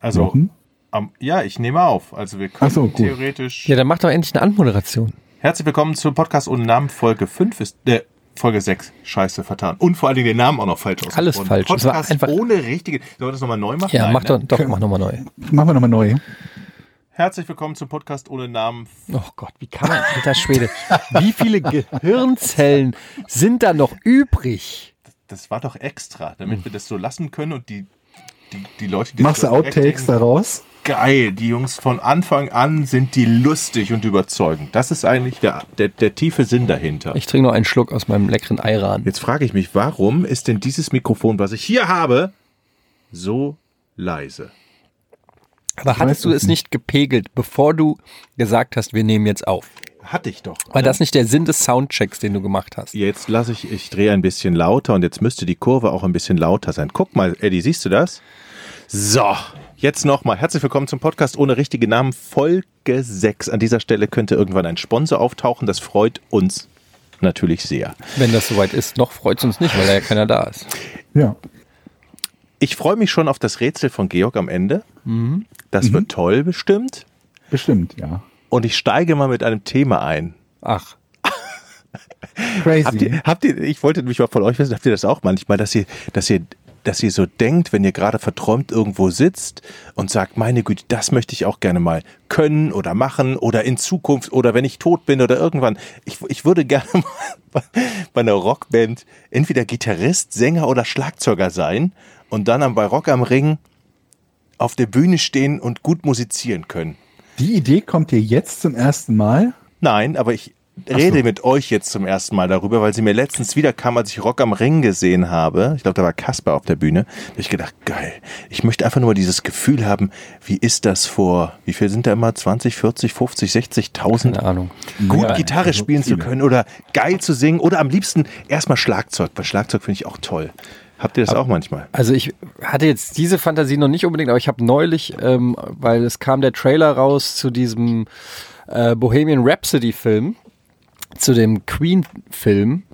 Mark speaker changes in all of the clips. Speaker 1: Also,
Speaker 2: Jochen?
Speaker 1: am- ja, ich nehme auf. Also wir können
Speaker 2: Ach so, gut.
Speaker 1: theoretisch.
Speaker 3: Ja, dann mach doch endlich eine Anmoderation.
Speaker 1: Herzlich willkommen zum Podcast ohne Namen Folge 5 ist äh, Folge 6. Scheiße, vertan. Und vor allen Dingen den Namen auch noch falsch aus.
Speaker 3: Alles falsch. Es war
Speaker 1: Podcast
Speaker 3: einfach-
Speaker 1: ohne richtige. Sollen wir das nochmal neu machen?
Speaker 3: Ja,
Speaker 1: Nein,
Speaker 3: mach
Speaker 1: ne?
Speaker 3: doch, doch, mach nochmal neu.
Speaker 2: Machen wir nochmal neu.
Speaker 1: Herzlich willkommen zum Podcast ohne Namen.
Speaker 3: Oh Gott, wie kann man, alter Schwede, wie viele Gehirnzellen sind da noch übrig?
Speaker 1: Das war doch extra, damit wir das so lassen können und die, die, die Leute, die
Speaker 2: Hm. Machst du
Speaker 1: das direkt
Speaker 2: Outtakes
Speaker 1: denken,
Speaker 2: daraus?
Speaker 1: Geil, die Jungs von Anfang an sind die lustig und überzeugend. Das ist eigentlich der, der, der tiefe Sinn dahinter.
Speaker 3: Ich trinke noch einen Schluck aus meinem leckeren Ayran.
Speaker 1: Jetzt frage ich mich, warum ist denn dieses Mikrofon, was ich hier habe, so leise?
Speaker 3: Aber hattest du
Speaker 2: es
Speaker 3: es nicht gepegelt, bevor du gesagt hast, wir nehmen jetzt auf?
Speaker 1: Hatte ich doch.
Speaker 3: War das nicht der Sinn des Soundchecks, den du gemacht hast?
Speaker 1: Jetzt lasse ich, ich drehe ein bisschen lauter und jetzt müsste die Kurve auch ein bisschen lauter sein. Guck mal, Eddie, siehst du das? So, jetzt nochmal. Herzlich willkommen zum Podcast ohne richtige Namen, Folge 6. An dieser Stelle könnte irgendwann ein Sponsor auftauchen. Das freut uns natürlich sehr.
Speaker 3: Wenn das soweit ist, noch freut es uns nicht, weil da ja keiner da ist.
Speaker 2: Ja.
Speaker 1: Ich freue mich schon auf das Rätsel von Georg am Ende. Das wird toll bestimmt.
Speaker 2: Bestimmt, ja.
Speaker 1: Und ich steige mal mit einem Thema ein.
Speaker 3: Ach,
Speaker 1: Habt
Speaker 2: Crazy.
Speaker 1: ihr, habt ihr, ich wollte nämlich mal von euch wissen, habt ihr das auch manchmal, dass ihr, dass ihr, dass ihr so denkt, wenn ihr gerade verträumt irgendwo sitzt und sagt, meine Güte, das möchte ich auch gerne mal können oder machen oder in Zukunft oder wenn ich tot bin oder irgendwann. Ich, ich würde gerne mal bei, bei einer Rockband entweder Gitarrist, Sänger oder Schlagzeuger sein und dann am, bei Rock am Ring auf der Bühne stehen und gut musizieren können.
Speaker 2: Die Idee kommt dir jetzt zum ersten Mal.
Speaker 1: Nein, aber ich rede mit euch jetzt zum ersten Mal darüber, weil sie mir letztens wieder kam, als ich Rock am Ring gesehen habe. Ich glaube, da war Kasper auf der Bühne. Da hab ich gedacht, geil. Ich möchte einfach nur mal dieses Gefühl haben, wie ist das vor, wie viel sind da immer? 20, 40, 50, 60.000?
Speaker 3: keine Ahnung.
Speaker 1: Gut
Speaker 2: Ja,
Speaker 1: Gitarre
Speaker 2: also
Speaker 1: spielen zu
Speaker 2: viele.
Speaker 1: können oder geil zu singen oder am liebsten erstmal Schlagzeug, weil Schlagzeug finde ich auch toll. Habt ihr das auch manchmal?
Speaker 3: Also ich hatte jetzt diese Fantasie noch nicht unbedingt, aber ich habe neulich, ähm, weil es kam der Trailer raus zu diesem äh, Bohemian Rhapsody Film, zu dem Queen Film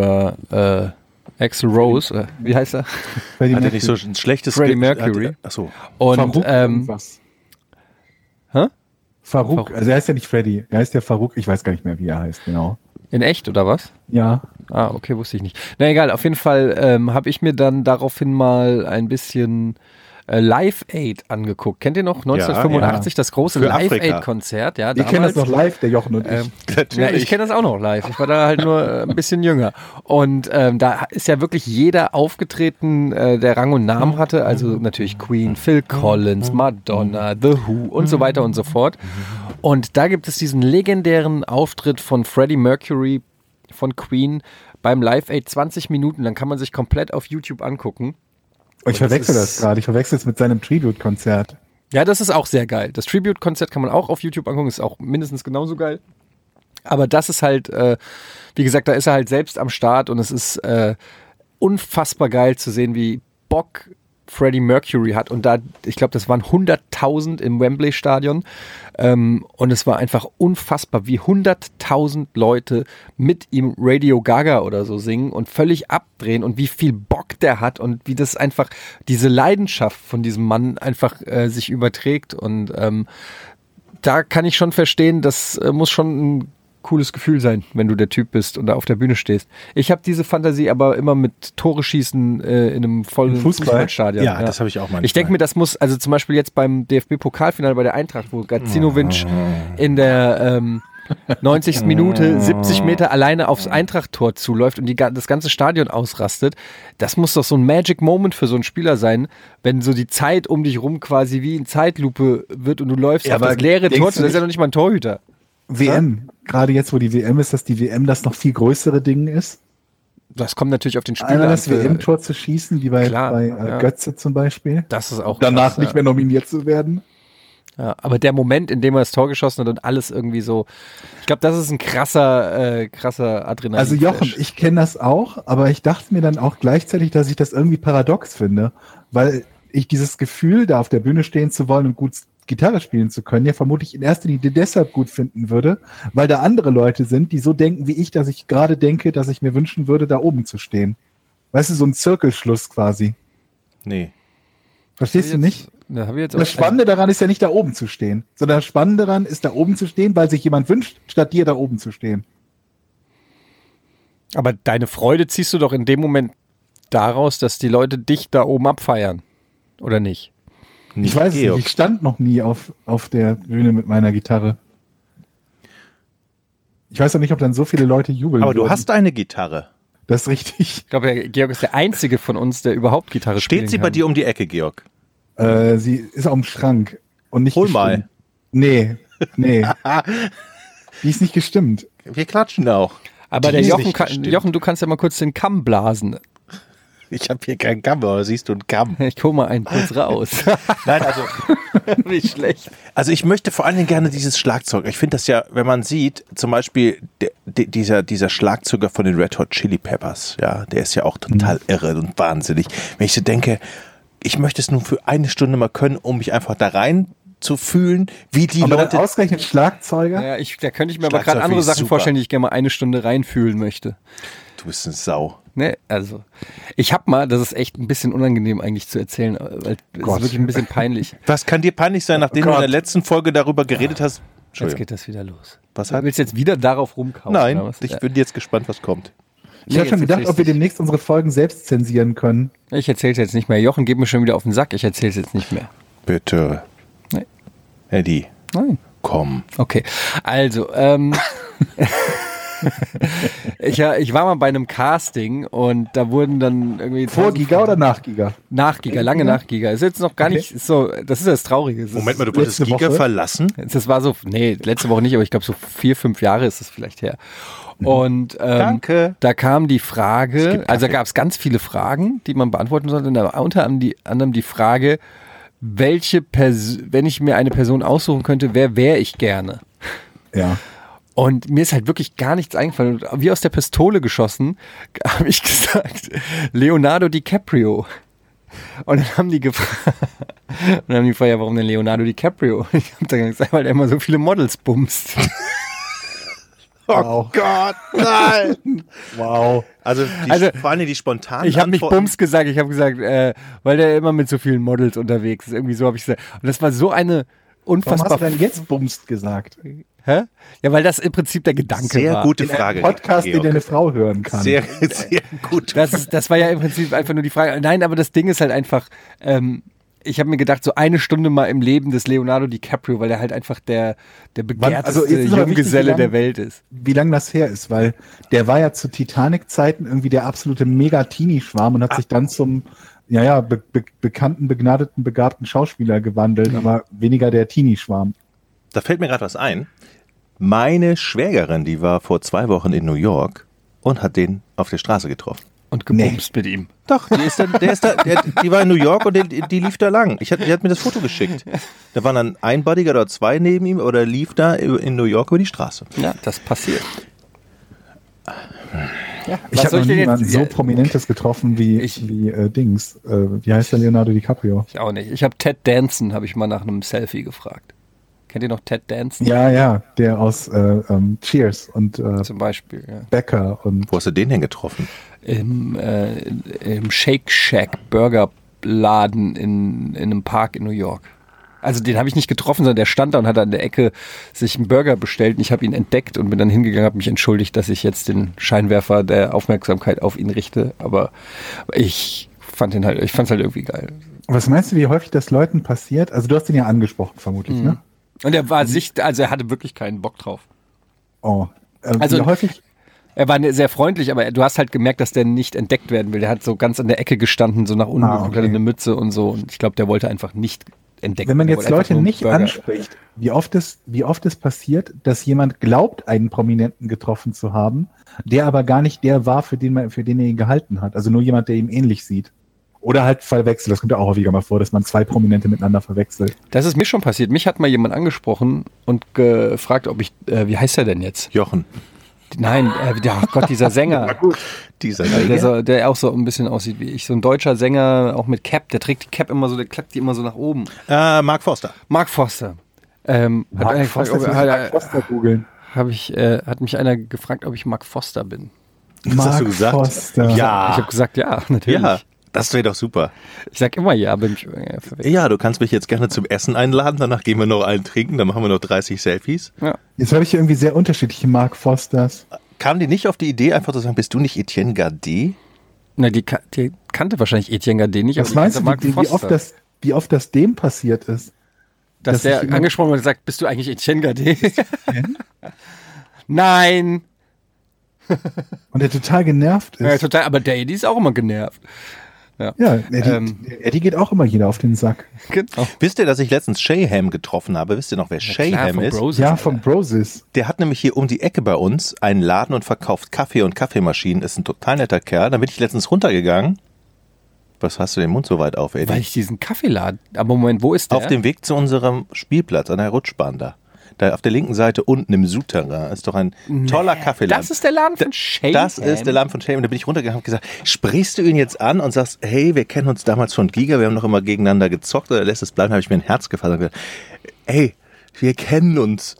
Speaker 3: über äh, Axl Rose, äh, wie heißt er?
Speaker 2: Freddie
Speaker 1: Hat er nicht so
Speaker 2: Mercury.
Speaker 1: ein schlechtes
Speaker 3: Freddie
Speaker 1: Skript? Hat-
Speaker 3: Mercury.
Speaker 1: Ach so.
Speaker 3: Und
Speaker 2: Faruk
Speaker 3: ähm,
Speaker 2: irgendwas.
Speaker 3: Hä?
Speaker 2: Faruk.
Speaker 3: Faruk.
Speaker 2: Also er heißt ja nicht Freddy. Er heißt ja Faruk. Ich weiß gar nicht mehr, wie er heißt, genau.
Speaker 3: in echt oder was?
Speaker 2: Ja.
Speaker 3: Ah, okay, wusste ich nicht. Na egal, auf jeden Fall ähm, habe ich mir dann daraufhin mal ein bisschen äh, Live Aid angeguckt. Kennt ihr noch 1985 das große
Speaker 1: Für
Speaker 3: Live
Speaker 1: Afrika.
Speaker 3: Aid Konzert? Ja,
Speaker 2: Wir kennen das noch live, der Jochen und ich.
Speaker 3: Ähm, Ja, ich kenne das auch noch live. Ich war da halt nur äh, ein bisschen jünger. Und ähm, da ist ja wirklich jeder aufgetreten, äh, der Rang und Namen hatte. Also natürlich Queen, Phil Collins, Madonna, The Who und so weiter und so fort. Und da gibt es diesen legendären Auftritt von Freddie Mercury von Queen beim Live Aid 20 Minuten. Dann kann man sich komplett auf YouTube angucken.
Speaker 2: Oh, ich verwechsel das, gerade. Ich verwechsel es mit seinem Tribute-Konzert.
Speaker 3: Ja, das ist auch sehr geil. Das Tribute-Konzert kann man auch auf YouTube angucken, ist auch mindestens genauso geil. Aber das ist halt, äh, wie gesagt, da ist er halt selbst am Start und es ist äh, unfassbar geil zu sehen, wie Bock Freddie Mercury hat. Und da, ich glaube, das waren 100.000 im Wembley-Stadion. Ähm, und es war einfach unfassbar, wie 100.000 Leute mit ihm Radio Gaga oder so singen und völlig abdrehen und wie viel Bock der hat und wie das einfach diese Leidenschaft von diesem Mann einfach äh, sich überträgt. Und ähm, da kann ich schon verstehen, das äh, muss schon ein cooles Gefühl sein, wenn du der Typ bist und da auf der Bühne stehst. Ich habe diese Fantasie aber immer mit Tore schießen äh, in einem vollen
Speaker 2: Im Fußball?
Speaker 3: Fußballstadion.
Speaker 1: Ja, das habe ich auch manchmal.
Speaker 3: Ich denke mir, das muss, also zum Beispiel jetzt beim DFB-Pokalfinale bei der Eintracht, wo Gacinovic in der ähm, 90. Minute 70 Meter alleine aufs Eintracht-Tor zuläuft und die, ga- das ganze Stadion ausrastet. Das muss doch so ein Magic Moment für so einen Spieler sein, wenn so die Zeit um dich rum quasi wie in Zeitlupe wird und du läufst
Speaker 2: Ja,
Speaker 3: auf
Speaker 2: aber
Speaker 3: das leere
Speaker 2: denkst
Speaker 3: Tor
Speaker 2: du
Speaker 3: zu. Das ist ja
Speaker 2: nicht-
Speaker 3: noch nicht mal ein Torhüter.
Speaker 2: WM. Gerade jetzt, wo die WM ist, dass die WM das noch viel größere Ding ist.
Speaker 3: Das kommt natürlich auf den Spieler
Speaker 2: Einmal
Speaker 3: an.
Speaker 2: das
Speaker 3: für-
Speaker 2: WM-Tor zu schießen, wie bei,
Speaker 3: Klar,
Speaker 2: bei äh,
Speaker 3: ja.
Speaker 2: Götze zum Beispiel.
Speaker 3: Das ist auch
Speaker 2: Danach
Speaker 3: krass,
Speaker 2: nicht mehr nominiert zu werden.
Speaker 3: Ja, aber der Moment, in dem er das Tor geschossen hat und alles irgendwie so, ich glaube, das ist ein krasser, äh, krasser Adrenalin.
Speaker 2: Also Jochen, ich kenne das auch, aber ich dachte mir dann auch gleichzeitig, dass ich das irgendwie paradox finde, weil ich dieses Gefühl, da auf der Bühne stehen zu wollen und gut Gitarre spielen zu können, ja vermutlich in erster Linie deshalb gut finden würde, weil da andere Leute sind, die so denken wie ich, dass ich gerade denke, dass ich mir wünschen würde, da oben zu stehen. Weißt du, so ein Zirkelschluss quasi.
Speaker 1: Nee.
Speaker 2: Verstehst du
Speaker 3: Hab ich
Speaker 2: nicht?
Speaker 3: jetzt- Ne, hab ich jetzt auch-
Speaker 2: Das Spannende daran ist ja nicht da oben zu stehen, sondern das Spannende daran ist da oben zu stehen, weil sich jemand wünscht, statt dir da oben zu stehen.
Speaker 3: Aber deine Freude ziehst du doch in dem Moment daraus, dass die Leute dich da oben abfeiern. Oder nicht?
Speaker 2: Ich weiß es nicht, ich stand noch nie auf, auf der Bühne mit meiner Gitarre. Ich weiß auch nicht, ob dann so viele Leute jubeln.
Speaker 1: Aber du
Speaker 2: würden.
Speaker 1: hast eine Gitarre.
Speaker 2: Das ist richtig.
Speaker 3: Ich glaube, der Georg ist der einzige von uns, der überhaupt Gitarre spielt.
Speaker 1: Steht sie bei dir um die Ecke, Georg?
Speaker 2: Äh, sie ist auf dem Schrank und nicht
Speaker 1: Hol mal.
Speaker 2: Nee, nee. Die ist nicht gestimmt.
Speaker 1: Wir klatschen auch.
Speaker 3: Aber der
Speaker 2: Die ist
Speaker 3: Jochen,
Speaker 1: nicht
Speaker 3: kann,
Speaker 1: gestimmt.
Speaker 3: Jochen, du kannst ja mal kurz den Kamm blasen.
Speaker 1: Ich habe hier keinen Kamm, aber siehst du einen Kamm.
Speaker 3: Ich hole mal einen kurz raus.
Speaker 1: Nein, also,
Speaker 3: Nicht schlecht.
Speaker 1: also ich möchte vor allen Dingen gerne dieses Schlagzeug. Ich finde das ja, wenn man sieht, zum Beispiel der, der- dieser, dieser Schlagzeuger von den Red Hot Chili Peppers, ja, der ist ja auch total irre und wahnsinnig. Wenn ich so denke, ich möchte es nun für eine Stunde mal können, um mich einfach da rein zu fühlen, wie die
Speaker 2: Aber dann
Speaker 1: Leute
Speaker 2: ausgerechnet Schlagzeuger.
Speaker 3: Naja, ich, da könnte ich mir aber
Speaker 1: Schlagzeug
Speaker 3: gerade
Speaker 1: finde
Speaker 3: andere
Speaker 1: ich
Speaker 3: Sachen
Speaker 1: super.
Speaker 3: vorstellen, die ich gerne mal eine Stunde reinfühlen möchte.
Speaker 1: Du bist eine Sau.
Speaker 3: Ne, also ich habe mal, das ist echt ein bisschen unangenehm eigentlich zu erzählen, äh, weil es
Speaker 2: Gott.
Speaker 3: ist wirklich ein bisschen peinlich.
Speaker 1: Was kann dir peinlich sein, nachdem du in
Speaker 2: Gott.
Speaker 1: der letzten Folge darüber geredet hast?
Speaker 3: Jetzt
Speaker 1: Entschuldigung.
Speaker 3: geht das wieder los.
Speaker 1: Was
Speaker 3: Du
Speaker 1: hat?
Speaker 3: willst jetzt wieder darauf rumkauen? oder
Speaker 1: Nein,
Speaker 3: was?
Speaker 1: ich
Speaker 3: Ja.
Speaker 1: bin jetzt gespannt, was kommt.
Speaker 2: Ich habe schon
Speaker 3: Nee, jetzt
Speaker 2: gedacht,
Speaker 3: erzähl's
Speaker 2: ob wir
Speaker 3: nicht.
Speaker 2: demnächst unsere Folgen selbst zensieren können.
Speaker 3: Ich erzähl's jetzt nicht mehr. Jochen geht mir schon wieder auf den Sack. Ich erzähl's jetzt nicht mehr.
Speaker 1: Bitte.
Speaker 3: Nee.
Speaker 1: Eddie,
Speaker 3: Nein.
Speaker 1: komm.
Speaker 3: Okay. Also, ähm. ich, ja, ich war mal bei einem Casting und da wurden dann irgendwie.
Speaker 2: Vor
Speaker 3: tausend-
Speaker 2: Giga oder nach Giga?
Speaker 3: Nach Giga, lange nach Giga. Ist jetzt noch gar
Speaker 2: Okay.
Speaker 3: nicht ist so. Das ist das Traurige. Es ist-
Speaker 1: Moment mal, du
Speaker 2: Letzte
Speaker 1: wolltest Giga
Speaker 2: Woche.
Speaker 1: verlassen?
Speaker 3: Mhm. Das war so, nee, letzte Woche nicht, aber ich glaube so vier, fünf Jahre ist es vielleicht her. Und ähm,
Speaker 1: Mhm. Danke.
Speaker 3: da kam die
Speaker 1: Es
Speaker 3: Frage,
Speaker 1: gibt
Speaker 3: also da
Speaker 1: Kaffee.
Speaker 3: gab es ganz viele Fragen, die man beantworten sollte. Und da war unter anderem die, anderem die Frage, welche Person, wenn ich mir eine Person aussuchen könnte, wer wäre ich gerne?
Speaker 2: Ja.
Speaker 3: Und mir ist halt wirklich gar nichts eingefallen. Und wie aus der Pistole geschossen, habe ich gesagt, Leonardo DiCaprio. Und dann haben die gefragt, und dann haben die gefragt, ja, warum denn Leonardo DiCaprio? Und ich habe dann gesagt, weil er immer so viele Models bumst.
Speaker 1: Oh
Speaker 2: Wow.
Speaker 1: Gott, nein.
Speaker 2: Wow.
Speaker 1: Also, die,
Speaker 3: Also,
Speaker 1: vor allem die spontanen
Speaker 3: Ich habe nicht
Speaker 1: Antworten.
Speaker 3: Bums gesagt, ich habe gesagt, äh, weil der immer mit so vielen Models unterwegs ist. Irgendwie so habe ich gesagt. Und das war so eine
Speaker 2: Warum
Speaker 3: unfassbar.
Speaker 2: hast du denn jetzt bumst gesagt?
Speaker 3: Hä? Ja, weil das im Prinzip der Gedanke
Speaker 1: Sehr
Speaker 3: war.
Speaker 1: gute Frage.
Speaker 2: Podcast, den
Speaker 1: Georg.
Speaker 2: deine Frau hören kann.
Speaker 1: Sehr, sehr gut.
Speaker 3: Das, ist, das war ja im Prinzip einfach nur die Frage. Nein, aber das Ding ist halt einfach, ähm, ich habe mir gedacht, so eine Stunde mal im Leben des Leonardo DiCaprio, weil er halt einfach der, der begehrteste
Speaker 2: also jetzt ist aber wichtig,
Speaker 3: Junggeselle
Speaker 2: wie lange-
Speaker 3: der Welt ist.
Speaker 2: Wie lange das her ist, weil der war ja zu Titanic-Zeiten irgendwie der absolute Mega-Teenie-Schwarm und hat sich dann zum, ja, ja, be be bekannten, begnadeten, begabten Schauspieler gewandelt, aber weniger der Teenie-Schwarm.
Speaker 1: Da fällt mir gerade was ein. Meine Schwägerin, die war vor zwei Wochen in New York und hat den auf der Straße getroffen.
Speaker 3: Und gebumst mit ihm.
Speaker 1: Doch, die, ist da, der ist da, der, die war in New York und die, die lief da lang. Ich hat, die hat mir das Foto geschickt. Da waren dann einbadiger oder zwei neben ihm oder lief da in New York über die Straße.
Speaker 3: Ja, das passiert. Ja,
Speaker 2: Ich habe noch nie jemanden so
Speaker 3: Ja,
Speaker 2: Prominentes getroffen wie,
Speaker 3: Ich-
Speaker 2: wie äh, Dings. Äh, wie heißt der Leonardo DiCaprio?
Speaker 3: ich auch nicht. Ich habe Ted Danson, habe ich mal nach einem Selfie gefragt. Kennt ihr noch Ted Danson?
Speaker 2: Ja, ja, der aus äh, ähm, Cheers und äh,
Speaker 3: Zum Beispiel, ja.
Speaker 2: Becker und
Speaker 1: Wo hast du den denn getroffen?
Speaker 3: im, äh, im Shake Shack Burgerladen in, in einem Park in New York. Also den habe ich nicht getroffen, sondern der stand da und hat an der Ecke sich einen Burger bestellt und ich habe ihn entdeckt und bin dann hingegangen, habe mich entschuldigt, dass ich jetzt den Scheinwerfer der Aufmerksamkeit auf ihn richte, aber ich fand ihn halt, ich fand es halt irgendwie geil.
Speaker 2: Was meinst du, wie häufig das Leuten passiert? Also du hast ihn ja angesprochen, vermutlich, ne?
Speaker 3: Und er war sich, also er hatte wirklich keinen Bock drauf.
Speaker 2: Oh. Äh,
Speaker 3: Also-
Speaker 2: wie häufig,
Speaker 3: Er war ne- sehr freundlich, aber du hast halt gemerkt, dass der nicht entdeckt werden will. Der hat so ganz an der Ecke gestanden, so nach unten
Speaker 2: Ah,
Speaker 3: geguckt, hatte
Speaker 2: okay.
Speaker 3: eine Mütze und so. Und ich glaube, der wollte einfach nicht entdeckt
Speaker 2: wenn man
Speaker 3: werden.
Speaker 2: jetzt
Speaker 3: Der
Speaker 2: Leute
Speaker 3: wollte einfach nur
Speaker 2: nicht
Speaker 3: Burger.
Speaker 2: anspricht, wie oft, es, wie oft es passiert, dass jemand glaubt, einen Prominenten getroffen zu haben, der aber gar nicht der war, für den, man, für den er ihn gehalten hat. Also nur jemand, der ihm ähnlich sieht. Oder halt verwechselt. Das kommt ja auch häufiger mal vor, dass man zwei Prominente miteinander verwechselt.
Speaker 3: Das ist mir schon passiert. Mich hat mal jemand angesprochen und gefragt, ob ich, äh, wie heißt er denn jetzt?
Speaker 1: Jochen.
Speaker 3: Nein, äh, der, oh Gott, dieser Sänger.
Speaker 1: Dieser
Speaker 3: Der,
Speaker 1: Sänger.
Speaker 3: so, der auch so ein bisschen aussieht wie ich. So ein deutscher Sänger, auch mit Cap. Der trägt die Cap immer so, der klappt die immer so nach oben.
Speaker 1: Äh, Mark Forster.
Speaker 3: Mark Forster. Ähm, hat
Speaker 2: Mark
Speaker 3: einer
Speaker 2: Foster,
Speaker 3: gefragt, ob-
Speaker 2: das muss
Speaker 3: hat,
Speaker 2: Mark Foster googeln.
Speaker 3: hab ich, äh, hat mich einer gefragt, ob ich Mark Foster bin.
Speaker 1: hast du gesagt?
Speaker 2: Foster.
Speaker 1: Ja.
Speaker 3: Ich habe gesagt, ja, natürlich.
Speaker 1: Ah. Ja. Das wäre doch super.
Speaker 3: Ich sag immer ja, bin ich äh, verwechselt.
Speaker 1: Ja, du kannst mich jetzt gerne zum Essen einladen, danach gehen wir noch einen trinken, dann machen wir noch 30 Selfies.
Speaker 3: Ja.
Speaker 2: Jetzt habe ich hier irgendwie sehr unterschiedliche Mark Fosters.
Speaker 1: Kam die nicht auf die Idee, einfach zu sagen, bist du nicht Etienne Gardet?
Speaker 3: Na, die, ka- die kannte wahrscheinlich Etienne Gardet nicht.
Speaker 2: Was
Speaker 3: die
Speaker 2: meinst
Speaker 3: kannte
Speaker 2: du,
Speaker 3: Mark
Speaker 2: wie, wie,
Speaker 3: Foster.
Speaker 2: oft das, wie oft das dem passiert ist?
Speaker 3: dass
Speaker 2: dass
Speaker 3: der
Speaker 2: ich immer-
Speaker 3: angesprochen wurde und sagt, bist du eigentlich Etienne Gardet? Nein.
Speaker 2: Und der total genervt
Speaker 3: Ja,
Speaker 2: ist.
Speaker 3: total, aber der Eddie ist auch immer genervt.
Speaker 2: Ja, Eddie,
Speaker 3: Ähm.
Speaker 2: Eddie geht auch immer jeder auf den Sack.
Speaker 3: Genau.
Speaker 1: Wisst ihr, dass ich letztens Shayham getroffen habe? Wisst ihr noch, wer Shayham ist?
Speaker 2: Ja, von Brosis.
Speaker 1: Der hat nämlich hier um die Ecke bei uns einen Laden und verkauft Kaffee und Kaffeemaschinen. Ist ein total netter Kerl. Da bin ich letztens runtergegangen. Was hast du den Mund so weit auf, Eddie?
Speaker 3: Weil ich diesen Kaffeeladen. Aber Moment, wo ist der?
Speaker 1: Auf dem Weg zu unserem Spielplatz an der Rutschbahn da. da auf der linken Seite unten im Souterrain ist doch ein toller Kaffeeladen.
Speaker 3: das ist der Laden von Shane.
Speaker 1: Das ist der Laden von Shame. Da bin ich runtergegangen und gesagt, sprichst du ihn jetzt an und sagst, hey, wir kennen uns damals von Giga, wir haben noch immer gegeneinander gezockt oder lässt es bleiben, habe ich mir ein Herz gefasst und gesagt, hey, wir kennen uns.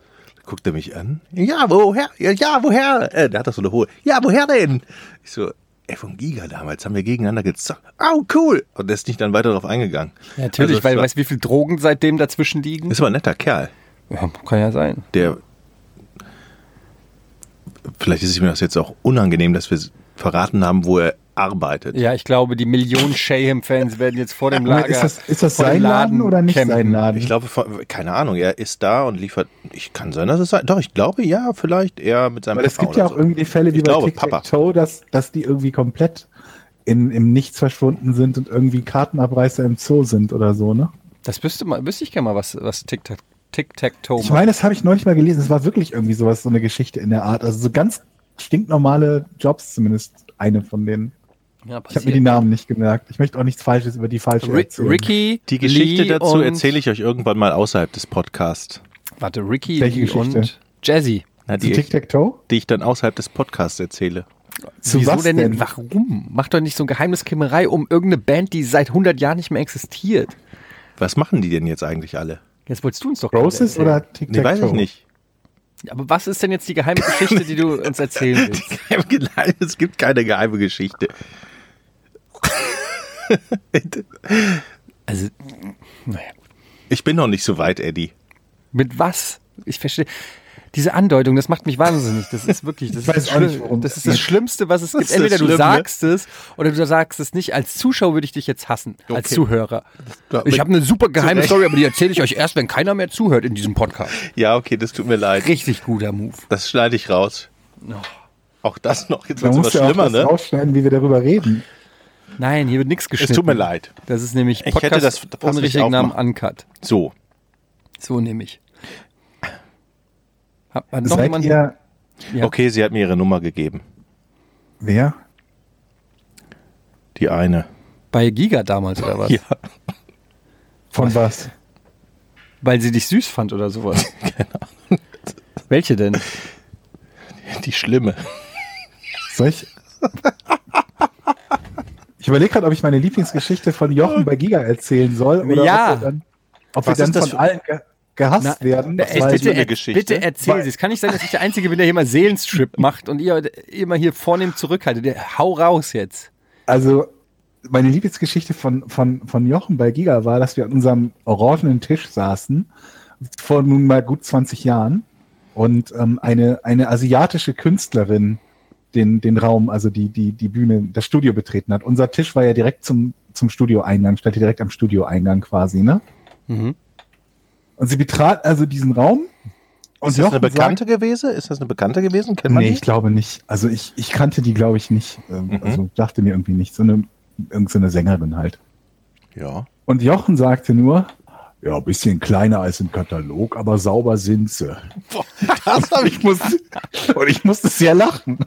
Speaker 1: Guckt er mich an? Ja, woher? Ja, ja woher? Äh, der hat doch so eine hohe. Ja, woher denn? Ich so, ey, von Giga damals haben wir gegeneinander gezockt. Oh, cool. Und der ist nicht dann weiter darauf eingegangen.
Speaker 3: Ja, natürlich,
Speaker 1: Also,
Speaker 3: weil
Speaker 1: das
Speaker 3: weißt du, wie viele Drogen seitdem dazwischen liegen?
Speaker 1: ist aber ein netter Kerl.
Speaker 3: Ja, kann ja sein.
Speaker 1: der. Vielleicht ist es mir das jetzt auch unangenehm, dass wir verraten haben, wo er arbeitet.
Speaker 3: Ja, ich glaube, die Millionen Shayham-Fans werden jetzt vor dem
Speaker 2: Moment,
Speaker 3: Lager.
Speaker 2: Ist das, ist das
Speaker 3: vor dem
Speaker 2: sein Laden, oder nicht
Speaker 3: campen.
Speaker 2: sein Laden?
Speaker 1: Ich glaube, von- keine Ahnung, er ist da und liefert. Ich kann sein, dass es sein. Doch, ich glaube, ja, vielleicht er mit seinem
Speaker 2: Weil es
Speaker 1: Papa
Speaker 2: gibt ja
Speaker 1: oder
Speaker 2: auch irgendwie Fälle wie
Speaker 1: Ich
Speaker 2: bei
Speaker 1: glaube,
Speaker 2: Tic-Tac-Toe, dass, dass die irgendwie komplett in, im Nichts verschwunden sind und irgendwie Kartenabreißer im Zoo sind oder so, ne?
Speaker 3: Das wüsste, mal, wüsste ich gerne mal, was, was Tic-Tac- Tic-Tac-Toe
Speaker 2: Ich meine, das habe ich neulich mal gelesen. Es war wirklich irgendwie sowas, so eine Geschichte in der Art. Also so ganz stinknormale Jobs, zumindest eine von denen.
Speaker 3: Ja,
Speaker 2: Ich habe mir die Namen nicht gemerkt. Ich möchte auch nichts Falsches über die falsche
Speaker 3: Rick,
Speaker 2: erzählen.
Speaker 3: Ricky,
Speaker 1: Die Geschichte
Speaker 3: Lee
Speaker 1: dazu
Speaker 3: und-
Speaker 1: erzähle ich euch irgendwann mal außerhalb des Podcasts.
Speaker 3: Warte, Ricky
Speaker 2: Welche
Speaker 3: Lee
Speaker 2: Geschichte?
Speaker 3: und Jazzy.
Speaker 1: Na,
Speaker 2: Zu
Speaker 1: die, ich,
Speaker 2: Tic-Tac-Toe?
Speaker 1: die ich dann außerhalb des Podcasts erzähle.
Speaker 2: Zu
Speaker 3: Wieso
Speaker 2: was
Speaker 3: denn,
Speaker 2: denn?
Speaker 3: Warum? Mach doch nicht so ein Geheimniskrämerei um irgendeine Band, die seit 100 Jahren nicht mehr existiert.
Speaker 1: Was machen die denn jetzt eigentlich alle?
Speaker 3: Jetzt wolltest du uns doch gerade
Speaker 2: Roses
Speaker 3: erzählen.
Speaker 2: oder
Speaker 1: Nee,
Speaker 2: Tic-Tac-Toe?
Speaker 1: weiß ich nicht.
Speaker 3: Aber was ist denn jetzt die geheime Geschichte, die du uns erzählen willst?
Speaker 1: Es gibt keine geheime Geschichte.
Speaker 3: Also, naja.
Speaker 1: Ich bin noch nicht so weit, Eddie.
Speaker 3: Mit was? Ich verstehe. Diese Andeutung, das macht mich wahnsinnig. Das ist wirklich, das,
Speaker 2: Ich weiß
Speaker 3: ist, das
Speaker 2: auch nicht,
Speaker 3: Schlimm-
Speaker 2: warum.
Speaker 3: das ist das Schlimmste, was es gibt.
Speaker 1: ist das
Speaker 3: Entweder du
Speaker 1: Schlimme.
Speaker 3: sagst es oder du sagst es nicht. Als Zuschauer würde ich dich jetzt hassen, als
Speaker 1: Okay.
Speaker 3: Zuhörer.
Speaker 1: Ja,
Speaker 3: Ich
Speaker 1: mit-
Speaker 3: habe eine super geheime
Speaker 1: Zurecht.
Speaker 3: Story, aber die erzähle ich euch erst, wenn keiner mehr zuhört in diesem Podcast.
Speaker 1: Ja, okay, das tut mir leid.
Speaker 3: Richtig guter Move.
Speaker 1: Das schneide ich raus.
Speaker 3: Oh.
Speaker 1: Auch das noch. Jetzt
Speaker 2: Da
Speaker 1: wird
Speaker 2: musst
Speaker 1: es
Speaker 2: du auch
Speaker 1: schlimmer,
Speaker 2: das
Speaker 1: ne?
Speaker 2: rausschneiden, wie wir darüber reden.
Speaker 3: Nein, hier wird nichts geschnitten.
Speaker 1: Es tut mir leid.
Speaker 3: Das ist nämlich
Speaker 1: Ich hätte
Speaker 3: Podcast
Speaker 1: das fast
Speaker 3: ohne
Speaker 1: nicht
Speaker 3: richtigen Namen
Speaker 1: aufmachen.
Speaker 3: Uncut.
Speaker 1: So.
Speaker 3: So nehme ich. Hat man noch
Speaker 2: Seid
Speaker 3: jemanden?
Speaker 2: ihr,
Speaker 3: Ja.
Speaker 1: Okay, sie hat mir ihre Nummer gegeben.
Speaker 2: wer?
Speaker 1: Die eine.
Speaker 3: Bei Giga damals oder was?
Speaker 2: Von was?
Speaker 3: Weil sie dich süß fand oder sowas. genau. Welche denn?
Speaker 1: Die schlimme.
Speaker 2: Soll ich? Ich überlege gerade, ob ich meine Lieblingsgeschichte von Jochen bei Giga erzählen soll oder
Speaker 3: Ja.
Speaker 2: ob wir dann, ob wir
Speaker 1: Was
Speaker 2: dann
Speaker 1: ist das
Speaker 2: von
Speaker 1: für-
Speaker 2: allen ge gehasst
Speaker 3: Na,
Speaker 2: werden.
Speaker 3: na, ey,
Speaker 2: weil-
Speaker 1: ist das
Speaker 3: bitte,
Speaker 1: für eine
Speaker 3: er-
Speaker 1: Geschichte?
Speaker 3: bitte erzähl sie. Es kann nicht sein, dass ich der Einzige bin, der hier mal Seelenstrip macht und ihr immer hier vornehm zurückhaltet. Der- Hau raus jetzt.
Speaker 2: also meine Lieblingsgeschichte von, von, von Jochen bei Giga war, dass wir an unserem orangenen Tisch saßen, vor nun mal gut 20 Jahren, und ähm, eine, eine asiatische Künstlerin den, den Raum, also die, die, die Bühne, das Studio betreten hat. Unser Tisch war ja direkt zum, zum Studioeingang, stand ja direkt am Studioeingang quasi, ne?
Speaker 3: Mhm.
Speaker 2: Und sie betrat also diesen Raum. Und
Speaker 1: Ist das eine
Speaker 2: Jochen sagt-
Speaker 1: Bekannte gewesen? Ist das eine Bekannte gewesen? Kennt man
Speaker 2: Nee,
Speaker 1: die?
Speaker 2: ich glaube nicht. Also ich, ich kannte die, glaube ich, nicht. Ähm, Also dachte mir irgendwie nicht. So eine, irgendeine Sängerin halt.
Speaker 1: Ja.
Speaker 2: Und Jochen sagte nur, ja, ein bisschen kleiner als im Katalog, aber sauber sind sie.
Speaker 1: Das habe
Speaker 2: Ich musste, und ich musste sehr lachen.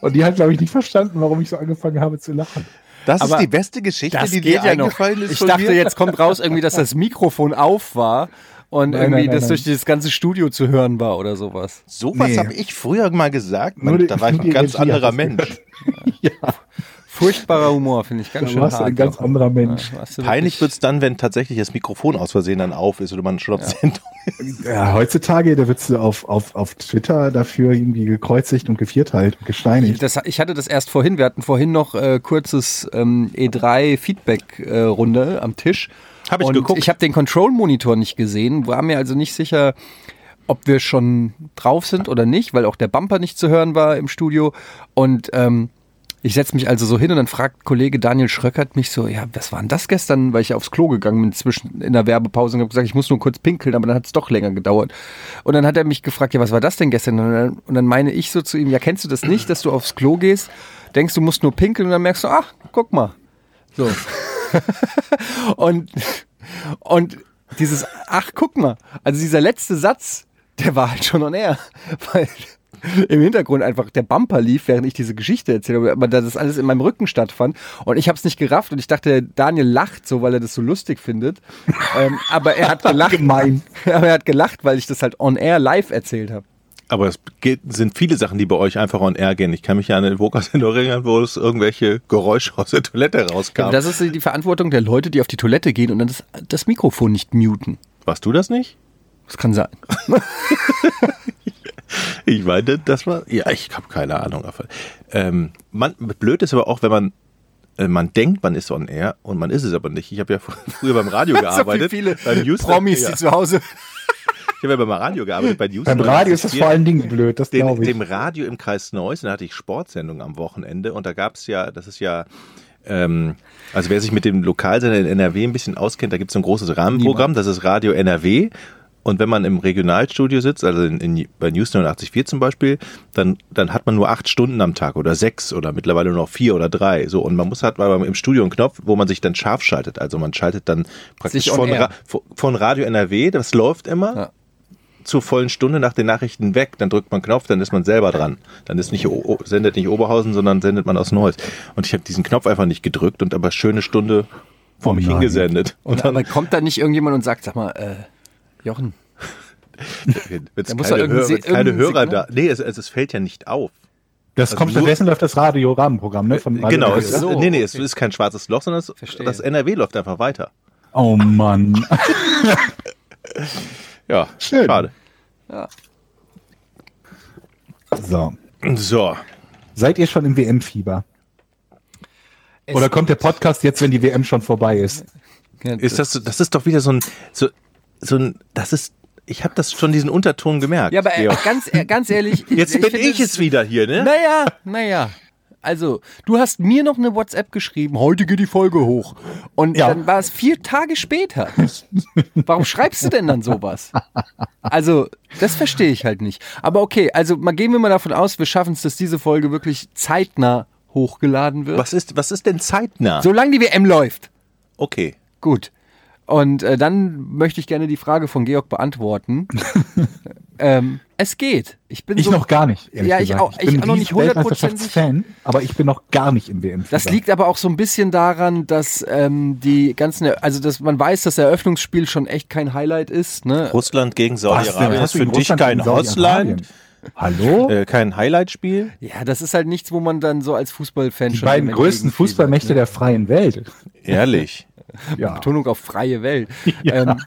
Speaker 2: Und die hat, glaube ich, nicht verstanden, warum ich so angefangen habe zu lachen.
Speaker 1: Das
Speaker 3: Aber
Speaker 1: ist die beste Geschichte,
Speaker 3: Das
Speaker 1: die dir
Speaker 3: geht ja noch.
Speaker 1: eingefallen ist
Speaker 3: Ich
Speaker 1: von
Speaker 3: dachte,
Speaker 1: mir.
Speaker 3: jetzt kommt raus irgendwie, dass das Mikrofon auf war und
Speaker 2: Nein,
Speaker 3: irgendwie
Speaker 2: nein, nein,
Speaker 3: das
Speaker 2: nein.
Speaker 3: durch dieses ganze Studio zu hören war oder sowas.
Speaker 1: Sowas
Speaker 2: Nee.
Speaker 1: habe ich früher mal gesagt.
Speaker 2: Nur
Speaker 1: Man,
Speaker 2: die-
Speaker 1: da war ich
Speaker 2: nur
Speaker 1: ein
Speaker 2: die
Speaker 1: ganz
Speaker 2: Regie hat
Speaker 1: anderer
Speaker 2: das
Speaker 1: Mensch.
Speaker 2: Ja.
Speaker 3: Furchtbarer Humor, finde ich ganz
Speaker 2: Da
Speaker 3: schön.
Speaker 2: warst du
Speaker 3: hart
Speaker 2: ein ganz
Speaker 3: auch.
Speaker 2: anderer Mensch.
Speaker 3: Ja, warst du
Speaker 1: Peinlich
Speaker 3: wirklich-
Speaker 1: wird's dann, wenn tatsächlich das Mikrofon aus Versehen dann auf ist oder man schon auf Sendung
Speaker 2: Ja, heutzutage, da wirst du auf, auf, auf Twitter dafür irgendwie gekreuzigt und gevierteilt und gesteinigt.
Speaker 3: Das, ich hatte das erst vorhin. Wir hatten vorhin noch äh, kurzes ähm, E3-Feedback-Runde äh, am Tisch.
Speaker 1: Hab ich
Speaker 3: Und
Speaker 1: geguckt.
Speaker 3: Ich habe den Control-Monitor nicht gesehen, war mir also nicht sicher, ob wir schon drauf sind oder nicht, weil auch der Bumper nicht zu hören war im Studio. Und ähm, ich setze mich also so hin und dann fragt Kollege Daniel Schröckert mich so, ja, was war denn das gestern, weil ich ja aufs Klo gegangen bin zwischen in der Werbepause und habe gesagt, ich muss nur kurz pinkeln, aber dann hat es doch länger gedauert. Und dann hat er mich gefragt, ja, was war das denn gestern? Und dann, und dann meine ich so zu ihm, ja, kennst du das nicht, dass du aufs Klo gehst, denkst, du musst nur pinkeln und dann merkst du, ach, guck mal. So. und, und dieses, ach, guck mal, also dieser letzte Satz, der war halt schon on air, weil im Hintergrund einfach der Bumper lief, während ich diese Geschichte erzählt habe, aber da das alles in meinem Rücken stattfand und ich habe es nicht gerafft und ich dachte, Daniel lacht so, weil er das so lustig findet, ähm, aber er hat gelacht.
Speaker 2: Gemein.
Speaker 3: Aber er hat gelacht, weil ich das halt on air live erzählt habe.
Speaker 1: Aber es geht, sind viele Sachen, die bei euch einfach on air gehen. Ich kann mich ja an den Vokas-Sendung erinnern, wo es irgendwelche Geräusche aus der Toilette rauskam.
Speaker 3: Das ist die Verantwortung der Leute, die auf die Toilette gehen und dann das, das Mikrofon nicht muten.
Speaker 1: Warst du das nicht?
Speaker 3: Das kann sein.
Speaker 1: Ich meine, das war. Ja, ich habe keine Ahnung. Ähm, man, blöd ist aber auch, wenn man. äh, Man denkt, man ist on air und man ist es aber nicht. Ich habe ja fr- früher beim Radio gearbeitet. beim Houston, ja,
Speaker 3: zu Hause.
Speaker 1: Ich habe ja beim Radio gearbeitet. Bei Houston
Speaker 2: Beim Radio ist das
Speaker 1: 94.
Speaker 2: vor allen Dingen blöd, das
Speaker 1: den,
Speaker 2: glaube ich.
Speaker 1: dem Radio im Kreis Neuss, da hatte ich Sportsendungen am Wochenende und da gab's ja, das ist ja, ähm, also wer sich mit dem Lokalsender in NRW ein bisschen auskennt, da gibt's so ein großes Rahmenprogramm, das ist Radio NRW. Und wenn man im Regionalstudio sitzt, also in, in, bei News 89.4 zum Beispiel, dann, dann hat man nur acht Stunden am Tag oder sechs oder mittlerweile nur noch vier oder drei. So, und man muss halt mal im Studio einen Knopf, wo man sich dann scharf schaltet. Also man schaltet dann praktisch
Speaker 3: Sich on
Speaker 1: von,
Speaker 3: air.
Speaker 1: Ra von Radio NRW, das läuft immer,
Speaker 3: Ja.
Speaker 1: zur vollen Stunde nach den Nachrichten weg, dann drückt man Knopf, dann ist man selber dran. Dann ist nicht, O- O- sendet nicht Oberhausen, sondern sendet man aus Neuss. Und ich habe diesen Knopf einfach nicht gedrückt und aber schöne Stunde vor
Speaker 2: Oh
Speaker 1: mich
Speaker 2: nein.
Speaker 1: hingesendet. Und dann,
Speaker 3: Aber kommt da nicht irgendjemand und sagt, sag mal, äh, Jochen,
Speaker 1: wenn's
Speaker 3: da muss
Speaker 1: keine,
Speaker 3: doch irgendein
Speaker 1: Hörer,
Speaker 3: Se-
Speaker 1: wenn's keine
Speaker 3: irgendein
Speaker 1: Hörer da.
Speaker 3: Signal-
Speaker 1: Nee, es, es, es fällt ja nicht auf.
Speaker 2: Das kommt
Speaker 1: nur-
Speaker 2: stattdessen läuft das Radio-Rahmenprogramm, ne? Von Radio
Speaker 1: genau,
Speaker 2: Dreieck.
Speaker 1: es,
Speaker 3: So,
Speaker 1: nee, nee, es
Speaker 3: okay.
Speaker 1: ist kein schwarzes Loch, sondern es,
Speaker 3: Verstehe.
Speaker 1: das NRW läuft einfach weiter.
Speaker 2: Oh Mann.
Speaker 1: Ja,
Speaker 2: Schön.
Speaker 1: schade.
Speaker 2: So.
Speaker 1: So,
Speaker 2: Seid ihr schon im WM-Fieber?
Speaker 3: Es-
Speaker 2: Oder kommt der Podcast jetzt, wenn die WM schon vorbei ist?
Speaker 1: ist das, so- das ist doch wieder so ein, so, so ein, das ist, ich habe das schon diesen Unterton gemerkt.
Speaker 3: Ja, aber äh,
Speaker 1: Georg.
Speaker 3: ganz, äh, ganz ehrlich.
Speaker 1: jetzt bin
Speaker 3: finde,
Speaker 1: ich
Speaker 3: das-
Speaker 1: es wieder hier, ne?
Speaker 3: Naja, naja. Also, du hast mir noch eine WhatsApp geschrieben, heute geht die Folge hoch. Und
Speaker 2: Ja.
Speaker 3: dann war es vier Tage später. Warum schreibst du denn dann sowas? Also, das verstehe ich halt nicht. Aber okay, also mal gehen wir mal davon aus, wir schaffen es, dass diese Folge wirklich zeitnah hochgeladen
Speaker 2: Ne?
Speaker 3: wird.
Speaker 1: Was ist, was ist denn zeitnah?
Speaker 3: Solange die WM läuft.
Speaker 1: Okay.
Speaker 3: Gut. Und äh, dann möchte ich gerne die Frage von Georg beantworten. ähm, es geht. Ich bin
Speaker 2: Ich
Speaker 3: so
Speaker 2: noch gar nicht. ehrlich
Speaker 3: Ja, ich
Speaker 2: gesagt.
Speaker 3: auch- ich
Speaker 2: bin
Speaker 3: auch noch nicht
Speaker 2: riesen
Speaker 3: 100%
Speaker 2: Weltmeisterschafts-Fan, aber ich bin noch gar nicht im WM-Fieber.
Speaker 3: Das liegt aber auch so ein bisschen daran, dass ähm, die ganzen, also dass man weiß, dass das Eröffnungsspiel schon echt kein Highlight ist. Ne?
Speaker 1: Russland gegen
Speaker 2: Was denn?
Speaker 1: Saudi-Arabien ist
Speaker 2: Hast du
Speaker 1: für
Speaker 2: in
Speaker 1: dich
Speaker 2: Russland
Speaker 1: kein
Speaker 2: gegen Saudi-Arabien?
Speaker 1: Ausland,
Speaker 2: Hallo?
Speaker 1: äh, kein Highlight-Spiel.
Speaker 3: Ja, das ist halt nichts, wo man dann so als Fußballfan
Speaker 2: die
Speaker 3: schon
Speaker 2: beiden
Speaker 3: dem
Speaker 2: größten
Speaker 3: entgegenfiebert,
Speaker 2: Fußballmächte der freien Welt.
Speaker 1: Ehrlich.
Speaker 2: Ja.
Speaker 3: Betonung auf freie Welt. Ja. Ähm,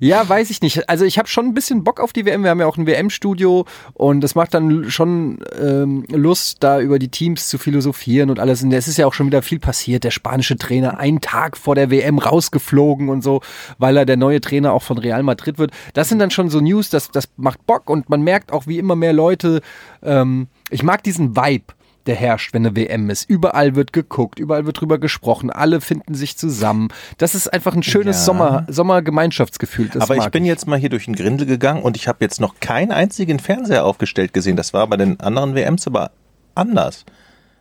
Speaker 3: ja, weiß ich nicht. Also ich habe schon ein bisschen Bock auf die WM. Wir haben ja auch ein WM-Studio und das macht dann schon ähm, Lust, da über die Teams zu philosophieren und alles. Und es ist ja auch schon wieder viel passiert. Der spanische Trainer einen Tag vor der WM rausgeflogen und so, weil er der neue Trainer auch von Real Madrid wird. Das sind dann schon so News, das, das macht Bock und man merkt auch, wie immer mehr Leute, ähm, ich mag diesen Vibe der herrscht, wenn eine WM ist. Überall wird geguckt, überall wird drüber gesprochen, alle finden sich zusammen. Das ist einfach ein schönes
Speaker 1: Ja.
Speaker 3: Sommer, Sommergemeinschaftsgefühl. Das
Speaker 1: Mhm. aber ich
Speaker 3: mag
Speaker 1: bin jetzt mal hier durch den Grindel gegangen und ich habe jetzt noch keinen einzigen Fernseher aufgestellt gesehen. Das war bei den anderen WMs aber anders.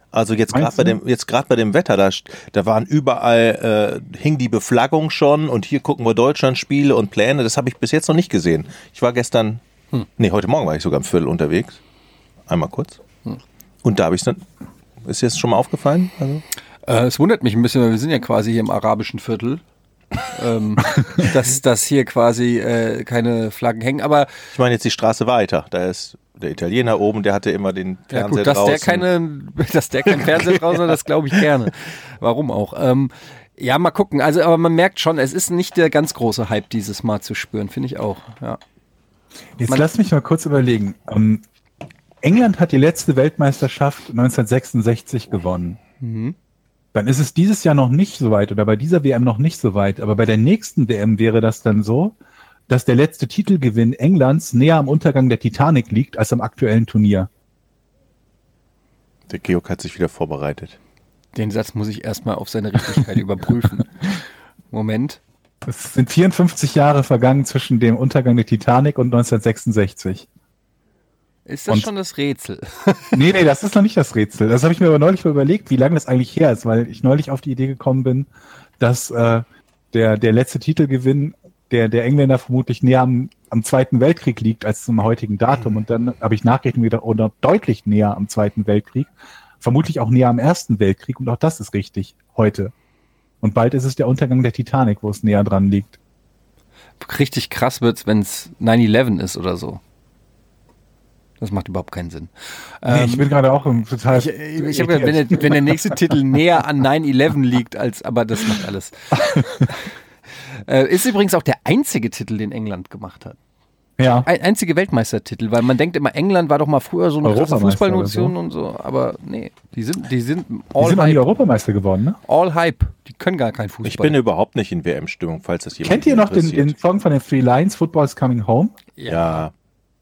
Speaker 1: Also jetzt gerade
Speaker 2: Meinst
Speaker 1: bei
Speaker 2: du?
Speaker 1: dem jetzt gerade bei dem Wetter da st- da waren überall äh, hing die Beflaggung schon und hier gucken wir Deutschland Spiele und Pläne, das habe ich bis jetzt noch nicht gesehen. Ich war gestern
Speaker 3: Hm.
Speaker 1: nee, heute morgen war ich sogar im Viertel unterwegs. Einmal kurz.
Speaker 3: Hm.
Speaker 1: Und da habe ich dann ist dir das schon mal aufgefallen? Also
Speaker 3: Äh, es wundert mich ein bisschen, weil wir sind ja quasi hier im arabischen Viertel. ähm, dass, dass hier quasi äh, keine Flaggen hängen. Aber
Speaker 1: Ich meine jetzt die Straße weiter. Da ist der Italiener oben, der hatte immer den
Speaker 3: Ja,
Speaker 1: Fernseher
Speaker 3: dass
Speaker 1: draußen.
Speaker 3: Der keine, dass der kein Fernseher draußen hat, das glaube ich gerne. Warum auch? Ähm, ja, mal gucken. Also, aber man merkt schon, es ist nicht der ganz große Hype dieses Mal zu spüren, finde ich auch. Ja.
Speaker 2: Jetzt
Speaker 3: Man-
Speaker 2: lass mich mal kurz überlegen. Ähm, England hat die letzte Weltmeisterschaft 1966 gewonnen. Dann ist es dieses Jahr noch nicht so weit oder bei dieser WM noch nicht so weit. Aber bei der nächsten WM wäre das dann so, dass der letzte Titelgewinn Englands näher am Untergang der Titanic liegt als am aktuellen Turnier.
Speaker 1: Der Georg hat sich wieder vorbereitet.
Speaker 3: Den Satz muss ich erstmal auf seine Richtigkeit überprüfen. Moment.
Speaker 2: Es sind 54 Jahre vergangen zwischen dem Untergang der Titanic und 1966.
Speaker 3: Ist das
Speaker 2: Und-
Speaker 3: schon das Rätsel?
Speaker 2: Nee, nee, das ist noch nicht das Rätsel. Das habe ich mir aber neulich mal überlegt, wie lange das eigentlich her ist, weil ich neulich auf die Idee gekommen bin, dass äh, der, der letzte Titelgewinn der, der Engländer vermutlich näher am, am Zweiten Weltkrieg liegt als zum heutigen Datum. Und dann habe ich nachgerechnet wieder oder deutlich näher am Zweiten Weltkrieg, vermutlich auch näher am Ersten Weltkrieg. Und auch das ist richtig heute. Und bald ist es der Untergang der Titanic, wo es näher dran liegt.
Speaker 3: Richtig krass wird's, wenn's 9-11 ist oder so. Das macht überhaupt keinen Sinn.
Speaker 2: nee,
Speaker 3: Ähm,
Speaker 2: ich bin gerade auch im total.
Speaker 3: Ich, ich habe wenn, der- wenn der nächste Titel näher an 9-11 liegt, als, aber das macht alles. Äh, Ist übrigens auch der einzige Titel, den England gemacht hat.
Speaker 2: ja.
Speaker 3: Ein einzige Weltmeistertitel, weil man denkt immer, England war doch mal früher so eine krasse
Speaker 2: Europameister oder
Speaker 3: Fußballnation und so, aber nee, die sind, die sind all
Speaker 2: Die sind auch nie
Speaker 3: hype.
Speaker 2: Europameister geworden, ne?
Speaker 3: all hype. Die können gar keinen Fußball.
Speaker 1: Ich bin überhaupt nicht in WM-Stimmung, falls das jemand
Speaker 2: Kennt ihr noch den,
Speaker 1: interessiert.
Speaker 2: den Song von den Three Lions, Football's Coming Home?
Speaker 1: Ja,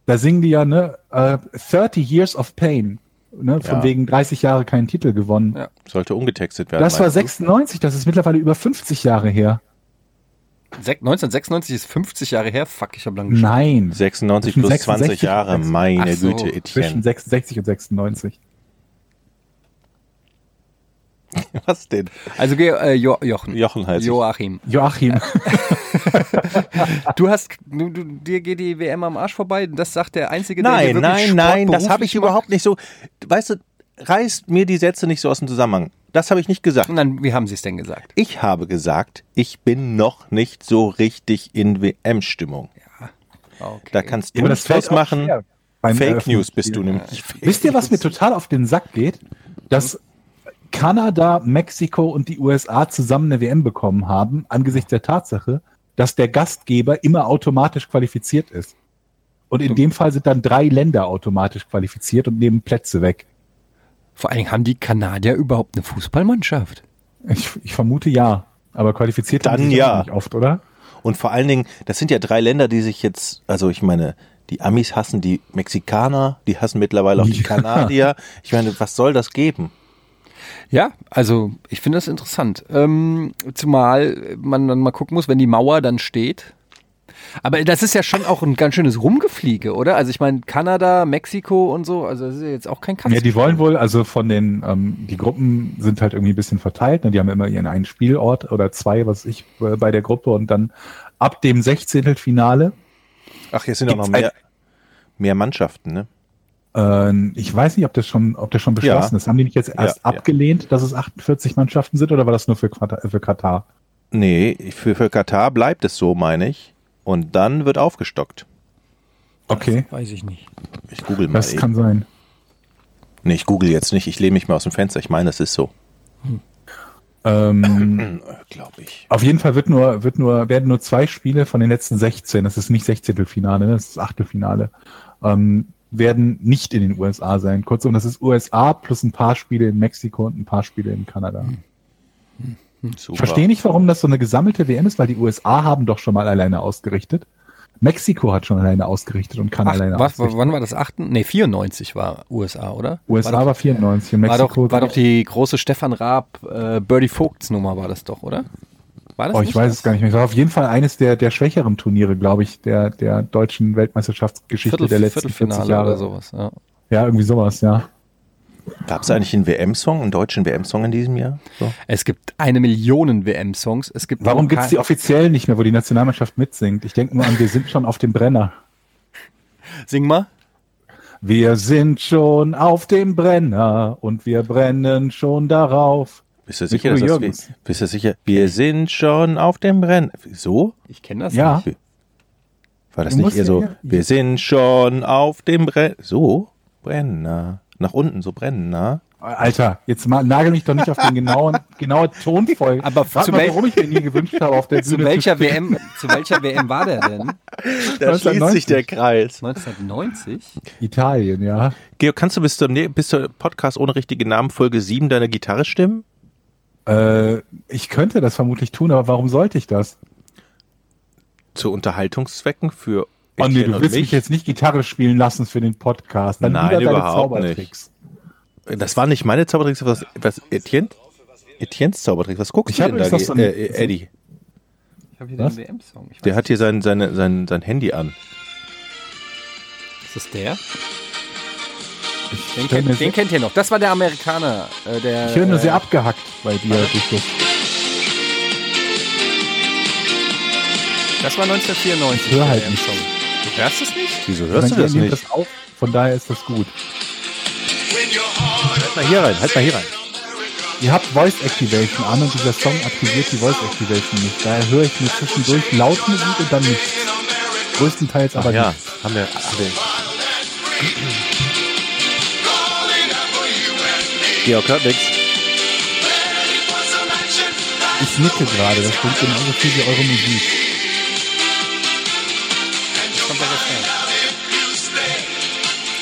Speaker 2: Da singen die ja, ne, äh, 30 Years of Pain. Ne, von
Speaker 1: Ja.
Speaker 2: wegen 30 Jahre keinen Titel gewonnen.
Speaker 3: Ja,
Speaker 1: sollte umgetextet werden.
Speaker 2: das war
Speaker 1: meinst du?
Speaker 2: 96, das ist mittlerweile über 50 Jahre her.
Speaker 3: Sek- 1996 ist 50 Jahre her. Fuck, ich habe lange geschaut.
Speaker 2: Nein,
Speaker 1: 96
Speaker 2: Zwischen
Speaker 1: plus 20
Speaker 2: 66
Speaker 1: Jahre,
Speaker 2: und
Speaker 1: meine
Speaker 3: Ach so.
Speaker 1: Güte,
Speaker 2: zwischen
Speaker 1: Etienne.
Speaker 2: 66 und 96.
Speaker 1: Was denn?
Speaker 3: Also Ge- äh, jo Jochen.
Speaker 1: Jochen heißt ich.
Speaker 3: Joachim.
Speaker 2: Joachim,
Speaker 3: Du hast, du, du, dir geht die WM am Arsch vorbei. Das sagt der einzige,
Speaker 1: Nein,
Speaker 3: der hier wirklich
Speaker 1: nein, nein, das
Speaker 3: sportberuflich
Speaker 1: habe ich
Speaker 3: macht.
Speaker 1: überhaupt nicht so. Weißt du, reißt mir die Sätze nicht so aus dem Zusammenhang. Das habe ich nicht gesagt.
Speaker 3: Nein, wie haben Sie es denn gesagt?
Speaker 1: Ich habe gesagt, ich bin noch nicht so richtig in WM-Stimmung.
Speaker 3: Okay.
Speaker 1: Da kannst du
Speaker 2: aber
Speaker 1: nichts draus
Speaker 2: auch
Speaker 1: machen.
Speaker 2: schwer beim
Speaker 1: Fake
Speaker 2: Eröffnungsspiel.
Speaker 1: News bist du nämlich.
Speaker 2: Wisst ihr, was mir total auf den Sack geht? Dass Kanada, Mexiko und die USA zusammen eine WM bekommen haben, angesichts der Tatsache, dass der Gastgeber immer automatisch qualifiziert ist. Und in dem Fall sind dann drei Länder automatisch qualifiziert und nehmen Plätze weg.
Speaker 3: Vor allen Dingen haben die Kanadier überhaupt eine Fußballmannschaft.
Speaker 2: Ich, ich vermute ja. Aber qualifiziert haben
Speaker 1: Dann
Speaker 2: sie sich auch
Speaker 1: ja.
Speaker 2: nicht oft, oder?
Speaker 1: Und vor allen Dingen, das sind ja drei Länder, die sich jetzt, also ich meine, die Amis hassen die Mexikaner, die hassen mittlerweile auch die
Speaker 2: Ja.
Speaker 1: Kanadier. Ich meine, was soll das geben?
Speaker 3: Ja, also ich finde das interessant. Ähm, zumal man dann mal gucken muss, wenn die Mauer dann steht. Aber das ist ja schon auch ein ganz schönes Rumgefliege, oder? Also ich meine, Kanada, Mexiko und so, also das ist ja jetzt auch kein Kampf.
Speaker 2: Ja, die wollen wohl, also von den, ähm, die Gruppen sind halt irgendwie ein bisschen verteilt. Ne? Die haben immer ihren einen Spielort oder zwei, was weiß ich, äh, bei der Gruppe. Und dann ab dem 16. Finale,
Speaker 1: Ach, jetzt sind auch noch
Speaker 2: Gibt's
Speaker 1: mehr, mehr Mannschaften, ne?
Speaker 2: ähm, ich weiß nicht, ob das schon, ob das schon beschlossen
Speaker 1: Ja.
Speaker 2: ist. Haben die nicht jetzt erst
Speaker 1: ja.
Speaker 2: abgelehnt, dass es 48 Mannschaften sind oder war das nur für Katar? Für Katar?
Speaker 1: Nee, für, für Katar bleibt es so, meine ich. Und dann wird aufgestockt.
Speaker 2: Okay,
Speaker 3: Weiß ich nicht.
Speaker 1: Ich google mal.
Speaker 2: das
Speaker 1: eben.
Speaker 2: kann sein.
Speaker 1: Nee, ich google jetzt nicht. Ich lehne mich mal aus dem Fenster. Ich meine, das ist so.
Speaker 2: Ähm,
Speaker 1: Glaube Hm, ich.
Speaker 2: auf jeden Fall wird nur, wird nur, werden nur zwei Spiele von den letzten 16, das ist nicht 16. Finale, das ist das Achtelfinale, ähm, werden nicht in den USA sein. Kurzum, das ist USA plus ein paar Spiele in Mexiko und ein paar Spiele in Kanada.
Speaker 1: Super.
Speaker 2: Ich verstehe nicht, warum das so eine gesammelte WM ist, weil die USA haben doch schon mal alleine ausgerichtet. Mexiko hat schon alleine ausgerichtet und kann
Speaker 3: Ach,
Speaker 2: alleine
Speaker 3: was,
Speaker 2: ausrichten.
Speaker 3: wann war das? 8? Nee, 94 war USA, oder?
Speaker 2: USA
Speaker 3: war
Speaker 2: war,
Speaker 3: doch,
Speaker 2: 94 und
Speaker 3: war, doch,
Speaker 2: Mexiko.
Speaker 3: war doch die große Stefan Raab, äh, Birdie Vogts Nummer war das doch, oder? War das
Speaker 2: oh, ich
Speaker 3: nicht
Speaker 2: weiß
Speaker 3: das?
Speaker 2: es gar nicht mehr. Es war auf jeden Fall eines der, der schwächeren Turniere, glaube ich, der, der deutschen Weltmeisterschaftsgeschichte
Speaker 3: Viertel,
Speaker 2: der letzten 40
Speaker 3: Viertelfinale
Speaker 2: Jahre.
Speaker 3: oder sowas. Ja.
Speaker 2: Ja, irgendwie sowas, ja.
Speaker 1: Gab es eigentlich einen WM-Song, einen deutschen WM-Song in diesem Jahr? So.
Speaker 3: Es gibt eine Million WM-Songs. Es gibt
Speaker 2: Warum
Speaker 3: nur
Speaker 2: gibt's die
Speaker 3: kein-
Speaker 2: offiziell nicht mehr, wo die Nationalmannschaft mitsingt? Ich denke nur an, wir sind schon auf dem Brenner.
Speaker 3: Sing mal.
Speaker 2: Wir sind schon auf dem Brenner und wir brennen schon darauf.
Speaker 1: Bist du
Speaker 2: Mit
Speaker 1: sicher, dass
Speaker 2: Uwe
Speaker 1: das
Speaker 2: Jürgens.
Speaker 1: Bist du sicher? Wir sind schon auf dem Rennen. So?
Speaker 3: Ich kenne das
Speaker 2: Ja.
Speaker 3: nicht.
Speaker 1: War das
Speaker 2: Du
Speaker 1: nicht
Speaker 2: musst
Speaker 1: eher so,
Speaker 2: ja-
Speaker 1: wir sind schon auf dem Brenner. So, Brenner. Nach unten, so Brenner.
Speaker 2: Alter, jetzt mal, nagel mich doch nicht auf den genauen, genauen Ton voll.
Speaker 3: Aber
Speaker 2: Warte
Speaker 3: zu
Speaker 2: mal,
Speaker 3: wel-
Speaker 2: warum ich mir nie gewünscht habe, auf der
Speaker 4: Zu
Speaker 2: Bühne
Speaker 4: welcher, WM, zu welcher WM war der denn?
Speaker 1: Da schließt sich
Speaker 2: 1990.
Speaker 1: der Kreis.
Speaker 4: 1990?
Speaker 2: Italien, ja.
Speaker 1: Georg, kannst du bis zum nä- bis zur Podcast ohne richtigen Namen Folge 7 deine Gitarre stimmen?
Speaker 2: Äh, ich könnte das vermutlich tun, aber warum sollte ich das?
Speaker 1: Zu Unterhaltungszwecken für
Speaker 2: Oh nee,
Speaker 1: Etienne
Speaker 2: du willst mich jetzt nicht Gitarre spielen lassen für den Podcast. Dann
Speaker 1: Nein,
Speaker 2: wieder deine
Speaker 1: überhaupt
Speaker 2: Zaubertricks.
Speaker 1: Das war nicht meine Zaubertricks, was, was Etienne? Etiennes Zaubertrick, was guckst
Speaker 2: Ich
Speaker 1: du
Speaker 2: hab
Speaker 1: denn da?
Speaker 2: übrigens noch so
Speaker 1: Ge-
Speaker 2: ein-
Speaker 1: äh, äh, Eddie,
Speaker 4: Ich habe hier
Speaker 2: Was?
Speaker 4: den WM-Song. Ich weiß
Speaker 1: der hat hier sein, seine, sein, sein Handy an.
Speaker 4: nicht, Ist das der?
Speaker 2: stell
Speaker 3: Den,
Speaker 2: mir
Speaker 3: kennt, den
Speaker 2: sehr-
Speaker 3: kennt ihr noch. Das war der Amerikaner. Äh, der,
Speaker 2: Ich höre nur
Speaker 3: äh,
Speaker 2: sehr abgehackt bei dir. durch das. halt
Speaker 3: Das war 1994.
Speaker 2: Ich hör
Speaker 3: der
Speaker 2: halt
Speaker 3: WM-Song. Du hörst es nicht?
Speaker 1: Wieso
Speaker 2: Dann
Speaker 1: hörst du das
Speaker 2: nehmt
Speaker 1: nicht?
Speaker 2: das auf, von daher ist das gut.
Speaker 1: Halt mal hier rein, halt mal hier rein.
Speaker 2: Ihr habt Voice Activation an und dieser Song aktiviert die Voice Activation nicht. Daher höre ich mir zwischendurch laut Musik und dann nichts. Größtenteils aber
Speaker 1: Ja,
Speaker 2: nicht.
Speaker 1: haben wir. Haben wir. Georg hört nichts.
Speaker 2: Ich nicke gerade, das klingt genauso viel wie eure Musik.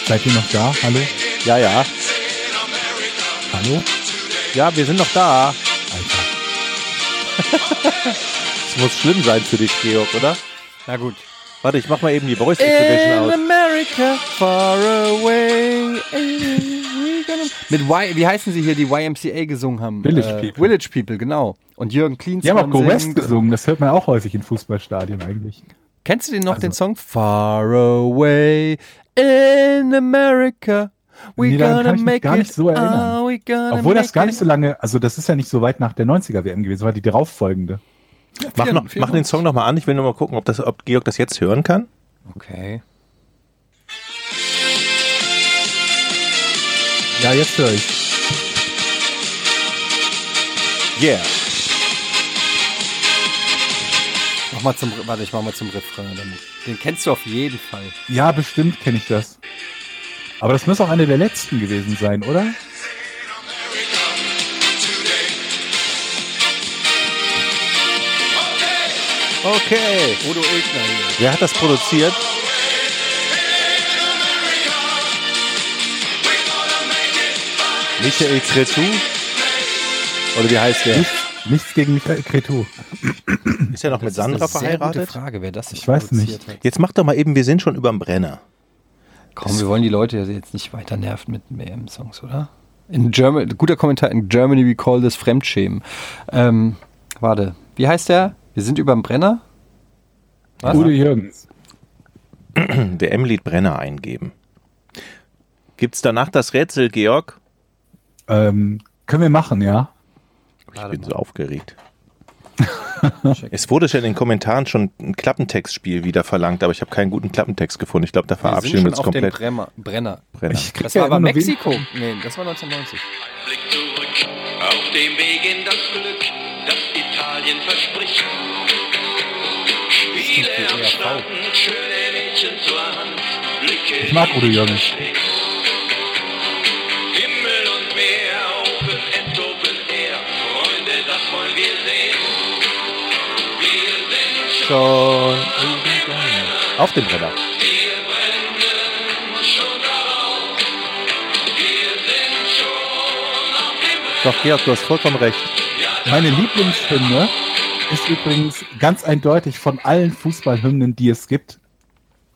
Speaker 2: Seid ihr noch da? Hallo?
Speaker 1: Ja, ja.
Speaker 2: Hallo?
Speaker 1: Ja, wir sind noch da.
Speaker 2: Alter.
Speaker 1: Es muss schlimm sein für dich, Georg, oder?
Speaker 3: Na gut.
Speaker 1: Warte, ich mach mal eben die Voice
Speaker 3: In
Speaker 1: Activation aus.
Speaker 3: America, far away. we gonna- Mit y, wie heißen sie hier, die YMCA gesungen haben? Äh,
Speaker 2: Village People.
Speaker 3: Village People, genau. Und Jürgen
Speaker 2: Die haben auch
Speaker 3: Klinsmann
Speaker 2: Go West
Speaker 3: singt.
Speaker 2: gesungen, das hört man auch häufig in Fußballstadien eigentlich.
Speaker 3: Kennst du den noch, den
Speaker 2: Also-
Speaker 3: Song? Far away in America. We
Speaker 2: Nee, daran
Speaker 3: gonna
Speaker 2: kann ich mich
Speaker 3: make
Speaker 2: gar
Speaker 3: it.
Speaker 2: nicht so erinnern.
Speaker 3: Oh, we gonna
Speaker 2: Obwohl das
Speaker 3: make
Speaker 2: gar
Speaker 3: it.
Speaker 2: nicht so lange, also das ist ja nicht so weit nach der 90er WM gewesen, war die darauffolgende.
Speaker 1: Mach, noch,
Speaker 3: vier
Speaker 1: mach den Song nochmal an. Ich will nur mal gucken, ob, das, ob Georg das jetzt hören kann.
Speaker 3: Okay.
Speaker 2: Ja, jetzt höre ich.
Speaker 1: Yeah.
Speaker 3: Mach mal zum, warte, ich mach mal zum Refrain. Damit. Den kennst du auf jeden Fall.
Speaker 2: Ja, bestimmt kenne ich das. Aber das muss auch eine der letzten gewesen sein, oder?
Speaker 1: Okay.
Speaker 3: Odo Ilkner hier.
Speaker 1: Wer hat das produziert? Michael Cretu? Oder wie heißt der?
Speaker 2: Nichts, nichts gegen Michael Cretu.
Speaker 1: Ist er noch mit Sandra
Speaker 4: Gute
Speaker 1: verheiratet?
Speaker 4: Frage, wer das
Speaker 2: Ich weiß
Speaker 4: produziert
Speaker 2: nicht.
Speaker 4: Hat.
Speaker 1: Jetzt mach doch mal eben, wir sind schon überm Brenner.
Speaker 4: Komm, wir wollen die Leute jetzt nicht weiter nerven mit WM-Songs, oder?
Speaker 3: In German, guter Kommentar, in Germany we call this Fremdschämen. Ähm, warte, wie heißt der? Wir sind überm Brenner? Was?
Speaker 2: Udo Jürgens.
Speaker 1: Der M-Lied Brenner eingeben. Gibt's danach das Rätsel, Georg?
Speaker 2: Ähm, können wir machen, ja?
Speaker 1: Ich bin so aufgeregt. es wurde schon in den Kommentaren schon ein Klappentextspiel wieder verlangt, aber ich habe keinen guten Klappentext gefunden. Ich glaube, da
Speaker 3: Wir sind
Speaker 1: verabschieden wir uns
Speaker 3: schon auf dem
Speaker 1: komplett.
Speaker 3: Bremer, Brenner.
Speaker 1: Brenner.
Speaker 2: Ich krieg
Speaker 3: Das
Speaker 2: ja
Speaker 3: war aber
Speaker 2: immer nur wen-
Speaker 3: Mexiko. Nee, das war 1990.
Speaker 5: Blick zurück auf dem Weg in das Glück, das Italien verspricht. Viele
Speaker 1: E
Speaker 5: am Strand, schöne Mädchen zur Hand, Blicke
Speaker 2: Ich mag Udo Jürgens.
Speaker 5: Himmel und Meer, Open End, Open Air, Freunde, das wollen wir sehen. Wir sind schon,
Speaker 1: Auf dem Brenner.
Speaker 5: wir brennen schon auf, wir sind schon auf dem
Speaker 1: Doch, Georg, du hast vollkommen recht.
Speaker 2: Meine Lieblingshymne ist übrigens ganz eindeutig von allen Fußballhymnen, die es gibt.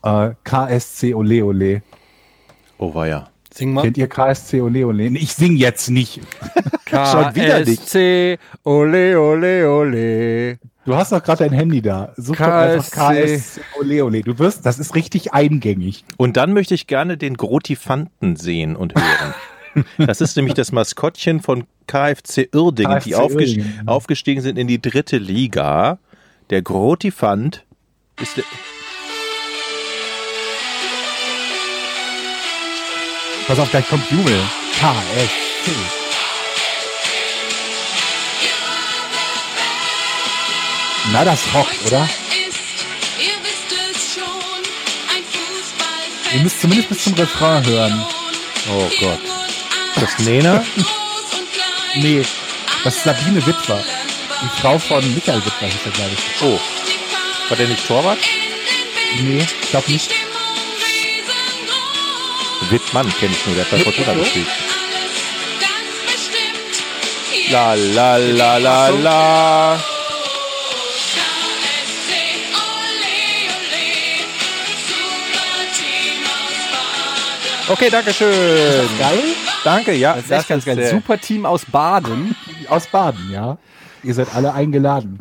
Speaker 2: Äh, KSC Ole Ole.
Speaker 1: Oh, war ja.
Speaker 3: Sing mal.
Speaker 2: Kennt ihr KSC Ole Ole? Nee, Ich sing jetzt nicht.
Speaker 1: schon wieder nicht.
Speaker 3: KSC, ole, ole, ole.
Speaker 2: Du hast doch gerade dein Handy da. Such doch einfach
Speaker 3: KSC.
Speaker 2: KSC Ole Ole. Du wirst, das ist richtig eingängig.
Speaker 1: Und dann möchte ich gerne den Grotifanten sehen und hören. Das ist nämlich das Maskottchen von KFC Uerdingen, die
Speaker 2: KFC
Speaker 1: aufges
Speaker 2: Uerdingen, ja.
Speaker 1: aufgestiegen sind in die dritte Liga. Der Grotifant ist der.
Speaker 2: Pass auf, gleich kommt Jubel. KSC. Na, das rockt, oder?
Speaker 6: Ist, ihr wisst es schon.
Speaker 2: Ihr müsst zumindest bis zum Refrain hören.
Speaker 1: Oh Gott. Ist das Nena?
Speaker 2: Nee, das ist Sabine Witwer. Die Frau von Michael Witwer ist ja, glaube ich.
Speaker 1: Oh, war der nicht Torwart?
Speaker 2: Nee, ich glaube nicht.
Speaker 1: Wittmann kenne ich nur, der hat bei Fortuna gespielt.
Speaker 3: La la la la la. Okay, danke schön.
Speaker 2: Geil?
Speaker 3: Danke, ja.
Speaker 4: Das ist echt ganz geil.
Speaker 3: äh,
Speaker 4: Super Team aus Baden.
Speaker 2: Aus Baden, ja. Ihr seid alle eingeladen.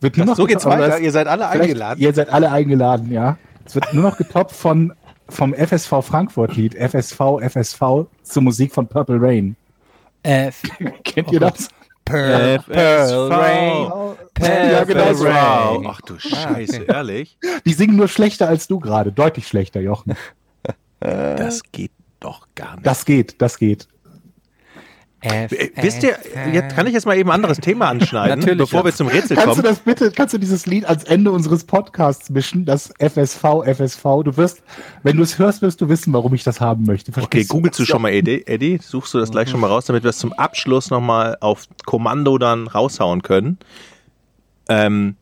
Speaker 2: Wird nur
Speaker 1: Ach, so geht's
Speaker 2: aber
Speaker 1: weiter.
Speaker 2: das-
Speaker 1: Ihr seid alle
Speaker 2: Vielleicht-
Speaker 1: eingeladen.
Speaker 2: Ihr seid alle eingeladen, ja. Es wird nur noch getoppt von, vom FSV Frankfurt-Lied. FSV, FSV zur Musik von Purple Rain. Genau.
Speaker 4: F.
Speaker 1: Oh
Speaker 2: Kennt ihr das?
Speaker 4: Pearl,
Speaker 1: Pearl Rain.
Speaker 2: Ja, genau so.
Speaker 1: Wow. Ach du Scheiße, ehrlich?
Speaker 2: Die singen nur schlechter als du gerade. Deutlich schlechter, Jochen.
Speaker 1: Das geht doch gar nicht.
Speaker 2: Das geht, das geht.
Speaker 1: Äh, Wisst ihr, jetzt kann ich jetzt mal eben ein anderes Thema anschneiden,
Speaker 4: Natürlich,
Speaker 1: bevor
Speaker 4: ja.
Speaker 1: wir zum Rätsel
Speaker 2: Kannst du
Speaker 1: kommen.
Speaker 2: das bitte, kannst du dieses Lied ans Ende unseres Podcasts mischen? Das FSV, FSV. Du wirst, wenn du es hörst, wirst du wissen, warum ich das haben möchte.
Speaker 1: Okay,
Speaker 2: Verstehst
Speaker 1: googelst du schon mal, Eddie, Eddie? Suchst du das gleich schon mal raus, damit wir es zum Abschluss nochmal auf Kommando dann raushauen können. Ähm,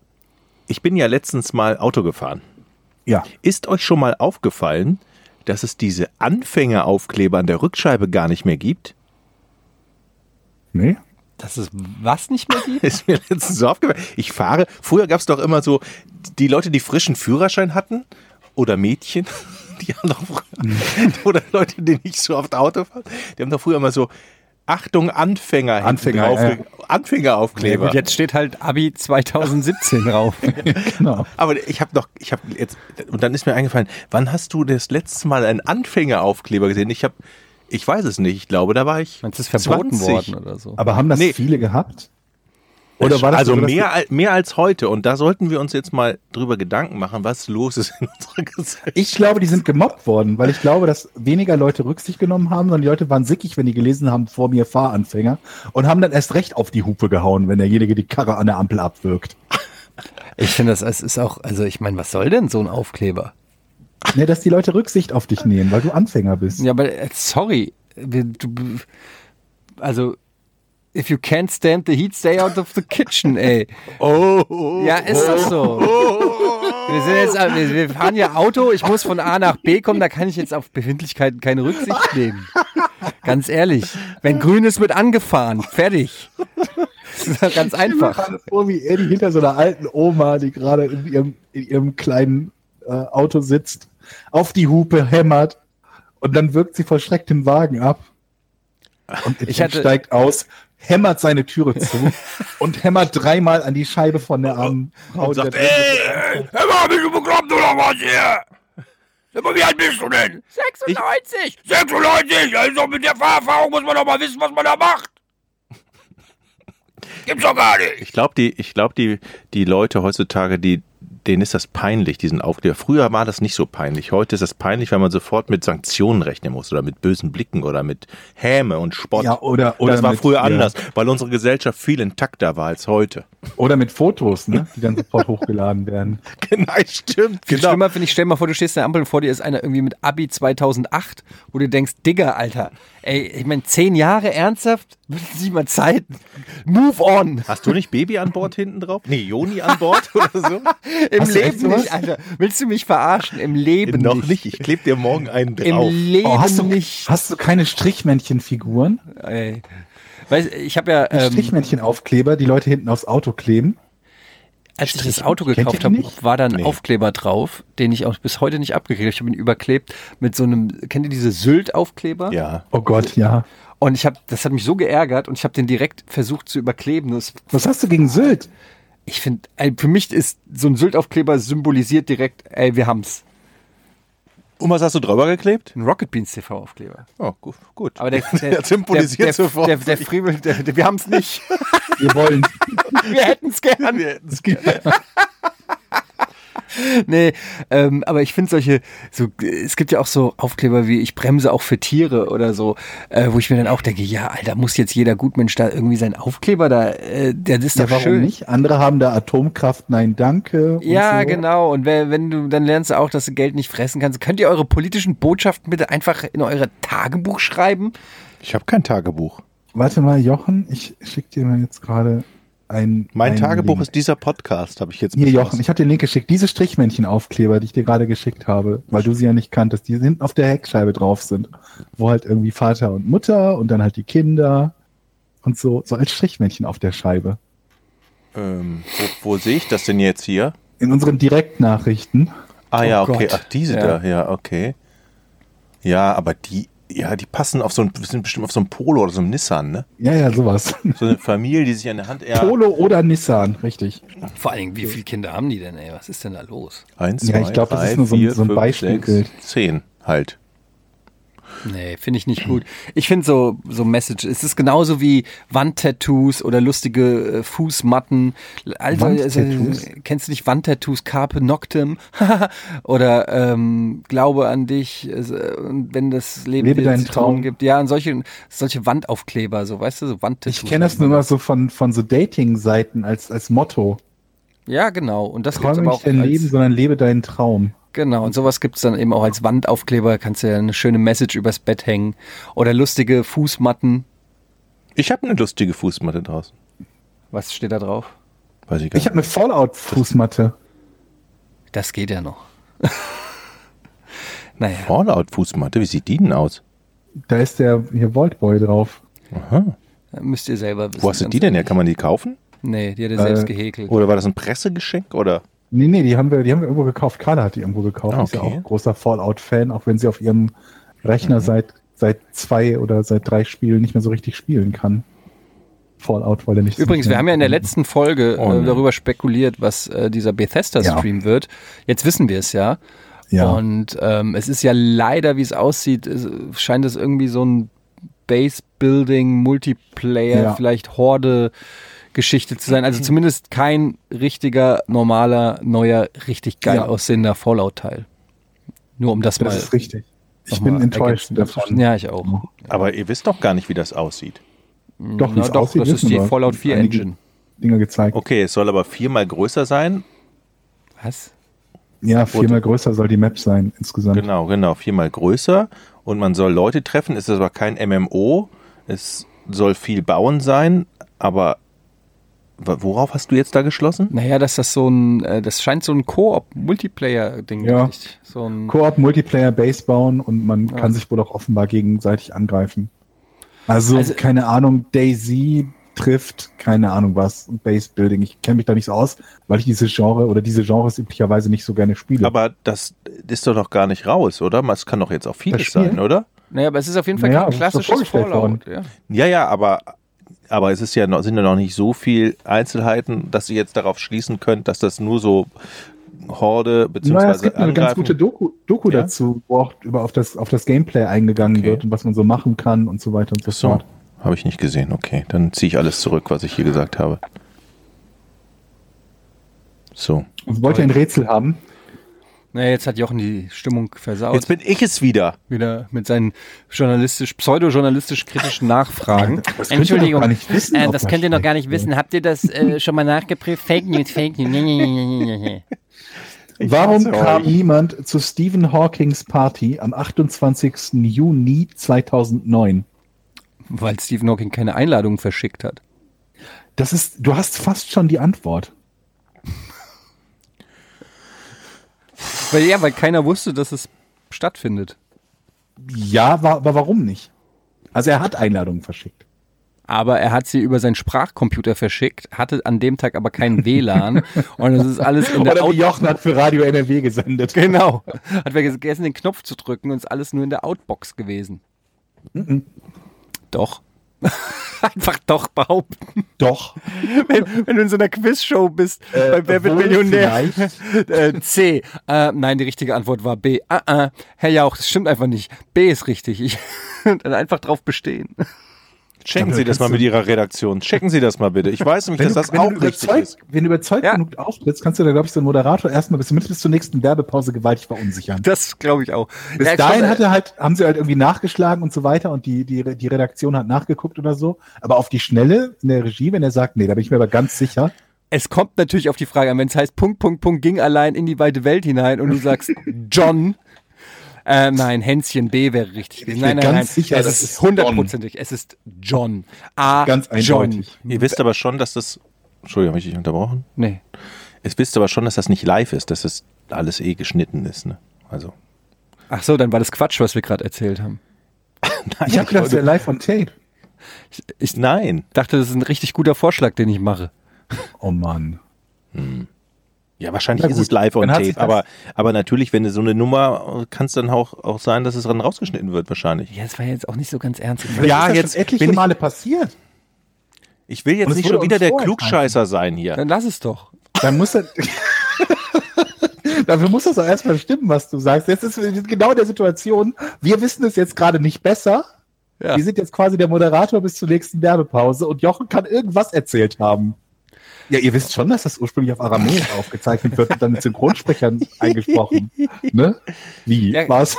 Speaker 1: ich bin ja letztens mal Auto gefahren.
Speaker 2: Ja.
Speaker 1: Ist euch schon mal aufgefallen, dass es diese Anfängeraufkleber an der Rückscheibe gar nicht mehr gibt?
Speaker 2: Nee?
Speaker 4: Das ist was nicht mehr gibt?
Speaker 1: Ist mir letztens so aufgefallen. Ich fahre, früher gab es doch immer so, die Leute, die frischen Führerschein hatten oder Mädchen, die haben doch früher, oder Leute, die nicht so oft Auto fahren, die haben doch früher immer so, Achtung, Anfänger, hinten
Speaker 2: Anfänger,
Speaker 1: drauf,
Speaker 2: ja.
Speaker 1: Anfängeraufkleber.
Speaker 3: Gut, jetzt steht halt Abi 2017 drauf.
Speaker 2: Genau.
Speaker 1: Aber ich habe noch, ich habe jetzt, und dann ist mir eingefallen, wann hast du das letzte Mal einen Anfängeraufkleber gesehen? Ich habe, ich weiß es nicht, ich glaube, da war ich.
Speaker 4: Meinst du, es ist verboten
Speaker 1: 20.
Speaker 4: worden oder so?
Speaker 2: Aber haben das
Speaker 1: Nee.
Speaker 2: viele gehabt?
Speaker 1: also
Speaker 2: so, dass
Speaker 1: mehr, als, mehr als heute. Und da sollten wir uns jetzt mal drüber Gedanken machen, was los ist in unserer Gesellschaft.
Speaker 2: Ich glaube, die sind gemobbt worden, weil ich glaube, dass weniger Leute Rücksicht genommen haben, sondern die Leute waren sickig, wenn die gelesen haben, vor mir Fahranfänger und haben dann erst recht auf die Hupe gehauen, wenn derjenige die Karre an der Ampel abwirkt.
Speaker 4: Ich finde, das es ist auch, also ich meine, was soll denn so ein Aufkleber?
Speaker 2: Ne, dass die Leute Rücksicht auf dich nehmen, weil du Anfänger bist.
Speaker 4: Ja, aber äh, sorry. Wir, du, also, if you can't stand the heat, stay out of the kitchen, ey.
Speaker 1: Oh,
Speaker 4: Ja, ist doch so. Wir, sind jetzt, äh, wir wir fahren ja Auto, ich muss von A nach B kommen, da kann ich jetzt auf Befindlichkeiten keine Rücksicht nehmen. Ganz ehrlich. Wenn grün ist, wird angefahren. Fertig. Das ist doch ganz
Speaker 2: Ich stell mir
Speaker 4: einfach.
Speaker 2: gerade vor, wie Eddie hinter so einer alten Oma, die gerade in ihrem, in ihrem kleinen äh, Auto sitzt, auf die Hupe hämmert und dann wirkt sie vor Schreck den Wagen ab. Und
Speaker 4: Ich
Speaker 2: Etienne
Speaker 4: hatte-
Speaker 2: steigt aus, hämmert seine Türe zu und hämmert dreimal an die Scheibe von der armen Frau. die
Speaker 1: sagt,
Speaker 2: da
Speaker 1: ey,
Speaker 2: drin
Speaker 1: ey, hör mal, bist du bekloppt oder was hier? Sag mal, wie alt bist du denn?
Speaker 4: 96!
Speaker 1: 96, also mit der Fahrerfahrung muss man doch mal wissen, was man da macht. Gibt's doch gar nicht. Ich glaube, die, ich glaub, die, die Leute heutzutage, die, denen ist das peinlich, diesen Aufkleber. Früher war das nicht so peinlich. Heute ist das peinlich, weil man sofort mit Sanktionen rechnen muss oder mit bösen Blicken oder mit Häme und Spott.
Speaker 2: Ja, oder- oder
Speaker 1: das war
Speaker 2: mit-
Speaker 1: früher
Speaker 2: ja.
Speaker 1: anders, weil unsere Gesellschaft viel intakter war als heute.
Speaker 2: sitzt. Oder mit Fotos, ne, die dann sofort hochgeladen werden.
Speaker 1: Genau, stimmt.
Speaker 3: Viel schlimmer finde ich, stell mal vor, du stehst in der Ampel und vor dir ist einer irgendwie mit Abi 2008, wo du denkst, Digga, Alter, ey, ich meine, zehn Jahre ernsthaft? Wird es nicht mal Zeit? Move on!
Speaker 1: Hast du nicht Baby an Bord hinten drauf? Nee, Joni an Bord oder so?
Speaker 3: Im
Speaker 2: Hast du echt
Speaker 3: Leben
Speaker 2: sowas?
Speaker 3: nicht, Alter. Willst du mich verarschen? Im Leben
Speaker 1: Noch
Speaker 3: nicht.
Speaker 1: nicht. Ich kleb dir morgen einen
Speaker 3: Im
Speaker 1: drauf.
Speaker 3: Leben
Speaker 2: Oh, hast, du,
Speaker 3: nicht.
Speaker 2: hast du keine Strichmännchenfiguren?
Speaker 3: Ey. Weißt, du, ich habe ja, ähm,
Speaker 2: Strichmänchenaufkleber, die Leute hinten aufs Auto kleben?
Speaker 3: als ich das
Speaker 2: Strich-
Speaker 3: Auto
Speaker 2: Kennt ihr
Speaker 3: gekauft
Speaker 2: die
Speaker 3: habe,
Speaker 2: nicht?
Speaker 3: war da ein
Speaker 1: Nee.
Speaker 3: Aufkleber drauf, den ich auch bis heute nicht abgekriegt habe. Ich habe ihn überklebt mit so einem, kennt ihr diese Sylt-Aufkleber?
Speaker 1: Ja.
Speaker 2: Oh Gott, ja.
Speaker 3: Und ich habe, das hat mich so geärgert und ich habe den direkt versucht zu überkleben. Nur es
Speaker 2: Was hast du gegen Sylt?
Speaker 3: Ich finde, für mich ist so ein Sylt-Aufkleber symbolisiert direkt, ey, wir haben's.
Speaker 1: Und was hast du drüber geklebt?
Speaker 3: Ein Rocket Beans TV-Aufkleber.
Speaker 1: Oh, gu- gut.
Speaker 3: Aber der, der,
Speaker 1: Der symbolisiert
Speaker 3: der, der,
Speaker 1: sofort.
Speaker 3: Der, der Friebel, der, der, wir haben's nicht.
Speaker 2: Wir wollen.
Speaker 3: wir hätten's gern.
Speaker 1: Wir hätten's gerne.
Speaker 3: nee, ähm, aber ich finde solche, so, äh, es gibt ja auch so Aufkleber wie ich bremse auch für Tiere oder so, äh, wo ich mir dann auch denke, ja, Alter, muss jetzt jeder Gutmensch da irgendwie seinen Aufkleber da, äh, der ist
Speaker 2: Ja,
Speaker 3: doch
Speaker 2: warum
Speaker 3: schön.
Speaker 2: nicht? Andere haben da Atomkraft, nein, danke. und
Speaker 3: Ja,
Speaker 2: so.
Speaker 3: genau. Und wenn, wenn du, dann lernst du auch, dass du Geld nicht fressen kannst. Könnt ihr eure politischen Botschaften bitte einfach in euer Tagebuch schreiben?
Speaker 1: Ich habe kein Tagebuch.
Speaker 2: Warte mal, Jochen, ich schicke dir mal jetzt gerade ein.
Speaker 1: Mein
Speaker 2: ein
Speaker 1: Tagebuch
Speaker 2: Link.
Speaker 1: ist dieser Podcast, habe ich jetzt.
Speaker 2: Hier,
Speaker 1: beschlossen.
Speaker 2: Jochen, ich habe dir den Link geschickt. Diese Strichmännchenaufkleber, die ich dir gerade geschickt habe, weil du sie ja nicht kanntest, die hinten auf der Heckscheibe drauf sind, wo halt irgendwie Vater und Mutter und dann halt die Kinder und so, so als Strichmännchen auf der Scheibe.
Speaker 1: Ähm, wo wo sehe ich das denn jetzt hier?
Speaker 2: In unseren Direktnachrichten.
Speaker 1: Ah
Speaker 3: Oh
Speaker 1: ja, okay.
Speaker 3: Gott.
Speaker 1: Ach, diese
Speaker 3: Ja.
Speaker 1: da, ja, okay. Ja, aber die, ja, die passen auf so ein, sind bestimmt auf so einem Polo oder so einem Nissan, ne?
Speaker 2: Ja, ja, sowas.
Speaker 1: So eine Familie, die sich an der Hand eher.
Speaker 2: Polo oder Nissan, richtig.
Speaker 3: Vor allen Dingen, wie viele Kinder haben die denn, ey? Was ist denn da los?
Speaker 1: Eins,
Speaker 2: Ja,
Speaker 1: zwei,
Speaker 2: ich glaub, das
Speaker 1: drei,
Speaker 2: ist nur so ein-
Speaker 1: vier,
Speaker 2: so ein
Speaker 1: fünf,
Speaker 2: Beispielbild.
Speaker 1: sechs, Zehn halt.
Speaker 3: Nee, finde ich nicht gut. Ich finde so, so Message, es ist genauso wie Wandtattoos oder lustige äh, Fußmatten. Also, also,
Speaker 2: Wandtattoos?
Speaker 3: kennst du nicht Wandtattoos, Carpe Noctem? oder ähm, Glaube an dich, äh, und wenn das Leben
Speaker 2: Lebe
Speaker 3: dir
Speaker 2: deinen
Speaker 3: Zitronen
Speaker 2: Traum.
Speaker 3: gibt. Ja, und solche, solche Wandaufkleber, so, weißt du, so Wandtattoos.
Speaker 2: Ich kenne das nur mal so von, von so Dating-Seiten als, als Motto.
Speaker 3: Ja, genau. Und das gibt's
Speaker 2: Träume
Speaker 3: aber
Speaker 2: nicht
Speaker 3: auch
Speaker 2: dein
Speaker 3: als,
Speaker 2: Leben, sondern lebe deinen Traum.
Speaker 3: Genau, und sowas gibt's dann eben auch als Wandaufkleber, kannst du ja eine schöne Message übers Bett hängen. Oder lustige Fußmatten.
Speaker 1: Ich habe eine lustige Fußmatte draußen.
Speaker 3: Was steht da drauf?
Speaker 1: Weiß ich gar nicht.
Speaker 2: Ich habe eine Fallout-Fußmatte.
Speaker 3: Das geht ja noch. naja.
Speaker 1: Fallout-Fußmatte, wie sieht die denn aus?
Speaker 2: Da ist der hier Voltboy drauf.
Speaker 1: Aha.
Speaker 3: Müsst ihr selber wissen.
Speaker 1: Wo hast du die denn her? Kann man die kaufen?
Speaker 3: Nee, die hat er
Speaker 2: Äh,
Speaker 3: selbst gehäkelt.
Speaker 1: Oder war das ein Pressegeschenk? Oder?
Speaker 2: Nee, nee, die haben wir, die haben wir irgendwo gekauft. Carla hat die irgendwo gekauft.
Speaker 1: Ah,
Speaker 2: Die ist
Speaker 1: okay.
Speaker 2: ja auch großer Fallout-Fan, auch wenn sie auf ihrem Rechner
Speaker 3: Mhm.
Speaker 2: seit, seit zwei oder seit drei Spielen nicht mehr so richtig spielen kann. Fallout wollte nicht.
Speaker 3: Übrigens, wir haben ja in der letzten Folge
Speaker 1: Oh,
Speaker 3: äh,
Speaker 1: nee.
Speaker 3: darüber spekuliert, was äh, dieser Bethesda-Stream wird. Jetzt wissen wir es ja.
Speaker 2: Ja.
Speaker 3: Und ähm, es ist ja leider, wie es aussieht, es, äh, scheint es irgendwie so ein Base-Building, Multiplayer,
Speaker 2: Ja. Mhm.
Speaker 3: vielleicht Horde-Geschichte zu sein. Also zumindest kein richtiger, normaler, neuer, richtig geil
Speaker 2: Ja.
Speaker 3: aussehender Fallout-Teil. Nur um das,
Speaker 2: Das
Speaker 3: mal.
Speaker 2: ist richtig. Ich
Speaker 3: nochmal
Speaker 2: bin enttäuscht
Speaker 3: ergänzend
Speaker 2: davon.
Speaker 3: anzusprechen. Ja, ich auch.
Speaker 1: Aber ihr wisst doch gar nicht, wie das aussieht.
Speaker 2: Doch, wie
Speaker 3: Na
Speaker 2: es
Speaker 3: doch,
Speaker 2: aussieht,
Speaker 3: das ist
Speaker 2: wissen
Speaker 3: die
Speaker 2: wir.
Speaker 3: Fallout 4
Speaker 2: Einige
Speaker 3: Engine.
Speaker 2: Dinger gezeigt.
Speaker 1: Okay, es soll aber viermal größer sein.
Speaker 3: Was?
Speaker 2: Ja, viermal größer soll die Map sein insgesamt.
Speaker 1: Genau, genau, viermal größer. Und man soll Leute treffen. Es ist aber kein MMO. Es soll viel bauen sein. Aber w- worauf hast du jetzt da geschlossen?
Speaker 3: Naja, dass das so ein, äh, das scheint so ein Koop-Multiplayer-Ding.
Speaker 2: Ja.
Speaker 3: nicht? So ein
Speaker 2: Koop, Multiplayer, Base bauen und man kann sich wohl auch offenbar gegenseitig angreifen. Also,
Speaker 3: Also-
Speaker 2: keine Ahnung, Daisy trifft, keine Ahnung was, und Base Building. Ich kenne mich da nicht so aus, weil ich diese Genre oder diese Genres üblicherweise nicht so gerne spiele.
Speaker 1: Aber das ist doch noch gar nicht raus, oder? Es kann doch jetzt auch vieles
Speaker 2: Spiel?
Speaker 1: sein, oder?
Speaker 3: Naja, aber es ist auf jeden Fall
Speaker 2: Naja,
Speaker 3: kein
Speaker 2: es ist doch
Speaker 3: klassisches
Speaker 2: vorgestellt
Speaker 3: Fallout. Ja.
Speaker 1: Ja, ja, aber, aber es ist ja noch, sind ja noch nicht so viel Einzelheiten, dass ihr jetzt darauf schließen könnt, dass das nur so Horde
Speaker 2: Naja, es
Speaker 1: bzw.
Speaker 2: gibt eine ganz gute
Speaker 1: angreifen.
Speaker 2: Doku, Doku
Speaker 1: Ja.
Speaker 2: dazu, wo auch über auf das, auf das Gameplay eingegangen
Speaker 1: Okay.
Speaker 2: wird und was man so machen kann und so weiter und so
Speaker 1: So,
Speaker 2: fort.
Speaker 1: habe ich nicht gesehen. Okay, dann ziehe ich alles zurück, was ich hier gesagt habe. So.
Speaker 2: Und Also wollt ihr ein Rätsel haben?
Speaker 3: Naja, jetzt hat Jochen die Stimmung versaut.
Speaker 1: Jetzt bin ich es wieder.
Speaker 3: wieder mit seinen journalistisch, pseudo-journalistisch kritischen Nachfragen.
Speaker 2: Das könnt ihr doch gar nicht wissen, ob das schlecht ist.
Speaker 6: Habt äh, ihr das äh, schon mal nachgeprüft? Fake News, Fake News. Nee, nee, nee, nee, nee, nee.
Speaker 2: Warum
Speaker 1: hasse
Speaker 2: kam
Speaker 1: euch.
Speaker 2: niemand zu Stephen Hawkings Party am 28. Juni 2009?
Speaker 3: Weil Stephen Hawking keine Einladung verschickt hat.
Speaker 2: Das ist, du hast fast schon die Antwort.
Speaker 3: Weil, ja, weil keiner wusste, dass es stattfindet.
Speaker 2: Ja, wa aber warum nicht? Also er hat Einladungen verschickt.
Speaker 3: Aber er hat sie über seinen Sprachcomputer verschickt, hatte an dem Tag aber kein WLAN. und es ist alles in der
Speaker 2: Oder wie
Speaker 3: Out
Speaker 2: Jochen hat für Radio NRW gesendet.
Speaker 3: Genau. Hat vergessen, den Knopf zu drücken und ist alles nur in der Outbox gewesen.
Speaker 2: Mhm.
Speaker 3: Doch. Einfach doch behaupten.
Speaker 2: Doch.
Speaker 3: wenn, wenn du in so einer Quizshow bist, bei Wer wird
Speaker 2: wohl
Speaker 3: Millionär?
Speaker 2: Äh, vielleicht.
Speaker 3: Äh, C. Äh, nein, die richtige Antwort war B. Ah, ah, Herr Jauch, das stimmt einfach nicht. B ist richtig. Ich, und dann einfach drauf bestehen.
Speaker 1: Checken Sie das mal mit Ihrer Redaktion. Checken Sie das mal bitte. Ich weiß nämlich, dass
Speaker 2: Wenn du,
Speaker 1: das
Speaker 2: wenn,
Speaker 1: auch
Speaker 2: du
Speaker 1: richtig
Speaker 2: überzeugt,
Speaker 1: ist.
Speaker 2: wenn du überzeugt
Speaker 3: Ja.
Speaker 2: genug auftrittst, kannst du da, glaube ich, so einen Moderator erstmal bis mindestens zur nächsten Werbepause gewaltig verunsichern.
Speaker 3: Das glaube ich auch.
Speaker 2: Bis
Speaker 3: Ja, ich
Speaker 2: dahin
Speaker 3: glaub,
Speaker 2: hat er halt, haben sie halt irgendwie nachgeschlagen und so weiter und die, die, die Redaktion hat nachgeguckt oder so. Aber auf die Schnelle in der Regie, wenn er sagt, nee, da bin ich mir aber ganz sicher.
Speaker 3: Es kommt natürlich auf die Frage an, wenn es heißt, Punkt, Punkt, Punkt, ging allein in die weite Welt hinein und du sagst, John. Äh, nein, Hänschen B wäre richtig. gewesen. Nein,
Speaker 2: bin ganz
Speaker 3: nein, nein.
Speaker 2: sicher,
Speaker 3: es
Speaker 2: das
Speaker 3: ist
Speaker 2: ist
Speaker 3: hundertprozentig. Es ist John. A.
Speaker 2: Ganz
Speaker 3: John.
Speaker 2: eindeutig.
Speaker 1: Ihr wisst aber schon, dass das. Entschuldigung, habe ich dich unterbrochen?
Speaker 3: Nee.
Speaker 1: Ihr wisst aber schon, dass das nicht live ist, dass das alles eh geschnitten ist. Ne? Also.
Speaker 3: Ach so, dann war das Quatsch, was wir gerade erzählt haben.
Speaker 2: Ich habe gedacht, das wäre live on tape.
Speaker 3: Ich
Speaker 1: Nein.
Speaker 3: dachte, das ist ein richtig guter Vorschlag, den ich mache.
Speaker 2: Oh Mann.
Speaker 1: Ja, wahrscheinlich
Speaker 2: Na
Speaker 1: ist
Speaker 2: gut,
Speaker 1: es live on
Speaker 2: dann hat sich
Speaker 1: tape,
Speaker 2: das-
Speaker 1: aber, aber natürlich, wenn du so eine Nummer, kann es dann auch, auch sein, dass es dann rausgeschnitten wird, wahrscheinlich.
Speaker 3: Ja, das war jetzt auch nicht so ganz ernst.
Speaker 2: Das
Speaker 3: Ja,
Speaker 2: ist
Speaker 3: jetzt
Speaker 2: schon etliche
Speaker 3: bin ich,
Speaker 2: Male passiert.
Speaker 1: Ich will
Speaker 2: Und
Speaker 1: jetzt
Speaker 2: es
Speaker 1: nicht
Speaker 2: wurde
Speaker 1: schon wieder
Speaker 2: uns
Speaker 1: der
Speaker 2: vorenthalten.
Speaker 1: Klugscheißer sein hier.
Speaker 3: Dann lass es doch.
Speaker 2: Dann muss er. Dafür muss das doch erstmal stimmen, was du sagst. Jetzt ist wir sind genau in der Situation. Wir wissen es jetzt gerade nicht besser.
Speaker 3: Ja.
Speaker 2: Wir sind jetzt quasi der Moderator bis zur nächsten Werbepause und Jochen kann irgendwas erzählt haben. Ja, ihr wisst schon, dass das ursprünglich auf Aramäisch aufgezeichnet wird und dann mit Synchronsprechern eingesprochen. Ne? Wie?
Speaker 3: Ja.
Speaker 2: Was?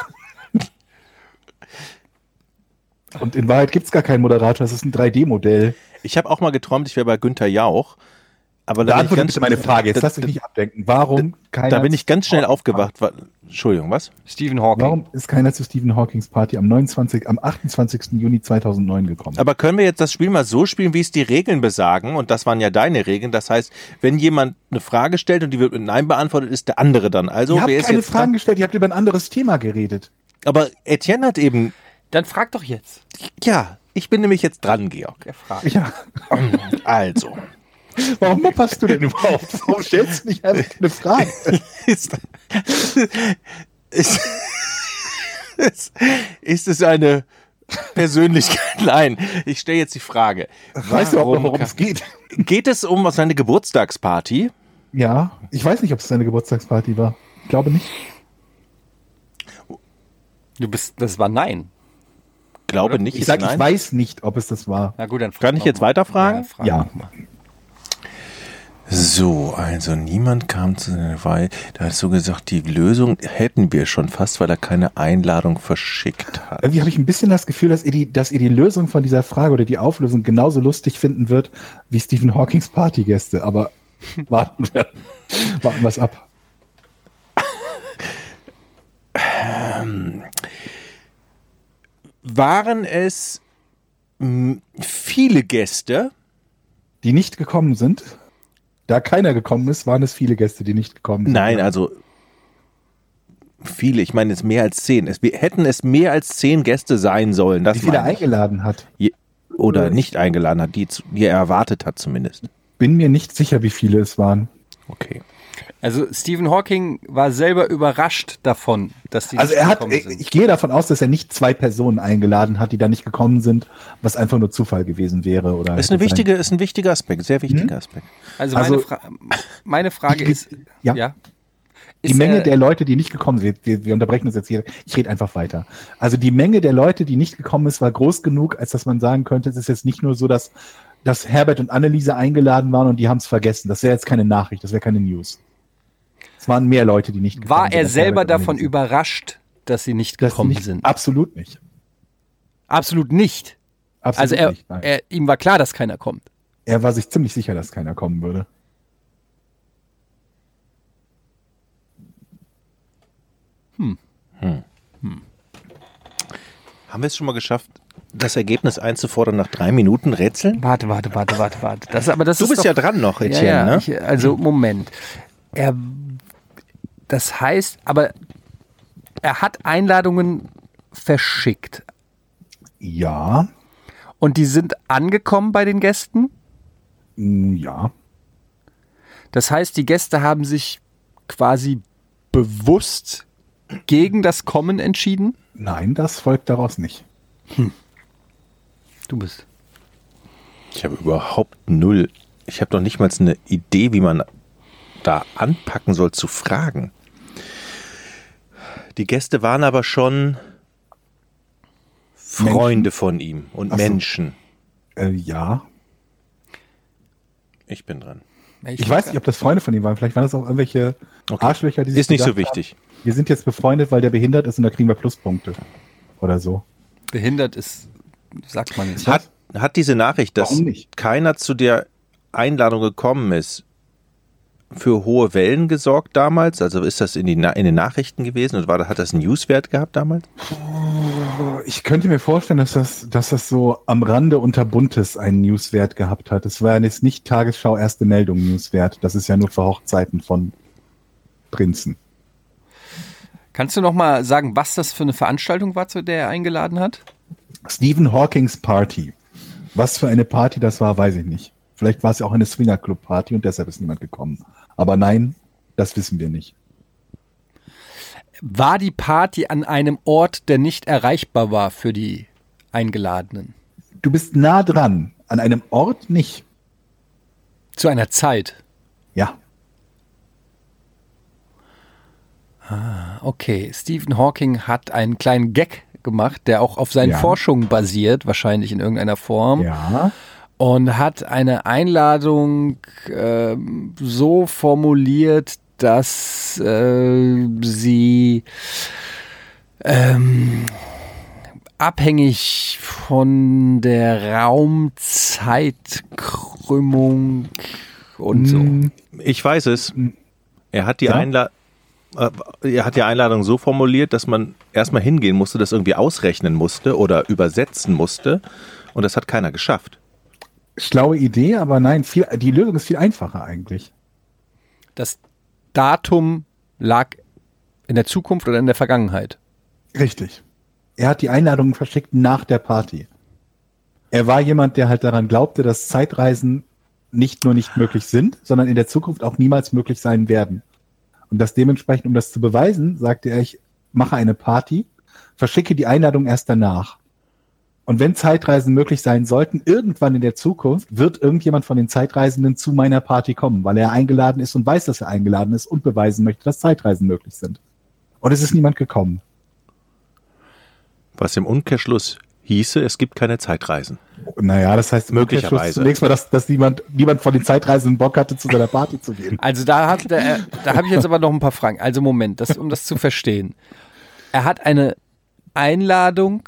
Speaker 2: Und in Wahrheit gibt es gar keinen Moderator, das ist ein 3D-Modell.
Speaker 1: Ich habe auch mal geträumt, ich wäre bei Günther Jauch. Aber da, bin ich
Speaker 2: Beantworte
Speaker 1: ganz,
Speaker 2: bitte meine Frage, jetzt
Speaker 1: da,
Speaker 2: lass dich nicht Oh. abdenken. Warum keiner
Speaker 1: da bin ich ganz schnell aufgewacht. Wa- Entschuldigung, was?
Speaker 3: Stephen Hawking.
Speaker 2: Warum ist keiner zu Stephen Hawkings Party am 29, am 28. Juni 2009 gekommen?
Speaker 1: Aber können wir jetzt das Spiel mal so spielen, wie es die Regeln besagen? Und das waren ja deine Regeln. Das heißt, wenn jemand eine Frage stellt und die wird mit Nein beantwortet, ist der andere dann. Also,
Speaker 2: ihr habt
Speaker 1: wer ist
Speaker 2: keine
Speaker 1: jetzt
Speaker 2: Fragen gestellt, ihr habt über ein anderes Thema geredet.
Speaker 1: dran? Aber Etienne hat eben,
Speaker 4: Dann frag doch jetzt.
Speaker 1: ja, ich bin nämlich jetzt dran, Georg.
Speaker 4: Der fragt.
Speaker 2: Ja,
Speaker 1: Also.
Speaker 2: warum mopperst du denn überhaupt? Warum stellst du nicht einfach eine Frage?
Speaker 1: ist, ist, ist, ist es eine Persönlichkeit? Nein, ich stelle jetzt die Frage.
Speaker 2: Weißt du auch noch, worum es geht?
Speaker 1: Geht es um seine Geburtstagsparty?
Speaker 2: Ja, ich weiß nicht, ob es seine Geburtstagsparty war. Ich glaube nicht.
Speaker 4: Du bist, das war nein.
Speaker 1: Glaube nicht.
Speaker 2: Ich sage,
Speaker 1: nein.
Speaker 2: ich weiß nicht, ob es das war.
Speaker 4: Na gut, dann frag
Speaker 1: Kann ich
Speaker 4: noch
Speaker 1: jetzt
Speaker 4: mal.
Speaker 1: weiterfragen?
Speaker 4: Ja, frag
Speaker 2: Ja.
Speaker 4: noch mal.
Speaker 1: So, also niemand kam zu einer Wahl. Da hast du gesagt, die Lösung hätten wir schon fast, weil er keine Einladung verschickt hat.
Speaker 2: Irgendwie habe ich ein bisschen das Gefühl, dass ihr, die, dass ihr die Lösung von dieser Frage oder die Auflösung genauso lustig finden wird wie Stephen Hawkings Partygäste. Aber warten wir warten wir es ab.
Speaker 1: Waren es m, viele Gäste?
Speaker 2: die nicht gekommen sind. Da keiner gekommen ist, waren es viele Gäste, die nicht gekommen sind.
Speaker 1: Nein, also viele. Ich meine, es mehr als zehn. Es, wir hätten es mehr als zehn Gäste sein sollen. Das
Speaker 2: Wie viele
Speaker 1: meine ich.
Speaker 2: eingeladen hat,
Speaker 1: Je- oder nicht eingeladen hat, die, zu- die er erwartet hat zumindest.
Speaker 2: bin mir nicht sicher, wie viele es waren.
Speaker 1: Okay.
Speaker 3: Also Stephen Hawking war selber überrascht davon, dass die
Speaker 2: Also
Speaker 3: nicht
Speaker 2: er hat,
Speaker 3: gekommen sind.
Speaker 2: ich gehe davon aus, dass er nicht zwei Personen eingeladen hat, die da nicht gekommen sind, was einfach nur Zufall gewesen wäre. Oder
Speaker 1: Ist, eine wichtige, ist ein Hm? wichtiger Aspekt, sehr wichtiger Aspekt.
Speaker 3: Also,
Speaker 2: Also-
Speaker 3: meine, Fra meine Frage ist,
Speaker 2: Ja. Die
Speaker 3: Ist äh,
Speaker 2: Menge
Speaker 3: er-
Speaker 2: der Leute, die nicht gekommen sind, wir, wir unterbrechen uns jetzt hier, ich rede einfach weiter. Also die Menge der Leute, die nicht gekommen ist, war groß genug, als dass man sagen könnte, es ist jetzt nicht nur so, dass, dass Herbert und Anneliese eingeladen waren und die haben es vergessen. Das wäre jetzt keine Nachricht, das wäre keine News. Es waren mehr Leute, die nicht
Speaker 3: war
Speaker 2: sind,
Speaker 3: er
Speaker 2: als
Speaker 3: selber
Speaker 2: Herbert und
Speaker 3: davon
Speaker 2: Anneliese.
Speaker 3: überrascht, dass sie nicht
Speaker 2: Dass sie
Speaker 3: gekommen
Speaker 2: nicht,
Speaker 3: sind?
Speaker 2: Absolut nicht.
Speaker 3: Absolut nicht.
Speaker 2: Absolut
Speaker 3: Also er,
Speaker 2: nicht. Nein.
Speaker 3: er, ihm war klar, dass keiner kommt.
Speaker 2: er war sich ziemlich sicher, dass keiner kommen würde.
Speaker 1: Haben wir es schon mal geschafft, das Ergebnis einzufordern nach drei Minuten Rätseln?
Speaker 3: Warte, warte, warte, warte, warte. Das, aber das
Speaker 1: Du
Speaker 3: ist
Speaker 1: bist
Speaker 3: doch,
Speaker 1: ja dran noch, Etienne,
Speaker 3: ja,
Speaker 1: ne?
Speaker 3: ich, also Moment. Er, das heißt, aber er hat Einladungen verschickt
Speaker 2: Ja,
Speaker 3: und die sind angekommen bei den Gästen.
Speaker 2: mm, ja,
Speaker 3: Das heißt, die Gäste haben sich quasi bewusst gegen das Kommen entschieden.
Speaker 2: nein, das folgt daraus nicht.
Speaker 3: Du bist.
Speaker 1: Ich habe überhaupt null. Ich habe noch nicht mal eine Idee, wie man da anpacken soll, zu fragen. Die Gäste waren aber schon Freunde von ihm und
Speaker 2: Ach so.
Speaker 1: Menschen.
Speaker 2: Äh, ja.
Speaker 1: Ich bin dran.
Speaker 2: Ich weiß nicht, ob das Freunde von ihm waren. Vielleicht waren das auch irgendwelche
Speaker 1: Okay.
Speaker 2: Arschlöcher, die sich
Speaker 1: Ist nicht so
Speaker 2: gedacht
Speaker 1: wichtig.
Speaker 2: Haben, wir sind jetzt befreundet, weil der behindert ist und da kriegen wir Pluspunkte. Oder so.
Speaker 3: Behindert ist, sagt man nicht. ne?
Speaker 1: Hat, hat diese Nachricht, dass
Speaker 2: Warum nicht?
Speaker 1: keiner zu der Einladung gekommen ist, für hohe Wellen gesorgt damals? Also ist das in, die, Na- in den Nachrichten gewesen und war, da- hat das einen Newswert gehabt damals?
Speaker 2: Ich könnte mir vorstellen, dass das, dass das so am Rande unter Buntes einen Newswert gehabt hat. Es war jetzt nicht Tagesschau erste Meldung Newswert. Das ist ja nur für Hochzeiten von Prinzen.
Speaker 3: Kannst du noch mal sagen, was das für eine Veranstaltung war, zu der er eingeladen hat?
Speaker 2: Stephen Hawkings Party. Was für eine Party das war, weiß ich nicht. Vielleicht war es ja auch eine Swingerclub-Party und deshalb ist niemand gekommen. Aber nein, das wissen wir nicht.
Speaker 3: War die Party an einem Ort, der nicht erreichbar war für die Eingeladenen?
Speaker 2: Du bist nah dran, an einem Ort nicht.
Speaker 3: Zu einer Zeit?
Speaker 2: Ja,
Speaker 3: Okay, Stephen Hawking hat einen kleinen Gag gemacht, der auch auf seinen
Speaker 2: Ja.
Speaker 3: Forschungen basiert, wahrscheinlich in irgendeiner Form,
Speaker 2: ja.
Speaker 3: und hat eine Einladung ähm, so formuliert, dass äh, sie ähm, abhängig von der Raumzeitkrümmung und so.
Speaker 1: Ich weiß es. Er hat die,
Speaker 2: Ja?
Speaker 1: Einla äh, er hat die Einladung so formuliert, dass man erstmal hingehen musste, das irgendwie ausrechnen musste oder übersetzen musste. Und das hat keiner geschafft.
Speaker 2: Schlaue Idee, aber nein, viel, die Lösung ist viel einfacher eigentlich.
Speaker 3: Das Datum lag in der Zukunft oder in der Vergangenheit.
Speaker 2: Richtig. Er hat die Einladungen verschickt nach der Party. Er war jemand, der halt daran glaubte, dass Zeitreisen nicht nur nicht möglich sind, sondern in der Zukunft auch niemals möglich sein werden. Und das dementsprechend, um das zu beweisen, sagte er, ich mache eine Party, verschicke die Einladung erst danach. Und wenn Zeitreisen möglich sein sollten, irgendwann in der Zukunft wird irgendjemand von den Zeitreisenden zu meiner Party kommen, weil er eingeladen ist und weiß, dass er eingeladen ist und beweisen möchte, dass Zeitreisen möglich sind. Und es ist niemand gekommen.
Speaker 1: Was im Umkehrschluss hieße, es gibt keine Zeitreisen.
Speaker 2: Naja, das heißt
Speaker 1: Möglicherweise.
Speaker 2: Umkehrschluss Zunächst mal, dass, dass niemand, niemand von den Zeitreisenden Bock hatte, zu seiner Party zu gehen.
Speaker 3: Also da hat der, da habe ich jetzt aber noch ein paar Fragen. Also Moment, das, um das zu verstehen. Er hat eine Einladung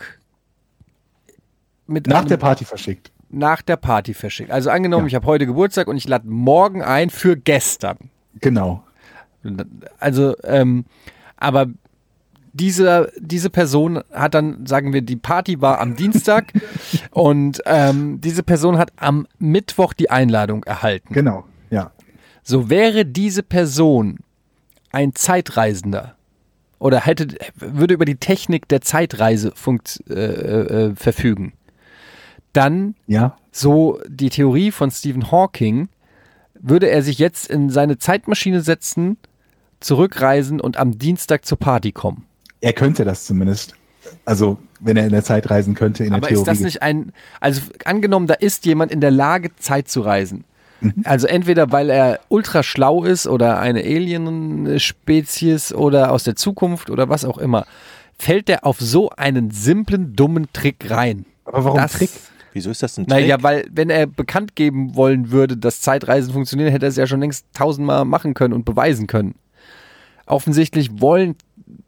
Speaker 3: mit
Speaker 2: Nach
Speaker 3: einem,
Speaker 2: der Party verschickt.
Speaker 3: nach der Party verschickt. Also angenommen,
Speaker 2: Ja.
Speaker 3: ich habe heute Geburtstag und ich lade morgen ein für gestern.
Speaker 2: Genau.
Speaker 3: Also, ähm, aber diese, diese Person hat dann, sagen wir, die Party war am Dienstag und ähm, diese Person hat am Mittwoch die Einladung erhalten.
Speaker 2: Genau. Ja.
Speaker 3: So wäre diese Person ein Zeitreisender oder hätte, würde über die Technik der Zeitreise funkt, äh, äh, verfügen, dann,
Speaker 2: Ja.
Speaker 3: so die Theorie von Stephen Hawking, würde er sich jetzt in seine Zeitmaschine setzen, zurückreisen und am Dienstag zur Party kommen.
Speaker 2: Er könnte das zumindest. Also, wenn er in der Zeit reisen könnte, in
Speaker 3: Aber
Speaker 2: der Theorie.
Speaker 3: ist das nicht ein, also angenommen, da ist jemand in der Lage, Zeit zu reisen.
Speaker 2: Mhm.
Speaker 3: Also entweder weil er ultra schlau ist oder eine Alien-Spezies oder aus der Zukunft oder was auch immer, fällt der auf so einen simplen, dummen Trick rein.
Speaker 2: Aber warum
Speaker 3: das,
Speaker 2: Trick?
Speaker 1: Wieso ist das ein Trick?
Speaker 3: Naja, weil wenn er bekannt geben wollen würde, dass Zeitreisen funktionieren, hätte er es ja schon längst tausendmal machen können und beweisen können. Offensichtlich wollen,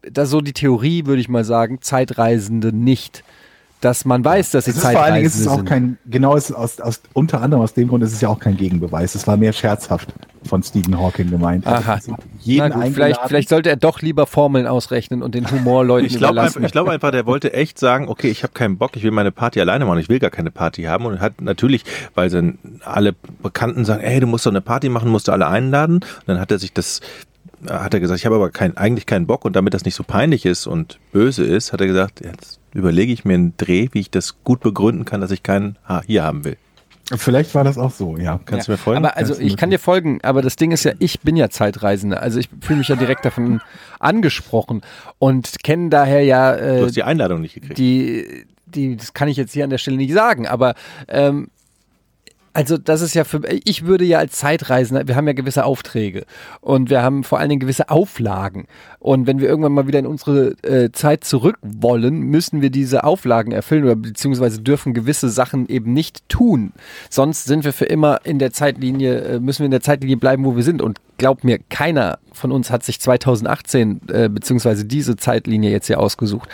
Speaker 3: da so die Theorie, würde ich mal sagen, Zeitreisende nicht. Dass man weiß, dass sie
Speaker 2: es ist vor allen Dingen ist es
Speaker 3: Zeitreisende
Speaker 2: auch
Speaker 3: sind.
Speaker 2: kein, genau ist es aus, aus, unter anderem aus dem Grund ist es ja auch kein Gegenbeweis. Es war mehr scherzhaft von Stephen Hawking gemeint.
Speaker 3: Aha.
Speaker 2: Also, jeden
Speaker 3: Na gut, vielleicht,
Speaker 2: eingeladen.
Speaker 3: vielleicht sollte er doch lieber Formeln ausrechnen und den Humor Leuten
Speaker 1: Ich glaube
Speaker 3: überlassen.
Speaker 1: einfach, ich glaub einfach, der wollte echt sagen, okay, ich habe keinen Bock, ich will meine Party alleine machen, ich will gar keine Party haben und hat natürlich, weil dann alle Bekannten sagen, ey, du musst doch eine Party machen, musst du alle einladen. Und dann hat er sich das, hat er gesagt, ich habe aber kein, eigentlich keinen Bock und damit das nicht so peinlich ist und böse ist, hat er gesagt, jetzt überlege ich mir einen Dreh, wie ich das gut begründen kann, dass ich keinen ha hier haben will.
Speaker 2: vielleicht war das auch so, ja.
Speaker 1: Kannst du mir folgen?
Speaker 3: Aber also
Speaker 2: Kannst du
Speaker 3: ich kann dir folgen, aber das Ding ist ja, ich bin ja Zeitreisender. Also ich fühle mich ja direkt davon angesprochen und kenne daher ja
Speaker 1: du
Speaker 3: äh,
Speaker 1: hast die Einladung nicht gekriegt.
Speaker 3: die, die, das kann ich jetzt hier an der Stelle nicht sagen, aber ähm, Also das ist ja für ich würde ja als Zeitreisender, wir haben ja gewisse Aufträge und wir haben vor allen Dingen gewisse Auflagen und wenn wir irgendwann mal wieder in unsere äh, Zeit zurück wollen, müssen wir diese Auflagen erfüllen oder beziehungsweise dürfen gewisse Sachen eben nicht tun. Sonst sind wir für immer in der Zeitlinie, äh, müssen wir in der Zeitlinie bleiben, wo wir sind und glaub mir, keiner von uns hat sich 2018 äh, beziehungsweise diese Zeitlinie jetzt hier ausgesucht.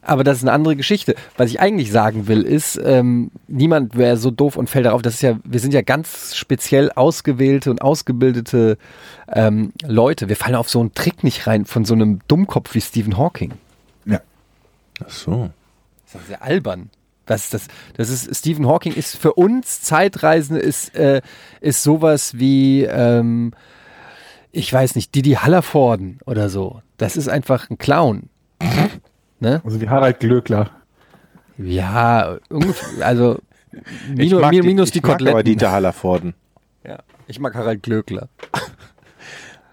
Speaker 3: Aber das ist eine andere Geschichte. Was ich eigentlich sagen will, ist, ähm, niemand wäre so doof und fällt darauf. Das ist ja, wir sind ja ganz speziell ausgewählte und ausgebildete ähm, Leute. Wir fallen auf so einen Trick nicht rein von so einem Dummkopf wie Stephen Hawking.
Speaker 2: Ja.
Speaker 1: Ach so.
Speaker 3: Das ist ja albern. Was ist das? Das ist Stephen Hawking ist für uns Zeitreisende ist äh, ist sowas wie ähm, ich weiß nicht Didi Hallervorden oder so. Das ist einfach ein Clown. ne?
Speaker 2: Also wie Harald Glöckler.
Speaker 3: Ja, ungefähr, also minu,
Speaker 1: mag
Speaker 3: minu, minus die,
Speaker 1: ich mag aber
Speaker 3: Koteletten.
Speaker 1: Dieter Hallervorden.
Speaker 3: ja, ich mag Harald Glöckler.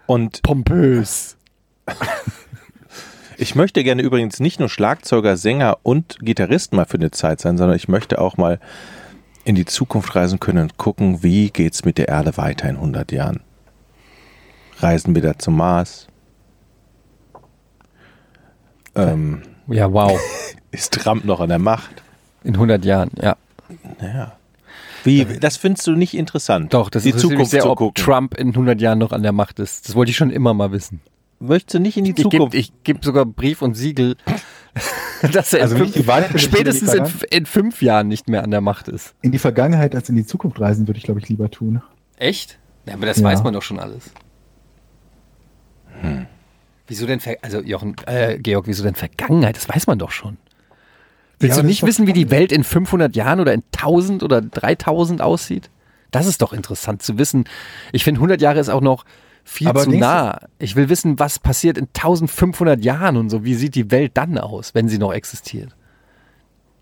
Speaker 1: Und
Speaker 3: Pompös.
Speaker 1: ich möchte gerne übrigens nicht nur Schlagzeuger, Sänger und Gitarrist mal für eine Zeit sein, sondern ich möchte auch mal in die Zukunft reisen können und gucken, wie geht's mit der Erde weiter in 100 Jahren. Reisen wir da zum Mars? Ähm,
Speaker 3: Ja, wow.
Speaker 1: ist Trump noch an der Macht?
Speaker 3: In 100 Jahren, ja.
Speaker 1: Wie, das findest du nicht interessant?
Speaker 3: Doch, das
Speaker 1: die
Speaker 3: ist
Speaker 1: Zukunft
Speaker 3: sehr,
Speaker 1: zu
Speaker 3: ob
Speaker 1: gucken.
Speaker 3: Trump in 100 Jahren noch an der Macht ist. Das wollte ich schon immer mal wissen.
Speaker 1: Möchtest du nicht in die
Speaker 3: Ich
Speaker 1: Zukunft?
Speaker 3: gebe geb sogar Brief und Siegel, dass er
Speaker 2: Also
Speaker 3: in
Speaker 2: nicht die
Speaker 3: fünf,
Speaker 2: Wahl, sondern
Speaker 3: spätestens
Speaker 2: die
Speaker 3: in,
Speaker 2: Wahl.
Speaker 3: in fünf Jahren nicht mehr an der Macht ist.
Speaker 2: In die Vergangenheit als in die Zukunft reisen würde ich, glaube ich, lieber tun.
Speaker 3: Echt? Ja, aber das
Speaker 2: Ja.
Speaker 3: weiß man doch schon alles. Hm. Wieso denn, Ver also Jochen, äh, Georg, wieso denn Vergangenheit? Das weiß man doch schon. Willst
Speaker 2: Ja,
Speaker 3: du
Speaker 2: das
Speaker 3: nicht
Speaker 2: ist doch
Speaker 3: wissen, wie die Welt in 500 Jahren oder in 1000 oder 3000 aussieht? Das ist doch interessant zu wissen. Ich finde, 100 Jahre ist auch noch viel
Speaker 2: Aber
Speaker 3: zu
Speaker 2: denkst du-
Speaker 3: nah. Ich will wissen, was passiert in 1500 Jahren und so. Wie sieht die Welt dann aus, wenn sie noch existiert?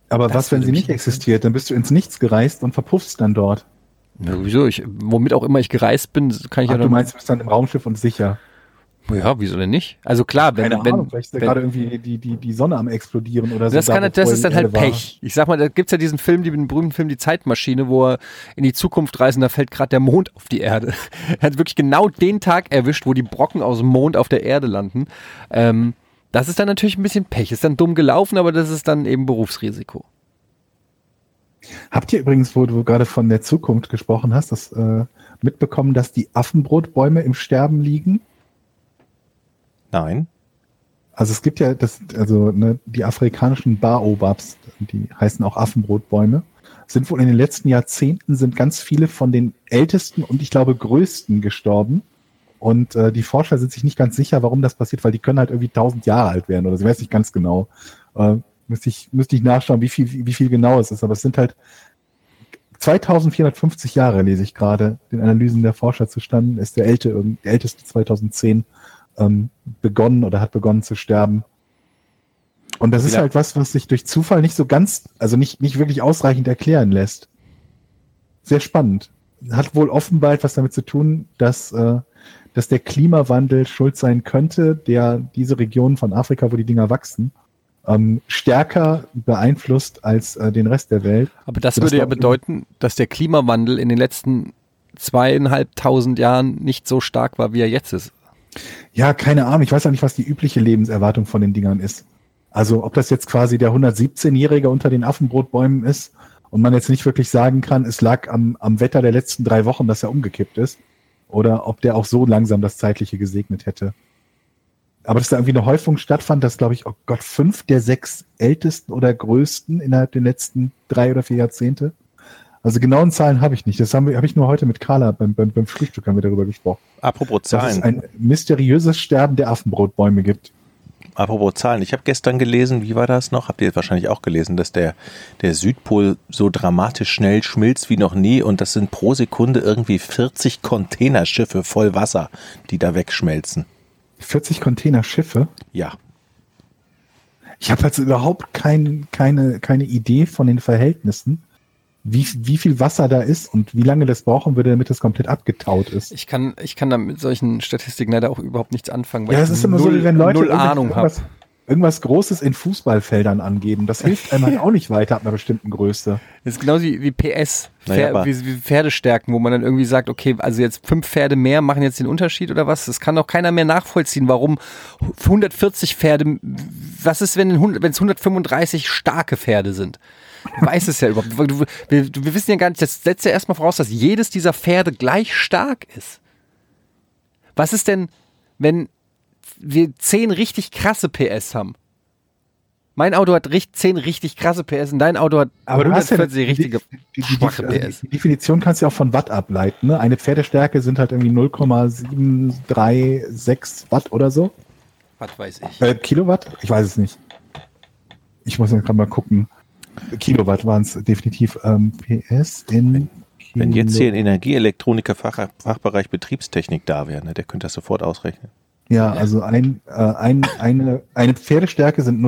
Speaker 2: Aber
Speaker 3: Das
Speaker 2: was, wenn
Speaker 3: würde
Speaker 2: sie
Speaker 3: mich
Speaker 2: nicht existiert? Dann bist du ins Nichts gereist und verpuffst dann dort.
Speaker 3: Ja, wieso? Ich, womit auch immer ich gereist bin, kann ich
Speaker 2: Ach,
Speaker 3: ja
Speaker 2: du
Speaker 3: dann-
Speaker 2: meinst, du bist dann im Raumschiff und sicher.
Speaker 3: Ja, wieso denn nicht? Also klar, wenn,
Speaker 2: Keine
Speaker 3: wenn,
Speaker 2: Ahnung, vielleicht ist ja
Speaker 3: wenn,
Speaker 2: gerade irgendwie die, die, die Sonne am explodieren oder so.
Speaker 3: das,
Speaker 2: da,
Speaker 3: kann,
Speaker 2: bevor
Speaker 3: das ist
Speaker 2: die
Speaker 3: dann halt
Speaker 2: Erde war.
Speaker 3: Pech. Ich sag mal, da gibt's ja diesen Film, die- den berühmten Film Die Zeitmaschine, wo er in die Zukunft reist und da fällt gerade der Mond auf die Erde. er hat wirklich genau den Tag erwischt, wo die Brocken aus dem Mond auf der Erde landen. Ähm, das ist dann natürlich ein bisschen Pech. Ist dann dumm gelaufen, aber das ist dann eben Berufsrisiko.
Speaker 2: Habt ihr übrigens, wo du gerade von der Zukunft gesprochen hast, das äh, mitbekommen, dass die Affenbrotbäume im Sterben liegen?
Speaker 1: Nein.
Speaker 2: Also es gibt ja das, also ne, die afrikanischen Baobabs, die heißen auch Affenbrotbäume, sind wohl in den letzten Jahrzehnten sind ganz viele von den ältesten und ich glaube größten gestorben. Und äh, die Forscher sind sich nicht ganz sicher, warum das passiert, weil die können halt irgendwie 1000 Jahre alt werden oder so. Ich weiß nicht ganz genau. Äh, müsste ich müsste ich nachschauen, wie viel wie, wie viel genau es ist. Aber es sind halt 2450 Jahre lese ich gerade den Analysen der Forscher zustande. Ist der älte irgend- der älteste 2010 ähm, begonnen oder hat begonnen zu sterben. Und das ist
Speaker 1: Ja.
Speaker 2: halt was, was sich durch Zufall nicht so ganz, also nicht, nicht wirklich ausreichend erklären lässt. Sehr spannend. Hat wohl offenbar etwas damit zu tun, dass, äh, dass der Klimawandel schuld sein könnte, der diese Regionen von Afrika, wo die Dinger wachsen, ähm, stärker beeinflusst als äh, den Rest der Welt.
Speaker 3: Aber das,
Speaker 2: Das
Speaker 3: würde ja
Speaker 2: glaub ich
Speaker 3: bedeuten, dass der Klimawandel in den letzten zweieinhalbtausend Jahren nicht so stark war, wie er jetzt ist.
Speaker 2: Ja, keine Ahnung. Ich weiß auch nicht, was die übliche Lebenserwartung von den Dingern ist. Also ob das jetzt quasi der 117-Jährige unter den Affenbrotbäumen ist und man jetzt nicht wirklich sagen kann, es lag am, am Wetter der letzten drei Wochen, dass er umgekippt ist. Oder ob der auch so langsam das Zeitliche gesegnet hätte. Aber dass da irgendwie eine Häufung stattfand, dass, glaube ich, oh Gott, fünf der sechs ältesten oder größten innerhalb der letzten drei oder vier Jahrzehnte. Also genauen Zahlen habe ich nicht. Das habe hab ich nur heute mit Carla beim, beim, beim Frühstück haben wir darüber gesprochen
Speaker 1: Apropos
Speaker 2: dass
Speaker 1: Zahlen.
Speaker 2: es ein mysteriöses Sterben der Affenbrotbäume gibt.
Speaker 1: Apropos Zahlen, ich habe gestern gelesen, wie war das noch? Habt ihr wahrscheinlich auch gelesen, dass der, der Südpol so dramatisch schnell schmilzt wie noch nie und das sind pro Sekunde irgendwie 40 Containerschiffe voll Wasser, die da wegschmelzen.
Speaker 2: 40 Container Schiffe.
Speaker 1: Ja.
Speaker 2: Ich habe also überhaupt kein, keine, keine Idee von den Verhältnissen, wie, wie viel Wasser da ist und wie lange das brauchen würde, damit das komplett abgetaut ist.
Speaker 3: Ich kann, ich kann da mit solchen Statistiken leider auch überhaupt nichts anfangen, weil
Speaker 2: ja,
Speaker 3: ich
Speaker 2: es ist immer so,
Speaker 3: null,
Speaker 2: wie wenn Leute
Speaker 3: null
Speaker 2: irgendwelche-
Speaker 3: Ahnung haben.
Speaker 2: irgendwas, irgendwas Großes in Fußballfeldern angeben. Das hilft einem halt auch nicht weiter ab einer bestimmten Größe.
Speaker 3: Das ist genauso wie, wie PS,
Speaker 1: Naja,
Speaker 3: Pfer
Speaker 1: aber-
Speaker 3: wie, wie Pferdestärken, wo man dann irgendwie sagt, okay, also jetzt fünf Pferde mehr machen jetzt den Unterschied oder was? Das kann doch keiner mehr nachvollziehen, warum 140 Pferde, was ist, wenn 100 wenn es 135 starke Pferde sind? Du weißt es ja überhaupt. Du, wir, du, wir wissen ja gar nicht, das setzt ja erstmal voraus, dass jedes dieser Pferde gleich stark ist. Was ist denn, wenn wir zehn richtig krasse PS haben? Mein Auto hat richt- zehn richtig krasse PS und dein Auto hat
Speaker 2: Aber du hast ja
Speaker 3: 140 richtige
Speaker 2: die, die, die,
Speaker 3: schwache PS.
Speaker 2: also die Definition kannst du ja auch von Watt ableiten. Ne? Eine Pferdestärke sind halt irgendwie 0,736 Watt oder so.
Speaker 3: Was weiß ich.
Speaker 2: Äh, Kilowatt? Ich weiß es nicht. Ich muss gerade mal gucken. Kilowatt waren es definitiv. Ähm, PS in Hm,
Speaker 1: Wenn jetzt hier ein Energieelektroniker-Fachbereich Fachbereich Betriebstechnik da wäre, ne, der könnte das sofort ausrechnen.
Speaker 2: Ja, also ein, äh, ein, eine, eine Pferdestärke sind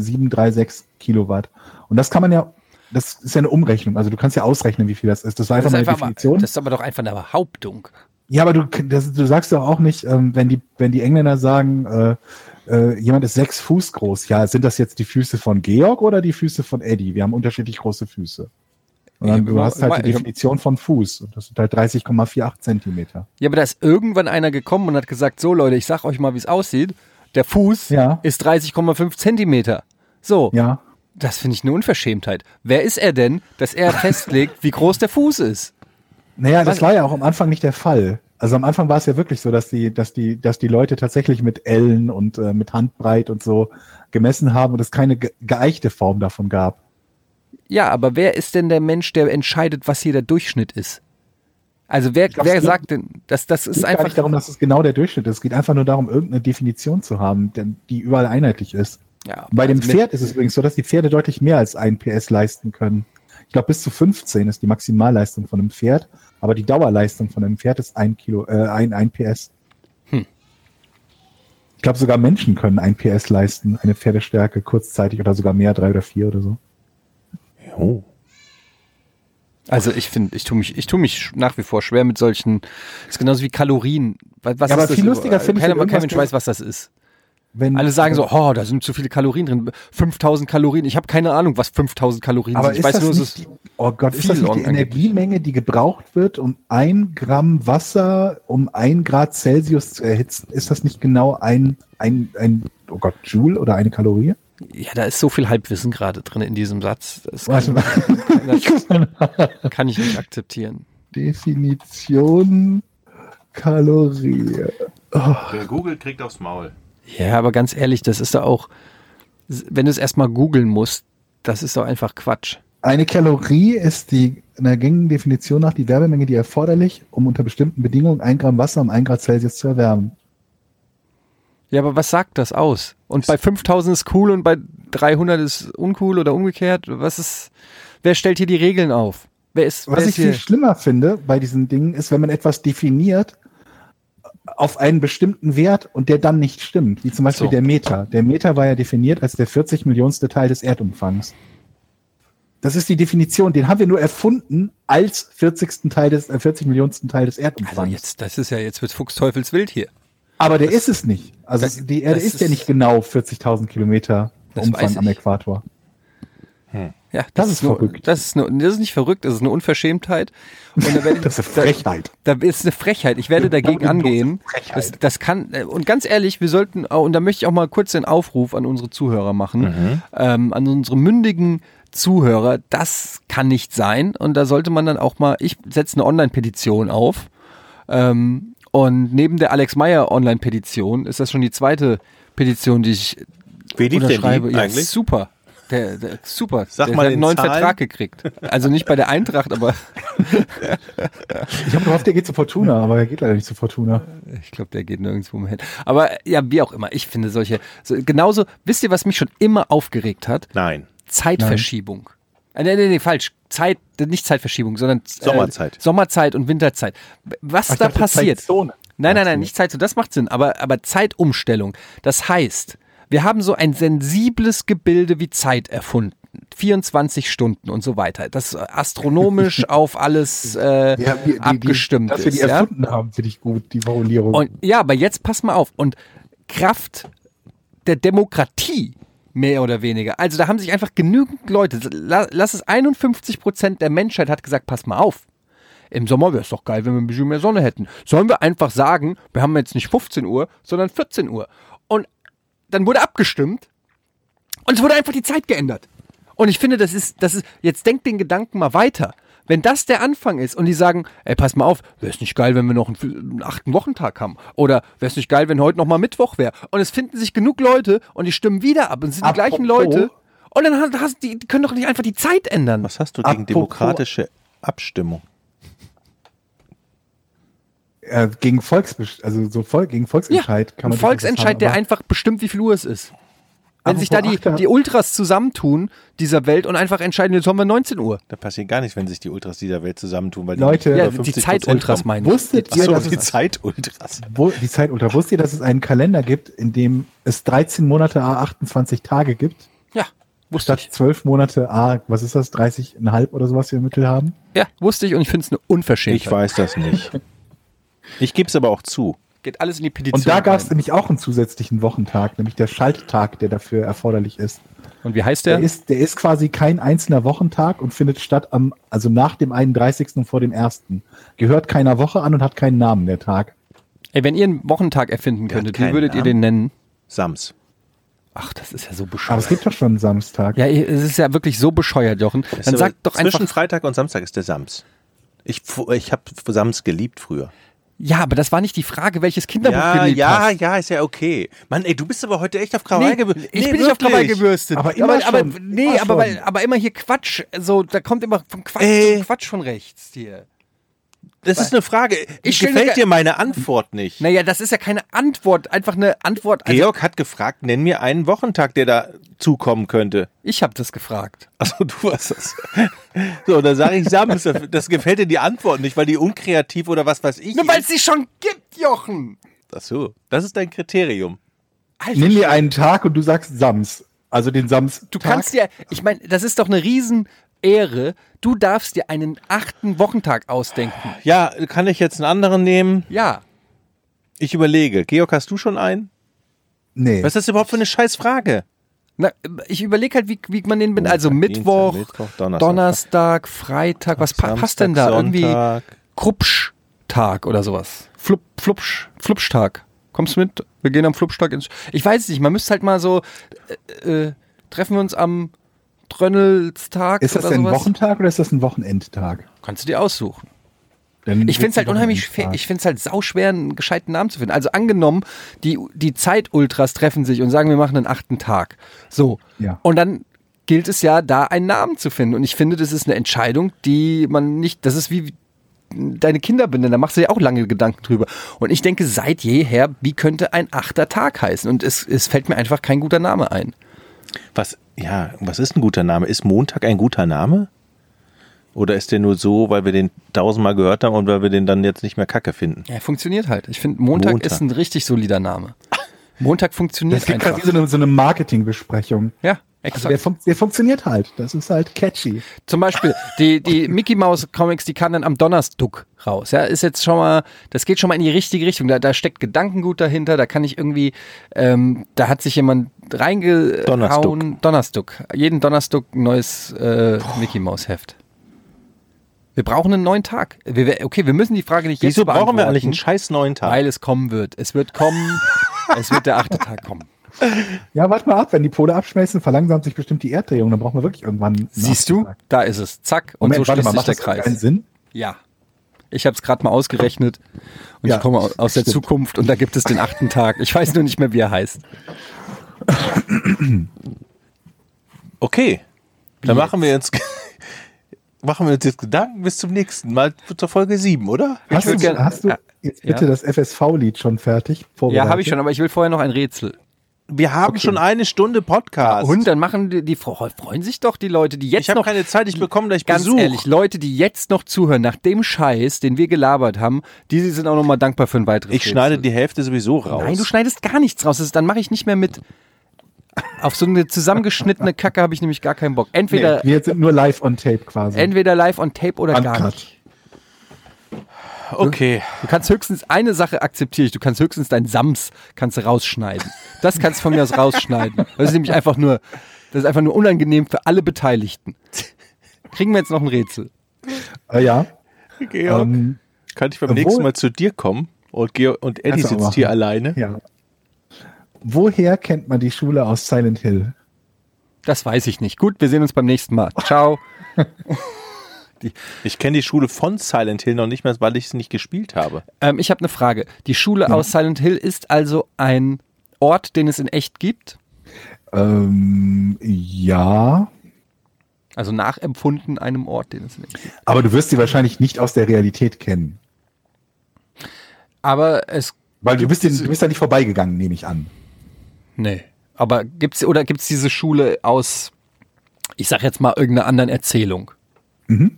Speaker 2: 0,736 Kilowatt. Und das kann man ja, das ist ja eine Umrechnung. Also du kannst ja ausrechnen, wie viel das ist. Das war einfach
Speaker 3: Das ist,
Speaker 2: mal eine
Speaker 3: einfach mal,
Speaker 2: Definition.
Speaker 3: das ist aber doch einfach eine Behauptung.
Speaker 2: ja, aber du, das, du sagst doch auch nicht, ähm, wenn, die, wenn die Engländer sagen, äh, äh, jemand ist sechs Fuß groß. Ja, sind das jetzt die Füße von Georg oder die Füße von Eddie? Wir haben unterschiedlich große Füße. Und
Speaker 3: Ich
Speaker 2: dann,
Speaker 3: hab
Speaker 2: du
Speaker 3: immer-
Speaker 2: hast halt
Speaker 3: immer-
Speaker 2: die
Speaker 3: ich hab-
Speaker 2: Definition von Fuß. Und das sind halt 30,48 Zentimeter.
Speaker 3: Ja, aber da ist irgendwann einer gekommen und hat gesagt, so Leute, ich sag euch mal, wie es aussieht. Der Fuß
Speaker 2: Ja.
Speaker 3: ist 30,5 Zentimeter. So,
Speaker 2: Ja.
Speaker 3: das finde ich eine Unverschämtheit. Wer ist er denn, dass er festlegt, wie groß der Fuß ist?
Speaker 2: Naja, das
Speaker 3: Was-
Speaker 2: war ja auch am Anfang nicht der Fall. Also am Anfang war es ja wirklich so, dass die, dass die, dass die Leute tatsächlich mit Ellen und äh, mit Handbreit und so gemessen haben und es keine ge geeichte Form davon gab.
Speaker 3: Ja, aber wer ist denn der Mensch, der entscheidet, was hier der Durchschnitt ist? Also wer,
Speaker 2: glaub,
Speaker 3: wer
Speaker 2: es geht-
Speaker 3: sagt denn, das, das
Speaker 2: Es
Speaker 3: ist
Speaker 2: geht gar
Speaker 3: einfach
Speaker 2: nicht darum, dass es genau der Durchschnitt ist. Es geht einfach nur darum, irgendeine Definition zu haben, denn die überall einheitlich ist.
Speaker 3: Ja,
Speaker 2: Bei dem
Speaker 3: also mit-
Speaker 2: Pferd ist es übrigens so, dass die Pferde deutlich mehr als ein PS leisten können. Ich glaube, bis zu 15 ist die Maximalleistung von einem Pferd, aber die Dauerleistung von einem Pferd ist ein Kilo, äh, ein, ein PS.
Speaker 3: Hm.
Speaker 2: Ich glaube, sogar Menschen können ein PS leisten, eine Pferdestärke kurzzeitig oder sogar mehr, drei oder vier oder so.
Speaker 1: Oh.
Speaker 3: Also ich finde, ich tue mich, ich tu mich sch- nach wie vor schwer mit solchen. Das ist genauso wie Kalorien. Was, was
Speaker 2: Ja,
Speaker 3: ist
Speaker 2: aber
Speaker 3: das
Speaker 2: viel lustiger
Speaker 3: überall?
Speaker 2: finde ich,
Speaker 3: Keiner,
Speaker 2: wenn
Speaker 3: kein Mensch
Speaker 2: irgendwas-
Speaker 3: weiß, was das ist.
Speaker 2: Wenn,
Speaker 3: Alle sagen so, oh, da sind zu viele Kalorien drin. 5000 Kalorien. Ich habe keine Ahnung, was 5000 Kalorien
Speaker 2: aber
Speaker 3: sind.
Speaker 2: ist
Speaker 3: Ich weiß
Speaker 2: das
Speaker 3: nur,
Speaker 2: nicht
Speaker 3: es
Speaker 2: die,
Speaker 3: ist
Speaker 2: oh Gott, ist das
Speaker 3: viel
Speaker 2: nicht die
Speaker 3: Long angeblich.
Speaker 2: Energiemenge, die gebraucht wird, um ein Gramm Wasser um ein Grad Celsius zu erhitzen? Ist das nicht genau ein, ein, ein, oh Gott, Joule oder eine Kalorie?
Speaker 3: ja, da ist so viel Halbwissen gerade drin in diesem Satz. Das
Speaker 2: Warte
Speaker 3: kann,
Speaker 2: mal. Ich muss mal
Speaker 3: kann ich nicht akzeptieren.
Speaker 2: Definition Kalorie.
Speaker 1: Wer googelt, kriegt aufs Maul.
Speaker 3: Ja, aber ganz ehrlich, das ist da auch, wenn du es erstmal googeln musst, das ist doch einfach Quatsch.
Speaker 2: Eine Kalorie ist die in der gängigen Definition nach die Wärmemenge, die erforderlich, um unter bestimmten Bedingungen ein Gramm Wasser um ein Grad Celsius zu erwärmen.
Speaker 3: Ja, aber was sagt das aus? Und bei 5000 ist cool und bei 300 ist uncool oder umgekehrt? Was ist, wer stellt hier die Regeln auf? Wer ist, wer
Speaker 2: Was ich
Speaker 3: ist
Speaker 2: viel
Speaker 3: hier?
Speaker 2: schlimmer finde bei diesen Dingen, ist, wenn man etwas definiert auf einen bestimmten Wert und der dann nicht stimmt, wie zum Beispiel
Speaker 3: So.
Speaker 2: der Meter. Der Meter war ja definiert als der 40 Millionste Teil des Erdumfangs. Das ist die Definition, den haben wir nur erfunden als 40. Teil des, äh, 40 Millionsten Teil des Erdumfangs.
Speaker 3: Also jetzt, das ist ja, jetzt wird Fuchs Teufelswild hier.
Speaker 2: Aber der ist es nicht. Also
Speaker 3: das-
Speaker 2: die Erde
Speaker 3: das
Speaker 2: ist ja
Speaker 3: ist-
Speaker 2: nicht genau 40.000 Kilometer
Speaker 3: Das weiß
Speaker 2: Umfang am
Speaker 3: ich.
Speaker 2: Äquator.
Speaker 3: Ja,
Speaker 2: Das ist verrückt.
Speaker 3: Nur, das, ist nur, das ist nicht verrückt, das ist eine Unverschämtheit. Und da, werde
Speaker 2: Das ist eine Frechheit.
Speaker 3: da ist eine Frechheit. Ich werde dagegen angehen. Das, das kann, äh, und ganz ehrlich, wir sollten, oh, und da möchte ich auch mal kurz den Aufruf an unsere Zuhörer machen,
Speaker 2: Mhm.
Speaker 3: ähm, an unsere mündigen Zuhörer, das kann nicht sein. Und da sollte man dann auch mal, ich setze eine Online-Petition auf. Ähm, und neben der Alex Meyer Online-Petition ist das schon die zweite Petition, die ich
Speaker 1: Wer liebt denn
Speaker 3: unterschreibe.
Speaker 1: die
Speaker 3: Ja,
Speaker 1: eigentlich?
Speaker 3: super. Der, der, super.
Speaker 1: Sag
Speaker 3: der
Speaker 1: mal
Speaker 3: hat einen
Speaker 1: in
Speaker 3: neuen
Speaker 1: Zahlen.
Speaker 3: Vertrag gekriegt. Also nicht bei der Eintracht, aber
Speaker 2: Ich habe gehofft, der geht zu Fortuna, aber er geht leider nicht zu Fortuna.
Speaker 3: Ich glaube, der geht nirgendwo mehr hin. Aber ja, wie auch immer, ich finde solche. So, genauso, wisst ihr, was mich schon immer aufgeregt hat?
Speaker 1: Nein.
Speaker 3: Zeitverschiebung. Äh, nee, nee, nee, falsch. Zeit, nicht Zeitverschiebung, sondern äh,
Speaker 1: Sommerzeit.
Speaker 3: Sommerzeit und Winterzeit. Was
Speaker 2: Ach, ich
Speaker 3: da
Speaker 2: dachte,
Speaker 3: passiert?
Speaker 2: Zeitzone.
Speaker 3: Nein, nein, nein, nicht Zeit, das macht Sinn, aber, aber Zeitumstellung. Das heißt, wir haben so ein sensibles Gebilde wie Zeit erfunden. 24 Stunden und so weiter. Das äh, astronomisch auf alles äh, abgestimmt
Speaker 2: Dass wir die
Speaker 3: ist. ja?
Speaker 2: erfunden haben, finde ich gut, die Formulierung.
Speaker 3: Und ja, aber jetzt pass mal auf. Und Kraft der Demokratie, mehr oder weniger. Also da haben sich einfach genügend Leute, la- lass es 51 Prozent der Menschheit hat gesagt, pass mal auf. Im Sommer wäre es doch geil, wenn wir ein bisschen mehr Sonne hätten. Sollen wir einfach sagen, wir haben jetzt nicht 15 Uhr, sondern 14 Uhr. Und dann wurde abgestimmt und es wurde einfach die Zeit geändert. Und ich finde, das ist, das ist, jetzt denkt den Gedanken mal weiter. Wenn das der Anfang ist und die sagen, ey, pass mal auf, wäre es nicht geil, wenn wir noch einen, einen achten Wochentag haben? Oder wäre es nicht geil, wenn heute nochmal Mittwoch wäre? Und es finden sich genug Leute und die stimmen wieder ab und es sind die gleichen
Speaker 2: Apropos-
Speaker 3: Leute. Und dann hast, hast, die, die können doch nicht einfach die Zeit ändern.
Speaker 1: Was hast du gegen
Speaker 2: Apropos-
Speaker 1: demokratische Abstimmung?
Speaker 2: Äh, gegen Volksbesch also so Volk gegen Volksentscheid kann man
Speaker 3: ein Volksentscheid, der
Speaker 2: einfach
Speaker 3: einfach bestimmt, wie viel Uhr es ist. Wenn
Speaker 2: Apropos
Speaker 3: sich da die,
Speaker 2: Achter-
Speaker 3: die Ultras zusammentun dieser Welt und einfach entscheiden, jetzt haben wir 19 Uhr.
Speaker 1: Da passiert gar nichts, wenn sich die Ultras dieser Welt zusammentun, weil
Speaker 2: Leute,
Speaker 1: die,
Speaker 3: Ja,
Speaker 2: Ja,
Speaker 3: die Zeit-Ultras meine ich.
Speaker 2: Wusstet ihr,
Speaker 1: Achso,
Speaker 2: dass
Speaker 1: die
Speaker 2: es,
Speaker 1: Zeit-Ultras.
Speaker 2: wo, die Zeit unter, wusstet ihr, dass es einen Kalender gibt, in dem es 13 Monate A 28 Tage gibt,
Speaker 3: Ja, wusste
Speaker 2: statt
Speaker 3: ich.
Speaker 2: 12 Monate A, was ist das, 30,5 oder sowas wir im Mittel haben?
Speaker 3: Ja, wusste ich und ich finde es eine Unverschämtheit.
Speaker 1: Ich weiß das nicht. Ich gebe es aber auch zu.
Speaker 3: Geht alles in die Petition.
Speaker 2: Und da gab
Speaker 3: rein.
Speaker 2: es nämlich auch einen zusätzlichen Wochentag, nämlich der Schalttag, der dafür erforderlich ist.
Speaker 3: Und wie heißt
Speaker 2: Der,
Speaker 3: der?
Speaker 2: ist. der ist quasi kein einzelner Wochentag und findet statt am, also nach dem 31. und vor dem 1. Gehört keiner Woche an und hat keinen Namen, der Tag.
Speaker 3: Ey, wenn ihr einen Wochentag erfinden könntet, wie
Speaker 1: keinen
Speaker 3: würdet ihr
Speaker 1: Namen.
Speaker 3: den nennen?
Speaker 1: Sams.
Speaker 3: Ach, das ist ja so
Speaker 2: Aber es
Speaker 3: bescheuert.
Speaker 2: gibt doch schon einen Samstag.
Speaker 3: Ja, ihr- es ist ja wirklich so bescheuert, Jochen. Dann
Speaker 1: Aber
Speaker 3: sagt doch
Speaker 1: Zwischen
Speaker 3: einfach.
Speaker 1: Freitag und Samstag ist der Sams. Ich, fu- ich habe Sams geliebt früher.
Speaker 3: Ja, aber das war nicht die Frage, welches Kinderbuch
Speaker 1: Ja,
Speaker 3: du lieb
Speaker 1: ja,
Speaker 3: hast.
Speaker 1: ja, ist ja okay. Dabei gewürstet. Mann, ey, du bist aber heute echt auf Krawall
Speaker 3: Nee,
Speaker 1: gewürstet.
Speaker 3: ich bin nicht auf Krawall gebürstet.
Speaker 2: Aber immer
Speaker 3: aber,
Speaker 2: schon,
Speaker 3: nee,
Speaker 2: immer
Speaker 3: aber, weil,
Speaker 2: schon. Äh.
Speaker 3: aber immer hier Quatsch. So, da kommt immer von Quatsch
Speaker 1: Ey.
Speaker 3: zu Quatsch von rechts hier.
Speaker 1: Das ist eine Frage.
Speaker 3: Ich
Speaker 1: Ich
Speaker 3: stell
Speaker 1: gefällt
Speaker 3: eine-
Speaker 1: dir meine Antwort nicht.
Speaker 3: Naja, das ist ja keine Antwort, einfach eine Antwort. Also,
Speaker 1: Georg hat gefragt, nenn mir einen Wochentag, der da zukommen könnte.
Speaker 3: ich habe das gefragt.
Speaker 1: Achso, du warst das. So, dann sage ich Sams. Das gefällt dir die Antwort nicht, weil die unkreativ oder was weiß ich.
Speaker 3: Nur weil es sie schon gibt, Jochen.
Speaker 1: Achso, das ist dein Kriterium.
Speaker 3: Alter,
Speaker 2: Nimm dir einen Tag und du sagst Sams. Also den Sams.
Speaker 3: Du kannst dir, ich meine, das ist doch eine Riesenehre. Du darfst dir einen achten Wochentag ausdenken.
Speaker 1: Ja, kann ich jetzt einen anderen nehmen?
Speaker 3: Ja.
Speaker 1: Ich überlege. Georg, hast du schon einen?
Speaker 2: Nee.
Speaker 1: Was ist das überhaupt für eine Scheißfrage?
Speaker 3: Na, ich überlege halt, wie, wie man den bin. Also
Speaker 1: Dienstag,
Speaker 3: Mittwoch,
Speaker 1: Mittwoch,
Speaker 3: Donnerstag,
Speaker 1: Donnerstag.
Speaker 3: Freitag. Was pa passt denn da?
Speaker 1: Samstag, Sonntag.
Speaker 3: Irgendwie Krupschtag oder sowas. Flup, Flupsch, Flupschtag. Kommst du mit? Wir gehen am Flupschtag ins. Ich weiß es nicht. Man müsste halt mal so. Äh, äh, treffen wir uns am Trönnelstag
Speaker 2: ist das
Speaker 3: oder
Speaker 2: denn ein
Speaker 3: sowas?
Speaker 2: Wochentag oder ist das ein Wochenendtag?
Speaker 3: Kannst du dir aussuchen.
Speaker 2: Dann
Speaker 3: Ich finde
Speaker 2: wird's
Speaker 3: es
Speaker 2: ein
Speaker 3: halt unheimlich schwer,
Speaker 2: Wochenendtag.
Speaker 3: ich finde es halt sauschwer, einen gescheiten Namen zu finden. Also angenommen, die, die Zeit-Ultras treffen sich und sagen, wir machen einen achten Tag. So.
Speaker 2: Ja.
Speaker 3: Und dann gilt es ja, da einen Namen zu finden. Und ich finde, das ist eine Entscheidung, die man nicht, das ist wie deine Kinder benennen, da machst du ja auch lange Gedanken drüber. Und ich denke seit jeher, wie könnte ein achter Tag heißen? Und es, es fällt mir einfach kein guter Name ein.
Speaker 1: Was, ja, was ist ein guter Name? Ist Montag ein guter Name? Oder ist der nur so, weil wir den tausendmal gehört haben und weil wir den dann jetzt nicht mehr kacke finden?
Speaker 3: Ja, funktioniert halt. Ich finde, Montag,
Speaker 1: Montag.
Speaker 3: ist ein richtig solider Name. Montag funktioniert
Speaker 2: Das klingt
Speaker 3: einfach.
Speaker 2: gerade wie so eine, so eine Marketingbesprechung.
Speaker 3: Ja,
Speaker 2: Also der, fun der funktioniert halt. Das ist halt catchy.
Speaker 3: Zum Beispiel die, die Mickey Mouse Comics, die kamen dann am Donnerstag raus. Ja, ist jetzt schon mal, das geht schon mal in die richtige Richtung. Da, da steckt Gedankengut dahinter. Da kann ich irgendwie, ähm, da hat sich jemand reingehauen.
Speaker 1: Donnerstag.
Speaker 3: Donnerstag. Jeden Donnerstag ein neues äh, Mickey Mouse Heft. Wir brauchen einen neuen Tag. Wir, wir- okay, wir müssen die Frage nicht jetzt
Speaker 1: Wieso brauchen wir
Speaker 3: beantworten,
Speaker 1: eigentlich einen scheiß neuen Tag?
Speaker 3: Weil es kommen wird. Es wird kommen. es wird der achte Tag kommen.
Speaker 2: Ja, warte mal ab. Wenn die Pole abschmelzen, verlangsamt sich bestimmt die Erddrehung. Dann brauchen wir wirklich irgendwann. einen
Speaker 3: Siehst du?
Speaker 2: Nachmittag.
Speaker 3: Da ist es. Zack. Und
Speaker 2: Moment,
Speaker 3: so
Speaker 2: warte
Speaker 3: schließt
Speaker 2: mal,
Speaker 3: sich
Speaker 2: macht
Speaker 3: der
Speaker 2: das keinen
Speaker 3: Kreis.
Speaker 2: Sinn?
Speaker 3: Ja. Ich habe es gerade mal ausgerechnet und
Speaker 2: Ja,
Speaker 3: ich komme au- aus der
Speaker 2: stimmt.
Speaker 3: Zukunft und da gibt es den achten Tag. Ich weiß nur nicht mehr, wie er heißt.
Speaker 1: Okay, dann machen wir jetzt machen wir uns jetzt Gedanken bis zum nächsten Mal zur Folge 7, oder?
Speaker 2: Hast du,
Speaker 3: würd gern-
Speaker 2: hast du
Speaker 3: Ah,
Speaker 2: jetzt
Speaker 3: ja.
Speaker 2: bitte das FSV-Lied schon fertig?
Speaker 3: Ja, habe
Speaker 2: vorbereitet?
Speaker 3: ich schon, aber ich will vorher noch ein Rätsel.
Speaker 1: Wir haben schon eine Stunde Podcast.
Speaker 3: Und dann machen die, die Frau- freuen sich doch die Leute, die jetzt
Speaker 1: ich habe
Speaker 3: noch
Speaker 1: keine Zeit, ich bekomme gleich
Speaker 3: ganz
Speaker 1: Besuch.
Speaker 3: ehrlich, Leute, die jetzt noch zuhören nach dem Scheiß, den wir gelabert haben, die sind auch nochmal dankbar für ein weiteres.
Speaker 1: ich schneide
Speaker 3: Rätsel.
Speaker 1: die Hälfte sowieso raus.
Speaker 3: Nein, du schneidest gar nichts raus. Das ist- Dann mache ich nicht mehr mit. Auf so eine zusammengeschnittene Kacke habe ich nämlich gar keinen Bock. Entweder
Speaker 2: Wir sind nur live on tape quasi.
Speaker 3: entweder live on Tape oder gar
Speaker 2: Uncut.
Speaker 3: nicht.
Speaker 1: Okay.
Speaker 3: Du kannst höchstens eine Sache akzeptiere ich. Du kannst höchstens dein Sams kannst du rausschneiden. Das kannst du von mir aus rausschneiden. Das ist nämlich einfach nur, das ist einfach nur unangenehm für alle Beteiligten. Kriegen wir jetzt noch ein Rätsel?
Speaker 2: Äh, ja.
Speaker 1: Georg,
Speaker 2: Ähm,
Speaker 1: kann ich beim
Speaker 2: obwohl-
Speaker 1: nächsten Mal zu dir kommen? Und, Georg, und Eddie
Speaker 2: Kannst du auch
Speaker 1: sitzt
Speaker 2: machen.
Speaker 1: hier alleine.
Speaker 2: ja. Woher kennt man die Schule aus Silent Hill?
Speaker 3: Das weiß ich nicht. Gut, wir sehen uns beim nächsten Mal. Ciao.
Speaker 1: Ich kenne die Schule von Silent Hill noch nicht mehr, weil ich es nicht gespielt habe.
Speaker 3: Ähm, ich habe eine Frage. Die Schule aus Silent Hill ist also ein Ort, den es in echt gibt,
Speaker 2: Ähm, ja.
Speaker 3: also nachempfunden einem Ort, den es in echt gibt.
Speaker 2: Aber du wirst sie wahrscheinlich nicht aus der Realität kennen.
Speaker 3: Aber es
Speaker 2: Weil du bist, den, du bist da nicht vorbeigegangen, nehme ich an.
Speaker 3: Nee. Aber gibt's oder gibt's diese Schule aus, ich sag jetzt mal, irgendeiner anderen Erzählung? Mhm.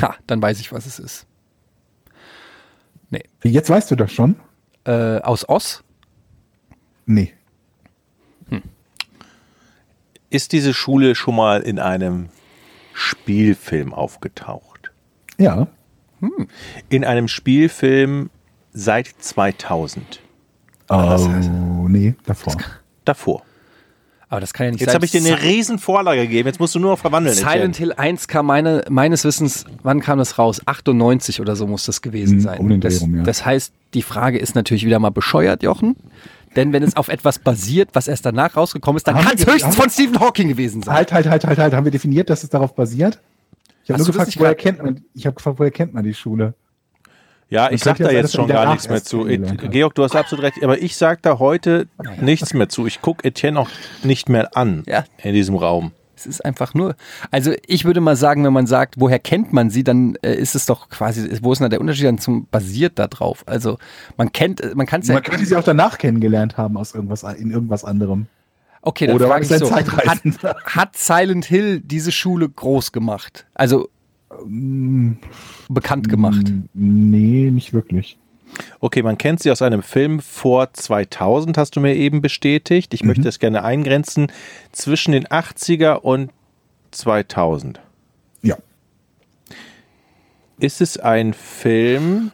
Speaker 3: Ha, dann weiß ich, was es ist.
Speaker 2: Jetzt weißt du das schon?
Speaker 3: Äh, aus Oz?
Speaker 2: Nee.
Speaker 1: Ist diese Schule schon mal in einem Spielfilm aufgetaucht?
Speaker 2: Ja.
Speaker 1: In einem Spielfilm seit 2000.
Speaker 3: Ah,
Speaker 2: Oh, nee, davor.
Speaker 1: Davor.
Speaker 3: Aber das kann ja nicht
Speaker 1: Jetzt
Speaker 3: sein.
Speaker 1: habe ich dir eine riesen Vorlage gegeben. Jetzt musst du nur noch verwandeln.
Speaker 3: Silent Hill 1 kam meine, meines Wissens, wann kam das raus? 98 oder so muss das gewesen
Speaker 2: Mhm,
Speaker 3: sein.
Speaker 2: um den Dreh
Speaker 3: das,
Speaker 2: rum, ja.
Speaker 3: das heißt, die Frage ist natürlich wieder mal bescheuert, Jochen. Denn wenn es auf etwas basiert, was erst danach rausgekommen ist, dann
Speaker 2: Haben
Speaker 3: kann es
Speaker 2: wir-
Speaker 3: höchstens
Speaker 2: haben-
Speaker 3: von Stephen Hawking gewesen sein.
Speaker 2: Halt, halt, halt, halt, halt. Haben wir definiert, dass es darauf basiert? Ich habe
Speaker 3: Hast
Speaker 2: nur
Speaker 3: du
Speaker 2: gefragt,
Speaker 3: das nicht
Speaker 2: woher
Speaker 3: grad-
Speaker 2: kennt man, ich habe gefragt, woher kennt man die Schule?
Speaker 1: Ja, ich sag
Speaker 2: könnte
Speaker 1: da
Speaker 2: ja sein,
Speaker 1: jetzt
Speaker 2: dass
Speaker 1: schon
Speaker 2: er
Speaker 1: gar
Speaker 2: danach
Speaker 1: nichts mehr
Speaker 2: erst
Speaker 1: zu.
Speaker 2: kennengelernt hat.
Speaker 1: Georg, du hast absolut recht, aber ich sag da heute nichts mehr zu. Ich guck Etienne auch nicht mehr an
Speaker 3: Ja.
Speaker 1: in diesem Raum.
Speaker 3: Es ist einfach nur. Also ich würde mal sagen, wenn man sagt, woher kennt man sie, dann äh, ist es doch quasi, ist- wo ist denn da der Unterschied dann zum basiert da drauf? Also man kennt, äh, man kann es ja.
Speaker 2: Man könnte sie auch danach kennengelernt haben aus irgendwas, in irgendwas anderem.
Speaker 3: Okay, dann
Speaker 2: oder
Speaker 3: frage ich
Speaker 2: war es
Speaker 3: so.
Speaker 2: ein
Speaker 3: Hat,
Speaker 2: Zeitreisender?
Speaker 3: hat Silent Hill diese Schule groß gemacht? Also ähm, bekannt gemacht.
Speaker 2: Hm, Nee, nicht wirklich.
Speaker 1: Okay, man kennt sie aus einem Film vor 2000, hast du mir eben bestätigt. Ich möchte das gerne eingrenzen zwischen den 80er und 2000.
Speaker 2: Ja.
Speaker 1: Ist es ein Film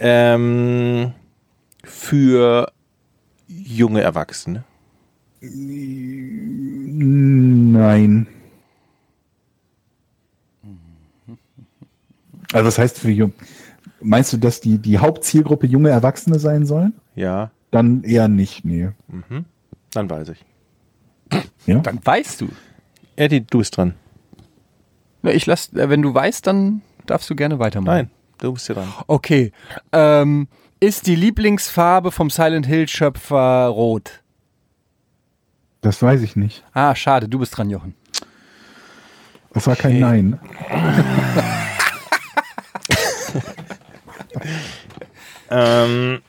Speaker 1: ähm, für junge Erwachsene?
Speaker 2: Nein. Also was heißt für jung? Meinst du, dass die, die Hauptzielgruppe junge Erwachsene sein sollen?
Speaker 1: Ja,
Speaker 2: Dann eher nicht, nee.
Speaker 1: dann weiß ich.
Speaker 2: Ja?
Speaker 3: Dann weißt du.
Speaker 1: Eddie, du bist dran.
Speaker 3: Na, ich lass, äh, wenn du weißt, dann darfst du gerne weitermachen.
Speaker 1: Nein, du bist ja dran.
Speaker 3: Okay. Ähm, ist die Lieblingsfarbe vom Silent Hill Schöpfer rot?
Speaker 2: Das weiß ich nicht.
Speaker 3: Ah, schade, du bist dran, Jochen.
Speaker 2: Das war kein Nein.
Speaker 1: Ähm,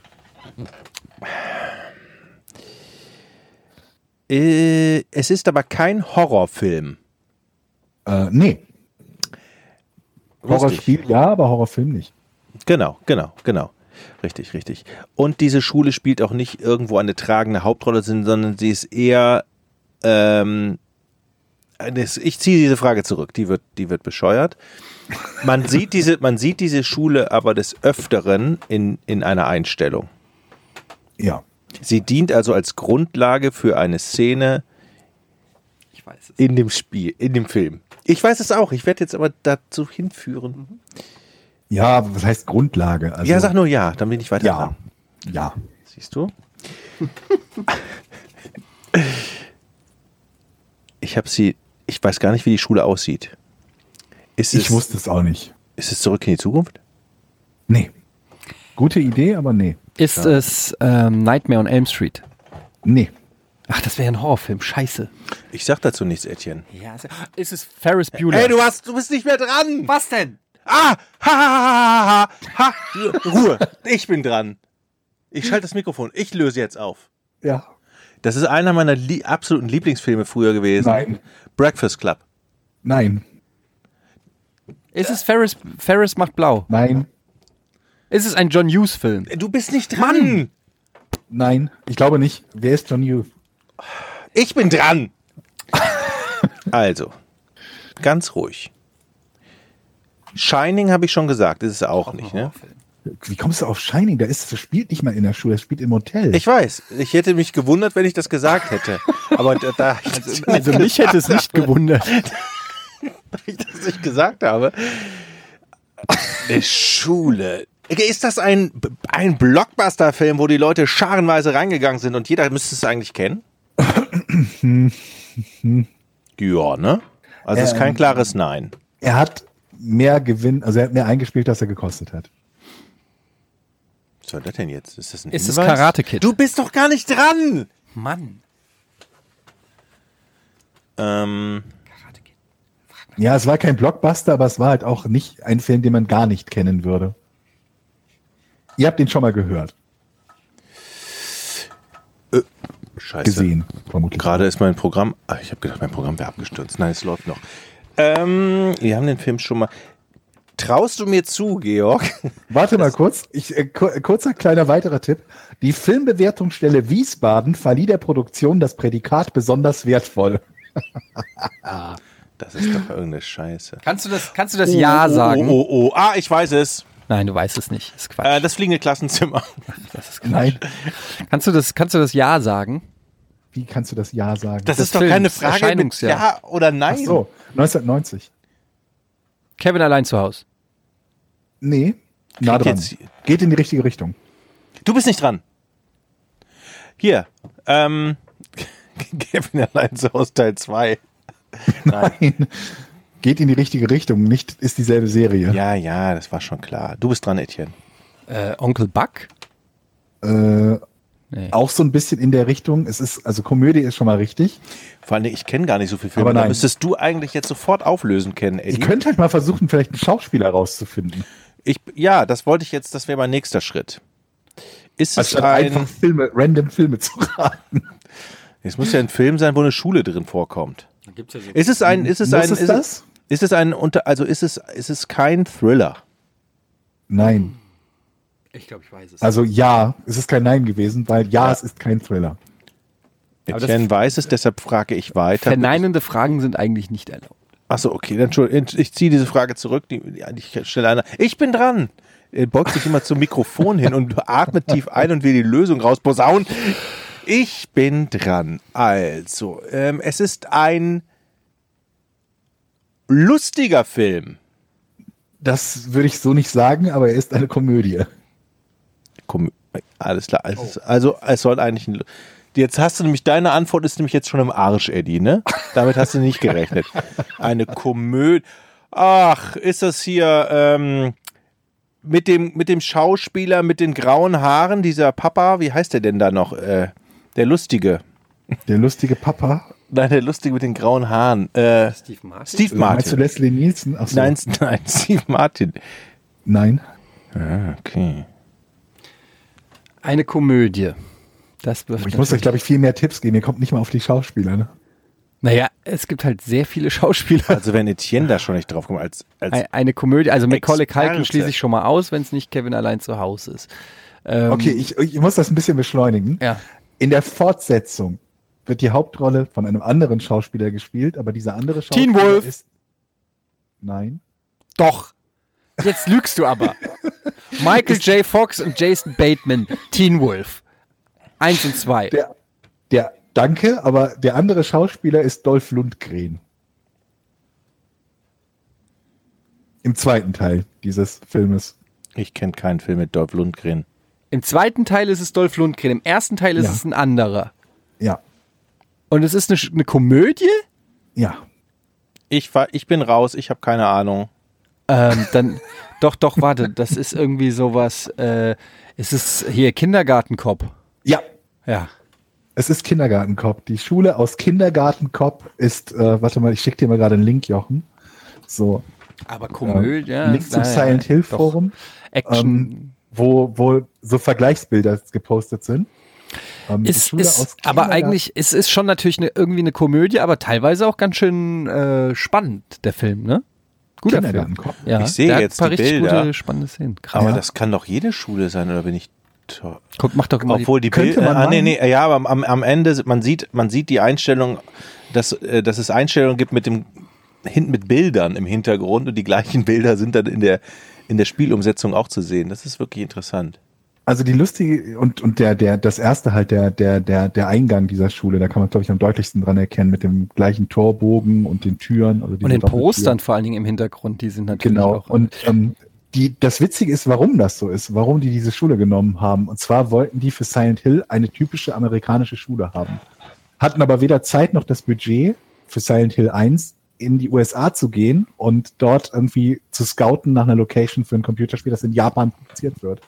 Speaker 1: äh, es ist aber kein Horrorfilm.
Speaker 2: Äh, nee.
Speaker 1: Wusste
Speaker 2: Horrorspiel ja, aber Horrorfilm nicht.
Speaker 1: ich. Genau, genau, genau. Richtig, richtig. Und diese Schule spielt auch nicht irgendwo eine tragende Hauptrolle, sondern sie ist eher. Ähm, das, ich ziehe diese Frage zurück. Die wird, die wird bescheuert. Man sieht diese, man sieht diese Schule aber des Öfteren in, in einer Einstellung.
Speaker 2: Ja.
Speaker 1: Sie dient also als Grundlage für eine Szene
Speaker 3: Ich weiß es.
Speaker 1: in dem Spiel, in dem Film. Ich weiß es auch, ich werde jetzt aber dazu hinführen.
Speaker 2: Ja, aber was heißt Grundlage? Also,
Speaker 1: ja, sag nur ja, dann bin ich weiter.
Speaker 2: Ja.
Speaker 1: dran.
Speaker 2: Ja.
Speaker 1: Siehst du? ich habe sie, ich weiß gar nicht, wie die Schule aussieht. Ist
Speaker 2: Ich
Speaker 1: es,
Speaker 2: wusste es auch nicht.
Speaker 1: ist es zurück in die Zukunft?
Speaker 2: Nee. Gute Idee, aber nee.
Speaker 3: Ist es ähm, Nightmare on Elm Street?
Speaker 2: Nee.
Speaker 3: Ach, das wäre ja ein Horrorfilm. Scheiße.
Speaker 1: Ich sag dazu nichts, Etienne.
Speaker 3: Ja, also, ist es Ferris Bueller?
Speaker 1: Ey, du hast, du bist nicht mehr dran!
Speaker 3: was denn?
Speaker 1: Ah! Ha, ha, ha, ha, ha, ha. Ruhe! Ich bin dran. Ich schalte das Mikrofon. Ich löse jetzt auf.
Speaker 2: Ja.
Speaker 1: Das ist einer meiner lie absoluten Lieblingsfilme früher gewesen.
Speaker 2: Nein.
Speaker 1: Breakfast Club.
Speaker 2: Nein.
Speaker 3: Ist es Ferris, Ferris macht blau?
Speaker 2: Nein.
Speaker 3: Ist es ein John Hughes-Film?
Speaker 1: Du bist nicht dran.
Speaker 2: Nein. Ich glaube nicht. Wer ist John Hughes?
Speaker 1: Ich bin dran. also, ganz ruhig. Shining habe ich schon gesagt, ist es auch nicht. Ne?
Speaker 2: Wie kommst du auf Shining? Da ist, das spielt nicht mal in der Schule, das spielt im Hotel.
Speaker 1: Ich weiß, ich hätte mich gewundert, wenn ich das gesagt hätte. Aber da, da ich das
Speaker 7: Also mich hätte es nicht gewundert.
Speaker 1: ich das nicht gesagt habe. Eine Schule. Ist das ein, ein Blockbuster-Film, wo die Leute scharenweise reingegangen sind und jeder müsste es eigentlich kennen? ja, ne? Also es ist kein
Speaker 2: Ähm.
Speaker 1: klares Nein.
Speaker 2: er hat mehr Gewinn, also er hat mehr eingespielt, als er gekostet hat.
Speaker 1: Was soll das denn jetzt? Ist das ein
Speaker 7: Ist es
Speaker 1: Hinweis?
Speaker 7: Karate Kid?
Speaker 1: Du bist doch gar nicht dran!
Speaker 3: Mann.
Speaker 1: Ähm,
Speaker 2: Ja, es war kein Blockbuster, aber es war halt auch nicht ein Film, den man gar nicht kennen würde. Ihr habt ihn schon mal gehört,
Speaker 1: scheiße.
Speaker 2: gesehen, vermutlich.
Speaker 1: Gerade ist mein Programm. Ah, ich habe gedacht, mein Programm wäre abgestürzt. Nein, es läuft noch. Ähm, wir haben den Film schon mal. Traust du mir zu, Georg?
Speaker 2: Warte mal kurz. Ich, äh, kur- kurzer kleiner weiterer Tipp. Die Filmbewertungsstelle Wiesbaden verlieh der Produktion das Prädikat besonders wertvoll.
Speaker 1: Das ist doch irgendeine Scheiße.
Speaker 3: Kannst du das, kannst du das Ja
Speaker 1: oh,
Speaker 3: sagen?
Speaker 1: Oh, oh, oh. Ah, ich weiß es.
Speaker 3: oh. Nein, du weißt es nicht. Das ist Quatsch.
Speaker 1: Äh, das fliegende Klassenzimmer.
Speaker 3: Das ist Quatsch.
Speaker 2: Nein,
Speaker 3: Kannst du das, kannst du das Ja sagen?
Speaker 2: wie kannst du das Ja sagen?
Speaker 1: Das,
Speaker 3: Des
Speaker 1: ist doch
Speaker 3: Films,
Speaker 1: keine Frage mit
Speaker 3: Erscheinungsjahr.
Speaker 1: Ja oder Nein.
Speaker 2: Ach so, 1990.
Speaker 3: Kevin allein zu Hause.
Speaker 2: Nee, na dran.
Speaker 1: jetzt-
Speaker 2: Geht in die richtige Richtung.
Speaker 1: Du bist nicht dran. Hier. Ähm, Kevin allein zu Hause Teil 2.
Speaker 2: Nein. Geht in die richtige Richtung, nicht ist dieselbe Serie.
Speaker 1: Ja, ja, das war schon klar. Du bist dran, Etienne.
Speaker 3: Äh, Onkel Buck?
Speaker 2: Äh,
Speaker 3: Nee.
Speaker 2: Auch so ein bisschen in der Richtung. Es ist, also Komödie ist schon mal richtig.
Speaker 1: Vor allem, ich kenne gar nicht so viel Filme.
Speaker 2: Aber
Speaker 1: Da
Speaker 2: nein.
Speaker 1: müsstest du eigentlich jetzt sofort auflösen kennen,
Speaker 2: Ihr
Speaker 1: Eddie.
Speaker 2: könnt halt mal versuchen, vielleicht einen Schauspieler rauszufinden.
Speaker 1: Ich, ja, das wollte ich jetzt, das wäre mein nächster Schritt. Ist es
Speaker 2: Anstatt
Speaker 1: ein.
Speaker 2: einfach Filme, random Filme zu raten.
Speaker 1: Es muss ja ein Film sein, wo eine Schule drin vorkommt.
Speaker 8: Gibt's ja so.
Speaker 1: Ist es ein. Ist es
Speaker 2: Muss
Speaker 1: ein.
Speaker 2: es
Speaker 1: ist
Speaker 2: das?
Speaker 1: Ist es ein unter, also ist es, ist es kein Thriller?
Speaker 2: Nein.
Speaker 8: Ich glaube, ich weiß es.
Speaker 2: Also ja, es ist kein Nein gewesen, weil ja, es ist kein Thriller.
Speaker 3: das-
Speaker 1: Etienne weiß es, deshalb frage ich weiter.
Speaker 3: Verneinende Fragen sind eigentlich nicht erlaubt.
Speaker 1: Achso, okay, dann Entschuldigung, ich ziehe diese Frage zurück. Die, die, ich stelle eine. Ich bin dran. Er beugt sich immer zum Mikrofon hin und atmet tief ein und will die Lösung rausposaunen. Ich bin dran. Also, ähm, es ist ein lustiger Film.
Speaker 2: Das würde ich so nicht sagen, aber er ist eine Komödie.
Speaker 1: Komm, alles klar.
Speaker 2: Oh.
Speaker 1: Es ist, also, es soll eigentlich ein. Jetzt hast du nämlich, deine Antwort ist nämlich jetzt schon im Arsch, Eddie, ne? Damit hast du nicht gerechnet. Eine Komödie. Ach, ist das hier ähm, mit, dem, mit dem Schauspieler mit den grauen Haaren, dieser Papa, wie heißt der denn da noch? Äh, der Lustige.
Speaker 2: Der lustige Papa.
Speaker 1: Nein, der Lustige mit den grauen Haaren. Äh,
Speaker 8: Steve Martin.
Speaker 1: Steve
Speaker 2: Meinst du
Speaker 1: Martin.
Speaker 2: Leslie Nielsen? Ach so.
Speaker 1: Nein, nein, Steve Martin.
Speaker 2: Nein.
Speaker 1: Okay.
Speaker 3: Eine Komödie. Das wirft
Speaker 2: Ich muss euch, glaube ich, viel mehr Tipps geben. Ihr kommt nicht mal auf die Schauspieler. Ne?
Speaker 3: Naja, es gibt halt sehr viele Schauspieler.
Speaker 1: Also, wenn Etienne da schon nicht drauf kommt, als, als
Speaker 3: Ei- Eine Komödie, also Macaulay Culkin
Speaker 1: Experte.
Speaker 3: schließe ich schon mal aus, wenn es nicht Kevin allein zu Hause ist. Ähm,
Speaker 2: Okay, ich, ich muss das ein bisschen beschleunigen.
Speaker 3: Ja.
Speaker 2: In der Fortsetzung wird die Hauptrolle von einem anderen Schauspieler gespielt, aber dieser andere Schauspieler
Speaker 3: Teen Wolf.
Speaker 2: ist... Nein.
Speaker 3: Doch. Jetzt lügst du aber. Michael J. Fox und Jason Bateman, Teen Wolf. Eins und zwei.
Speaker 2: Der, der, danke, aber der andere Schauspieler ist Dolph Lundgren. Im zweiten Teil dieses Filmes.
Speaker 1: ich kenne keinen Film mit Dolph Lundgren.
Speaker 3: Im zweiten Teil ist es Dolph Lundgren, im ersten Teil ist
Speaker 2: Ja.
Speaker 3: es ein anderer.
Speaker 2: Ja,
Speaker 3: Und es ist eine, Sch- eine Komödie?
Speaker 2: ja.
Speaker 1: Ich, fa- ich bin raus, ich habe keine Ahnung.
Speaker 3: Ähm, dann, doch, doch, warte, das ist irgendwie sowas, äh, es ist hier Kindergartenkopf.
Speaker 2: Ja,
Speaker 3: Ja.
Speaker 2: es ist Kindergartenkopf. Die Schule aus Kindergartenkopf ist, äh, warte mal, ich schicke dir mal gerade einen Link, Jochen. So,
Speaker 3: Aber
Speaker 2: äh,
Speaker 3: Komödie, ja.
Speaker 2: Link zum
Speaker 3: naja,
Speaker 2: Silent Hill
Speaker 3: Ähm, doch.
Speaker 2: Forum, Ähm,
Speaker 3: Action.
Speaker 2: wo, wo so Vergleichsbilder gepostet sind. Ähm, die
Speaker 3: ist,
Speaker 2: Schule
Speaker 3: ist,
Speaker 2: aus
Speaker 3: aber
Speaker 2: Kindergarten-
Speaker 3: eigentlich, es ist schon natürlich eine, irgendwie eine Komödie, aber teilweise auch ganz schön äh, spannend, der Film, ne? Guter Film.
Speaker 2: Kindergartenkopf.
Speaker 3: Ja,
Speaker 1: Ich sehe
Speaker 3: der hat
Speaker 1: jetzt
Speaker 3: ein paar
Speaker 1: die
Speaker 3: richtig
Speaker 1: Bilder.
Speaker 3: gute, spannende Szenen. Krass.
Speaker 1: Aber
Speaker 2: Ja.
Speaker 1: das kann doch jede Schule sein, oder bin ich to-
Speaker 3: Guck, mach doch immer die-
Speaker 1: Obwohl die
Speaker 2: könnte
Speaker 1: Bilder.
Speaker 2: man
Speaker 1: Ah, nee,
Speaker 2: meinen.
Speaker 1: nee, ja, aber am, am Ende, man sieht, man sieht die Einstellung, dass, äh, dass es Einstellungen gibt mit dem hinten mit Bildern im Hintergrund und die gleichen Bilder sind dann in der, in der Spielumsetzung auch zu sehen. Das ist wirklich interessant.
Speaker 2: Also die lustige und, und der, der, das erste halt, der, der, der, der Eingang dieser Schule, da kann man, glaube ich, am deutlichsten dran erkennen, mit dem gleichen Torbogen und den Türen. Also
Speaker 3: Und den Postern vor allen Dingen im Hintergrund, die sind natürlich
Speaker 2: Genau.
Speaker 3: auch.
Speaker 2: Und ähm, die, das Witzige ist, warum das so ist, warum die diese Schule genommen haben. Und zwar wollten die für Silent Hill eine typische amerikanische Schule haben. Hatten aber weder Zeit noch das Budget für Silent Hill 1 in die USA zu gehen und dort irgendwie zu scouten nach einer Location für ein Computerspiel, das in Japan produziert wird.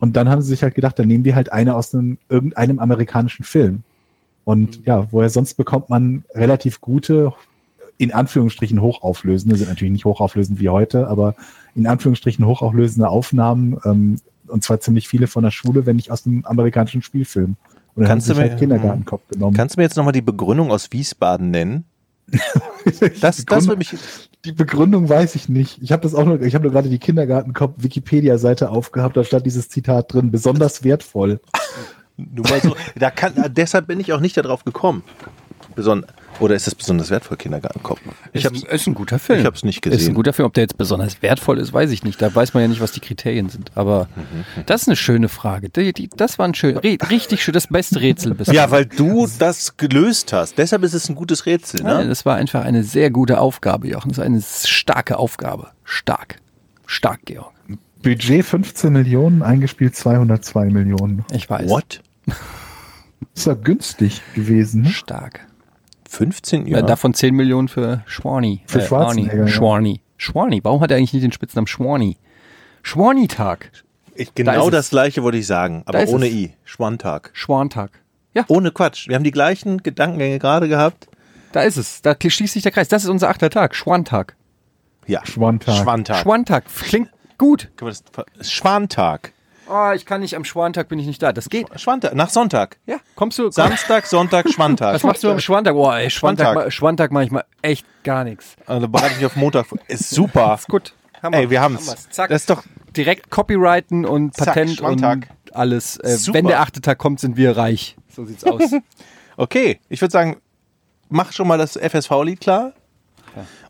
Speaker 2: Und dann haben sie sich halt gedacht, dann nehmen wir halt eine aus einem, irgendeinem amerikanischen Film. Und ja, woher sonst bekommt man relativ gute, in Anführungsstrichen hochauflösende, sind natürlich nicht hochauflösend wie heute, aber in Anführungsstrichen hochauflösende Aufnahmen, ähm, und zwar ziemlich viele von der Schule, wenn nicht aus einem amerikanischen Spielfilm. Und dann
Speaker 1: Kannst
Speaker 2: haben
Speaker 1: du
Speaker 2: sie
Speaker 1: mir-
Speaker 2: sich
Speaker 1: äh,
Speaker 2: halt Kindergartenkopf genommen.
Speaker 1: Kannst du mir jetzt nochmal die Begründung aus Wiesbaden nennen? Das, das würde mich.
Speaker 2: Die Begründung weiß ich nicht. Ich habe das auch nur, ich habe nur gerade die Kindergartenkopf-Wikipedia-Seite aufgehabt, da stand dieses Zitat drin, besonders wertvoll.
Speaker 1: Nur mal so, da kann, deshalb bin ich auch nicht darauf gekommen. Beson oder ist das besonders wertvoll, Kindergartenkopf? Ich habe
Speaker 3: ist ein guter Film.
Speaker 1: ich hab's nicht
Speaker 3: Ist ein
Speaker 1: gesehen.
Speaker 3: guter Film. Ob der jetzt besonders wertvoll ist, weiß ich nicht. Da weiß man ja nicht, was die Kriterien sind. Aber
Speaker 1: Mhm.
Speaker 3: das ist eine schöne Frage. Die, die, das war ein schön, ri- richtig schön, das beste Rätsel bisher.
Speaker 1: Ja, weil du das gelöst hast. Deshalb ist es ein gutes Rätsel.
Speaker 3: Nein,
Speaker 1: Ne?
Speaker 3: Das war einfach eine sehr gute Aufgabe, Jochen. Das ist eine starke Aufgabe. Stark. Stark, Georg.
Speaker 2: Budget 15 Millionen, eingespielt 202 Millionen.
Speaker 3: Ich weiß.
Speaker 1: What?
Speaker 2: Ist ja günstig gewesen. ne?
Speaker 3: Stark.
Speaker 1: 15
Speaker 3: Ja.
Speaker 1: Jahre?
Speaker 3: davon 10 Millionen für Schwarni.
Speaker 2: Für Schwarzenegger,
Speaker 3: Arnie.
Speaker 2: ja.
Speaker 3: Schwarni. Schwarni. Warum hat er eigentlich nicht den Spitznamen Schwarni? Schwarni-Tag.
Speaker 1: Ich,
Speaker 3: Da ist
Speaker 1: genau
Speaker 3: es.
Speaker 1: das gleiche wollte ich sagen, aber
Speaker 3: ist
Speaker 1: ohne
Speaker 3: es.
Speaker 1: I. Schwantag.
Speaker 3: Schwantag. Ja,
Speaker 1: Ohne Quatsch. Wir haben die gleichen Gedankengänge gerade gehabt.
Speaker 3: da ist es. Da schließt sich der Kreis. Das ist unser achter Tag. Schwantag.
Speaker 1: Ja.
Speaker 2: Schwantag.
Speaker 1: Schwantag.
Speaker 3: Schwantag. Klingt gut.
Speaker 1: Können wir das ver- Schwantag.
Speaker 3: Oh, ich kann nicht, am Schwantag bin ich nicht da. Das geht.
Speaker 1: Schwantag. Nach Sonntag.
Speaker 3: Ja, kommst du? Komm.
Speaker 1: Samstag, Sonntag, Schwantag.
Speaker 3: Was machst du am Schwantag? Oh, ey, Schwantag,
Speaker 1: Schwantag.
Speaker 3: ma- Schwantag mache ich mal echt gar nichts.
Speaker 1: Also bereite ich auf Montag vor. Ist super. Ist
Speaker 3: Gut. Hammer.
Speaker 1: Ey, wir haben's.
Speaker 3: Hammer's. Zack.
Speaker 1: Das ist doch
Speaker 3: Direkt copyrighten und
Speaker 1: Zack,
Speaker 3: Patent und
Speaker 1: Schwantag.
Speaker 3: alles. Äh,
Speaker 1: Super.
Speaker 3: wenn der achte Tag kommt, sind wir reich. So sieht's aus.
Speaker 1: okay. Ich würde sagen, mach schon mal das FSV-Lied klar.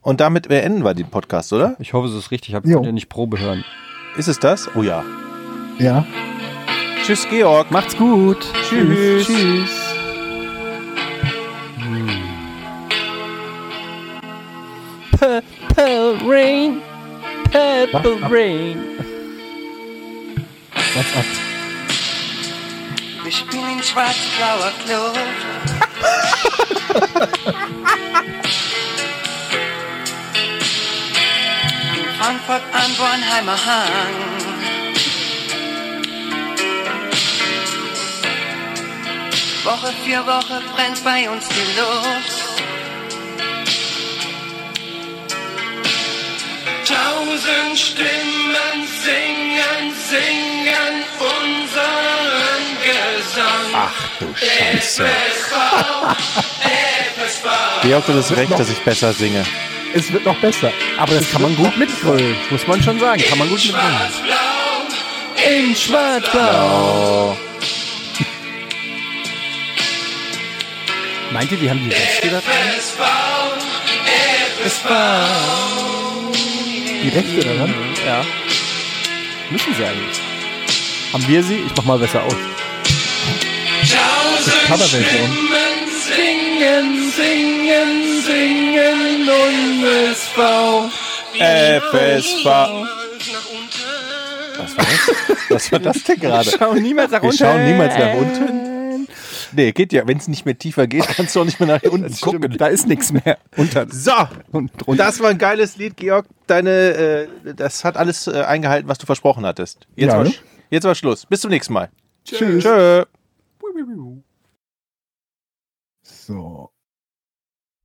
Speaker 1: Und damit beenden wir den Podcast, oder?
Speaker 3: ich hoffe, es ist richtig. Ich habe
Speaker 2: Jo.
Speaker 3: ja nicht Probe hören.
Speaker 1: Ist es das? Oh ja.
Speaker 2: Ja.
Speaker 1: Tschüss, Georg.
Speaker 3: Macht's gut.
Speaker 1: Tschüss.
Speaker 3: Tschüss.
Speaker 6: Purple rain, purple rain.
Speaker 2: Was ab?
Speaker 9: Wir spielen schwarz-blauer Club. In Frankfurt am Bornheimer Hang. Woche für Woche brennt bei uns die Luft.
Speaker 5: Tausend Stimmen singen, singen unseren Gesang.
Speaker 1: Ach du Scheiße.
Speaker 5: Es
Speaker 1: Georg, du hast recht, dass ich besser singe.
Speaker 2: Es wird noch besser.
Speaker 3: Aber das kann man gut mitgrölen. Muss man schon sagen. Kann man gut mitgrölen.
Speaker 5: war in Schwarz.
Speaker 3: Meint ihr, die haben die Rechte da?
Speaker 5: Es war, es
Speaker 2: Die Rechte daran.
Speaker 3: Ja. Müssen sie eigentlich. Haben wir sie? Ich mach mal besser aus.
Speaker 5: Tausend
Speaker 2: Coverversion.
Speaker 5: Stimmen singen, singen, singen und es war
Speaker 1: Äh, FSV. Was war das? Was war das denn gerade?
Speaker 3: Schauen niemals nach
Speaker 1: Wir schauen niemals nach unten. Nee, geht ja. Wenn es nicht mehr tiefer geht, kannst du auch nicht mehr nach unten gucken.
Speaker 3: Da ist nichts mehr. Unter
Speaker 1: So, und
Speaker 3: und drunter.
Speaker 1: das war ein geiles Lied, Georg. Deine, äh, das hat alles äh, eingehalten, was du versprochen hattest. Jetzt,
Speaker 2: Ja,
Speaker 1: war,
Speaker 2: ne?
Speaker 1: sch- jetzt war Schluss. Bis zum nächsten Mal.
Speaker 2: Tschüss.
Speaker 1: Tschö.
Speaker 2: So.